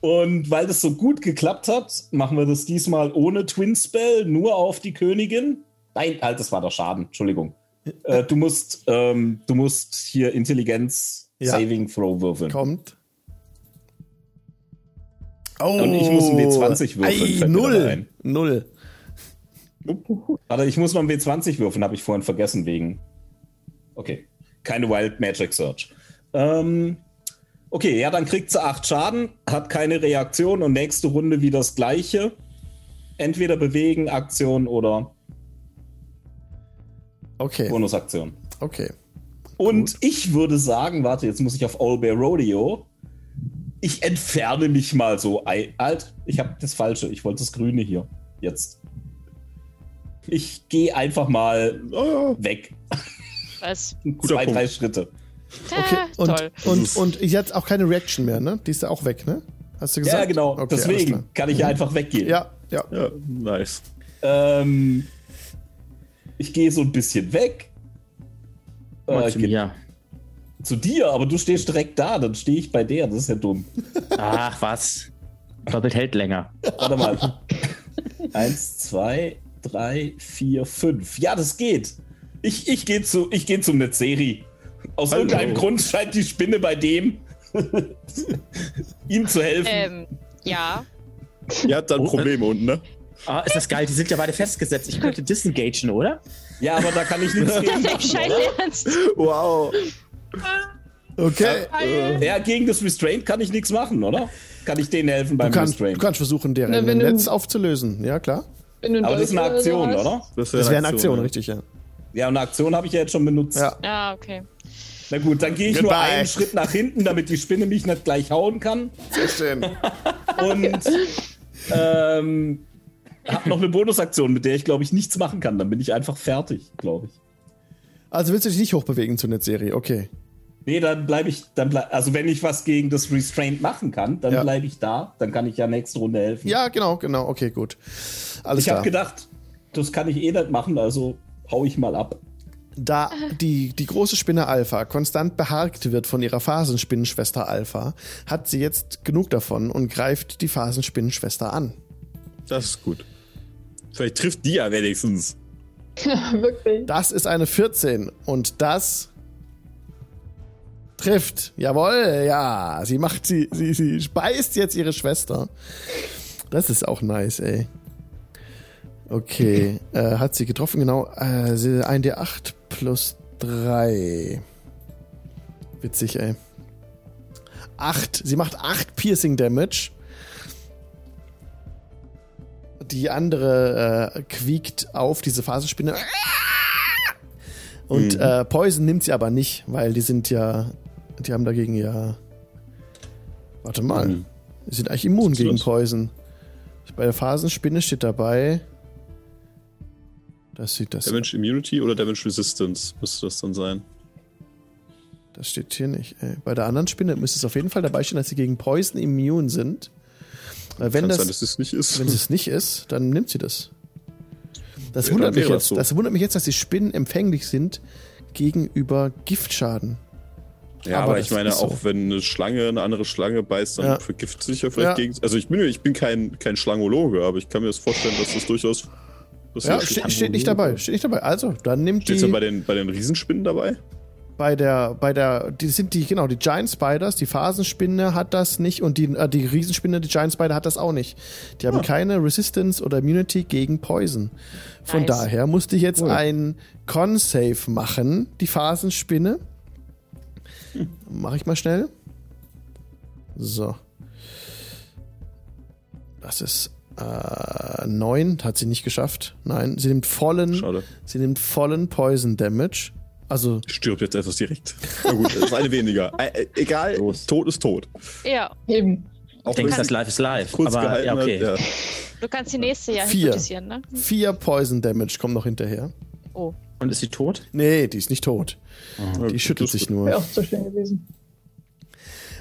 Und weil das so gut geklappt hat, machen wir das diesmal ohne Twin Spell, nur auf die Königin. Nein, halt, das war doch Schaden. Entschuldigung. Äh, du musst, ähm, du musst hier Intelligenz Ja. Saving Throw würfeln. Kommt. Oh, Und ich muss einen W20 würfeln, fällt Ei, mir dabei null. ein. Null. Warte, ich muss mal einen W20 würfeln, habe ich vorhin vergessen wegen. Okay, keine Wild Magic Search. Ähm, okay, ja, dann kriegt sie 8 Schaden, hat keine Reaktion und nächste Runde wieder das gleiche. Entweder bewegen, Aktion oder Okay, Bonusaktion. okay. Und ich würde sagen, warte, jetzt muss ich auf Old Bay Rodeo. Ich entferne mich mal so. Ei- Alt, ich habe das Falsche. Ich wollte das Grüne hier. Jetzt. Ich gehe einfach mal Oh, weg. Was? Guter Zwei, Punkt. drei Schritte. okay. Ah, toll. Und, und, und ich hatte auch keine Reaction mehr, ne? Die ist ja auch weg, ne? Hast du gesagt? Ja, genau. Okay, alles Deswegen klar. kann ich ja einfach weggehen. Ja, ja. Ja, nice. Ähm, ich gehe so ein bisschen weg. Äh, Mal ich zu geh mir. zu dir, aber du stehst direkt da, dann stehe ich bei der. Das ist ja dumm. Ach was. Doppelt hält länger. Warte mal. Eins, zwei, drei, vier, fünf. Ja, das geht. Ich, ich gehe zu, ich gehe zum Netzeri. Aus Hallo. irgendeinem Grund scheint die Spinne bei dem, ihm zu helfen. Ähm, ja. Ihr habt dann äh. Oh, Probleme unten, ne? Ah, ist das geil, die sind ja beide festgesetzt. Ich könnte disengagen, oder? Ja, aber da kann ich nichts gegen Dein machen. Scheiß Oder? ernst. Wow. Okay. Ja, gegen das Restraint kann ich nichts machen, oder? Kann ich denen helfen Du beim kannst, du Restraint? kannst versuchen, deren Na, wenn du- Netz aufzulösen. Ja, klar. Wenn du einen Aber das ist eine Dolch oder Aktion, so hast. oder? Das wäre eine Aktion, ne? richtig, ja. Ja, und eine Aktion habe ich ja jetzt schon benutzt. Ja. Ah, okay. Na gut, dann gehe ich nur Goodbye. einen Schritt nach hinten, damit die Spinne mich nicht gleich hauen kann. Sehr schön. Und ähm, habe noch eine Bonusaktion, mit der ich, glaube ich, nichts machen kann. Dann bin ich einfach fertig, glaube ich. Also willst du dich nicht hochbewegen zur Netzserie? Okay. Nee, dann bleibe ich, dann bleib, also wenn ich was gegen das Restraint machen kann, dann Ja. bleibe ich da. Dann kann ich ja nächste Runde helfen. Ja, genau, genau. Okay, gut. Alles Hm. ich habe klar. gedacht, das kann ich eh nicht machen, also hau ich mal ab. Da die, die große Spinne Alpha konstant beharkt wird von ihrer Phasenspinnenschwester Alpha, hat sie jetzt genug davon und greift die Phasenspinnenschwester an. Das ist gut. Vielleicht trifft die ja wenigstens. Wirklich. Das ist eine 14 und das trifft. Jawohl, ja. Sie macht sie, sie, sie speist jetzt ihre Schwester. Das ist auch nice, ey. Okay, äh, hat sie getroffen, genau. Äh, sie- 1d8 plus 3. Witzig, ey. 8. Sie macht 8 Piercing Damage. Die andere äh, quiekt auf diese Phasenspinne. Mhm. Und äh, Poison nimmt sie aber nicht, weil die sind ja. Die haben dagegen ja. Warte mal. Mhm. Die sind eigentlich immun Was ist gegen los? Poison. Bei der Phasenspinne steht dabei. Das sieht das. Damage Immunity oder Damage Resistance müsste das dann sein. Das steht hier nicht. Ey. Bei der anderen Spinne müsste es auf jeden Fall dabei stehen, dass sie gegen Poison immun sind. Weil wenn Kann das, sein, dass es nicht ist. wenn sie es nicht ist, dann nimmt sie das. Das Ja, dann wundert mich wäre jetzt. das so. Das wundert mich jetzt, dass die Spinnen empfänglich sind gegenüber Giftschaden. Ja, Aber aber, das ich meine, ist so. auch wenn eine Schlange eine andere Schlange beißt, dann Ja. vergiftet sich ja Ja. vielleicht gegen. Also ich bin, ich bin kein, kein Schlangologe, aber ich kann mir das vorstellen, dass das durchaus. Dass Ja, das steht, steht steht nicht dabei. Steht nicht dabei. Also, dann nimmt Steht's die dann bei den, bei den Riesenspinnen dabei? bei der, bei der, die sind die, genau, die Giant Spiders, die Phasenspinne hat das nicht und die, äh, die Riesenspinne, die Giant Spider hat das auch nicht. Die haben Ah. keine Resistance oder Immunity gegen Poison. Von Nice. daher musste ich jetzt ein Con-Save machen, die Phasenspinne. Mache ich mal schnell. So. Das ist äh, 9, hat sie nicht geschafft. Nein, sie nimmt vollen, Schade. sie nimmt vollen Poison Damage. Also Stirbt jetzt etwas direkt. Na gut, das ist eine weniger. Ä- äh, egal, Los. Tod ist tot. Ja, Eben. Auch Ich denke, wenn das sie Life is Life. kurz aber gehalten ja, okay. hat. Ja. du kannst die nächste ja Vier. hypnotisieren, ne? Vier Poison Damage kommt noch hinterher. Oh. Und ist sie tot? Nee, die ist nicht tot. Die Okay, schüttelt das sich ist Wäre nur. auch so schön gewesen.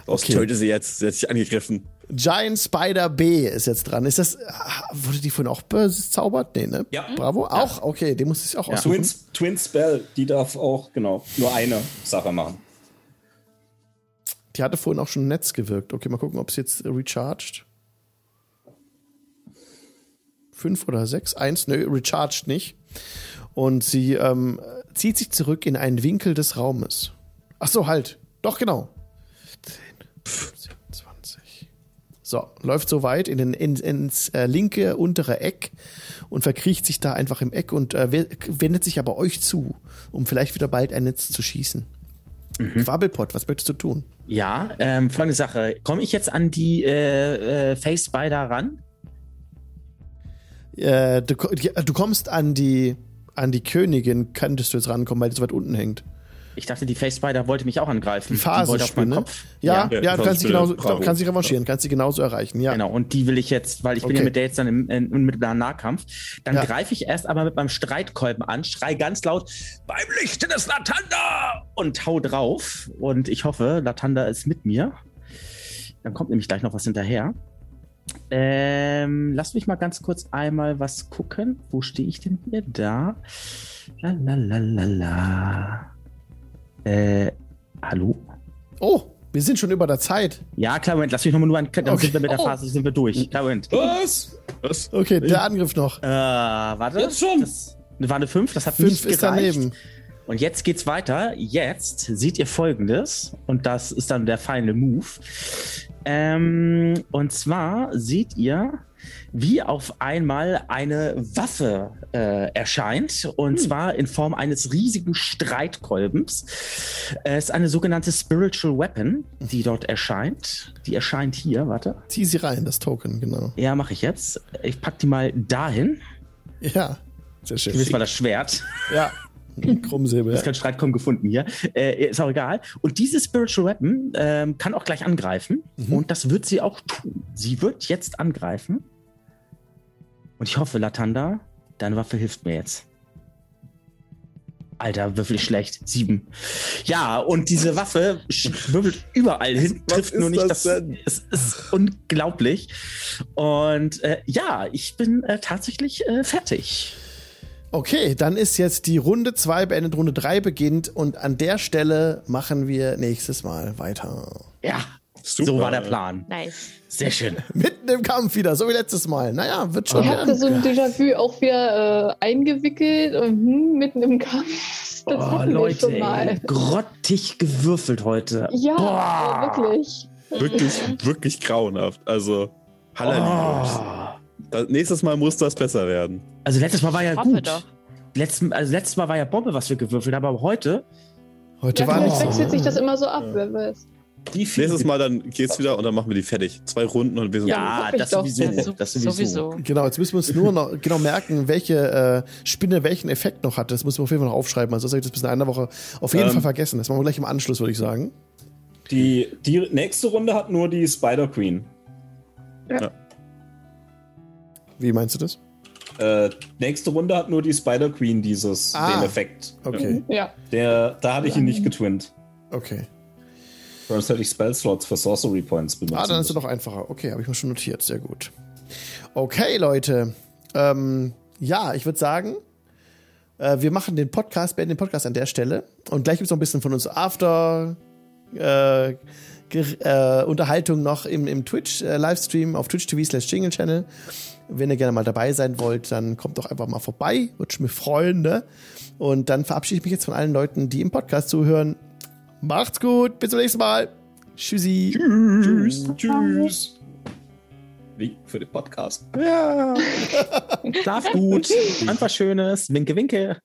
Aus Okay. töte sie jetzt, sie hat sich angegriffen. Giant Spider B ist jetzt dran. Ist das. ah, Wurde die vorhin auch bezaubert? Nee, ne? Ja. Bravo. Auch, okay, den muss ich auch aussuchen. Twin, Twin Spell, die darf auch, genau, nur eine Sache machen. Die hatte vorhin auch schon ein Netz gewirkt. Okay, mal gucken, ob es jetzt recharged. Fünf oder sechs? Eins? Nö, recharged nicht. Und sie ähm, zieht sich zurück in einen Winkel des Raumes. Ach so, halt. Doch, genau. 10, 15, 20. So, läuft so weit in den, in, ins äh, linke untere Eck und verkriecht sich da einfach im Eck und äh, we- wendet sich aber euch zu, um vielleicht wieder bald ein Netz zu schießen. Quabbelpot, was möchtest du tun? Ja, ähm, folgende Sache. Komme ich jetzt an die äh, äh, Face Spider ran? Äh, du, ko- ja, du kommst an die, an die Königin, könntest du jetzt rankommen, weil die so weit unten hängt. Ich dachte, die Face Spider wollte mich auch angreifen. Die wollte auf meinen Phasenspinne. Kopf. ne? Ja, ja, Ja, du kannst sie genauso, Phasenspinne, genau, bravo. kannst sie revanchieren, kannst sie genauso erreichen, ja. Genau, und die will ich jetzt, weil ich bin Okay. ja mit der jetzt dann im, in, unmittelbaren Nahkampf. Dann Ja. greife ich erst einmal mit meinem Streitkolben an, schrei ganz laut beim Lichte des Latanda und hau drauf. Und ich hoffe, Latanda ist mit mir. Dann kommt nämlich gleich noch was hinterher. Ähm, lass mich mal ganz kurz einmal was gucken. Wo stehe ich denn hier? Da. La la la la la. Äh, hallo? Oh, wir sind schon über der Zeit. Ja, klar, Moment, lass mich nochmal nur an. Dann Okay. sind wir mit der Oh. Phase, sind wir durch. Klar, Moment. Was? Was? Okay, der Angriff noch. Äh, warte. Jetzt schon? Das war eine 5, das hat Fünf nicht ist gereicht. daneben. Und jetzt geht's weiter. Jetzt seht ihr folgendes, und das ist dann der feine Move. Ähm, und zwar seht ihr, wie auf einmal eine Waffe äh, erscheint, Hm. und zwar in Form eines riesigen Streitkolbens. Es ist eine sogenannte Spiritual Weapon, die dort erscheint. Die erscheint hier, warte. Zieh sie rein, das Token, genau. Ja, mache ich jetzt. Ich pack die mal dahin. Ja, sehr Du schön. willst mal das Schwert. Ja, Krummsäbel. Das ist kein Streitkommen gefunden hier. Äh, ist auch egal. Und diese Spiritual Weapon ähm, kann auch gleich angreifen. Mhm. Und das wird sie auch tun. Sie wird jetzt angreifen. Und ich hoffe, Latanda, deine Waffe hilft mir jetzt. Alter, würfel ich schlecht. Sieben. Ja, und diese Waffe sch- wirbelt überall hin, Was trifft ist nur nicht das das. denn? Es ist unglaublich. Und äh, ja, ich bin äh, tatsächlich äh, fertig. Okay, dann ist jetzt die Runde 2 beendet, Runde 3 beginnt und an der Stelle machen wir nächstes Mal weiter. Ja, Super. so war der Plan. Nice. Sehr schön. Mitten im Kampf wieder, so wie letztes Mal. Naja, wird schon Ich werden. hatte so ein Déjà-vu auch wieder äh, eingewickelt und hm, mitten im Kampf. Das Oh, hatten wir Leute, schon ey, mal. grottig gewürfelt heute. Ja, Boah. wirklich. Wirklich, wirklich grauenhaft. Also, Halleluja. Oh. Da- Nächstes Mal muss das besser werden. Also letztes Mal war ja Hoffe gut. doch. Letzten, also letztes Mal war ja Bombe, was wir gewürfelt haben, aber heute. Heute Ja, war nicht vielleicht so. wechselt sich das immer so ab, wer weiß. Die vier- Nächstes Mal dann geht's wieder und dann machen wir die fertig. Zwei Runden und wir sind Ja, hoffe ich das doch. sowieso, Ja, so- das sowieso. sowieso. Genau, jetzt müssen wir uns nur noch genau merken, welche äh, Spinne welchen Effekt noch hat. Das müssen wir auf jeden Fall noch aufschreiben. Also, das habe ich das bis in einer Woche auf jeden Ähm. Fall vergessen. Das machen wir gleich im Anschluss, würde ich sagen. Die, die nächste Runde hat nur die Spider Queen. Wie meinst du das? Äh, nächste Runde hat nur die Spider Queen dieses Ah. den Effekt. Okay, Ja, Der, da hatte ich ihn nicht getwinnt. okay. Sonst hätte ich Spellslots für Sorcery Points benutzt. Ah, dann ist es doch einfacher. Okay, habe ich mir schon notiert. Sehr gut. Okay, Leute. Ähm, ja, ich würde sagen, äh, wir machen den Podcast, beenden den Podcast an der Stelle. Und gleich gibt es noch ein bisschen von uns After. Äh, Ger- äh, Unterhaltung noch im, im Twitch-Livestream auf Twitch TV slash Jingle Channel. Wenn ihr gerne mal dabei sein wollt, dann kommt doch einfach mal vorbei. Würde ich mich freuen, ne? Und dann verabschiede ich mich jetzt von allen Leuten, die im Podcast zuhören. Macht's gut, bis zum nächsten Mal. Tschüssi. Tschüss. Tschüss. Wie für den Podcast. Schlaf gut, einfach Schönes, winke, winke.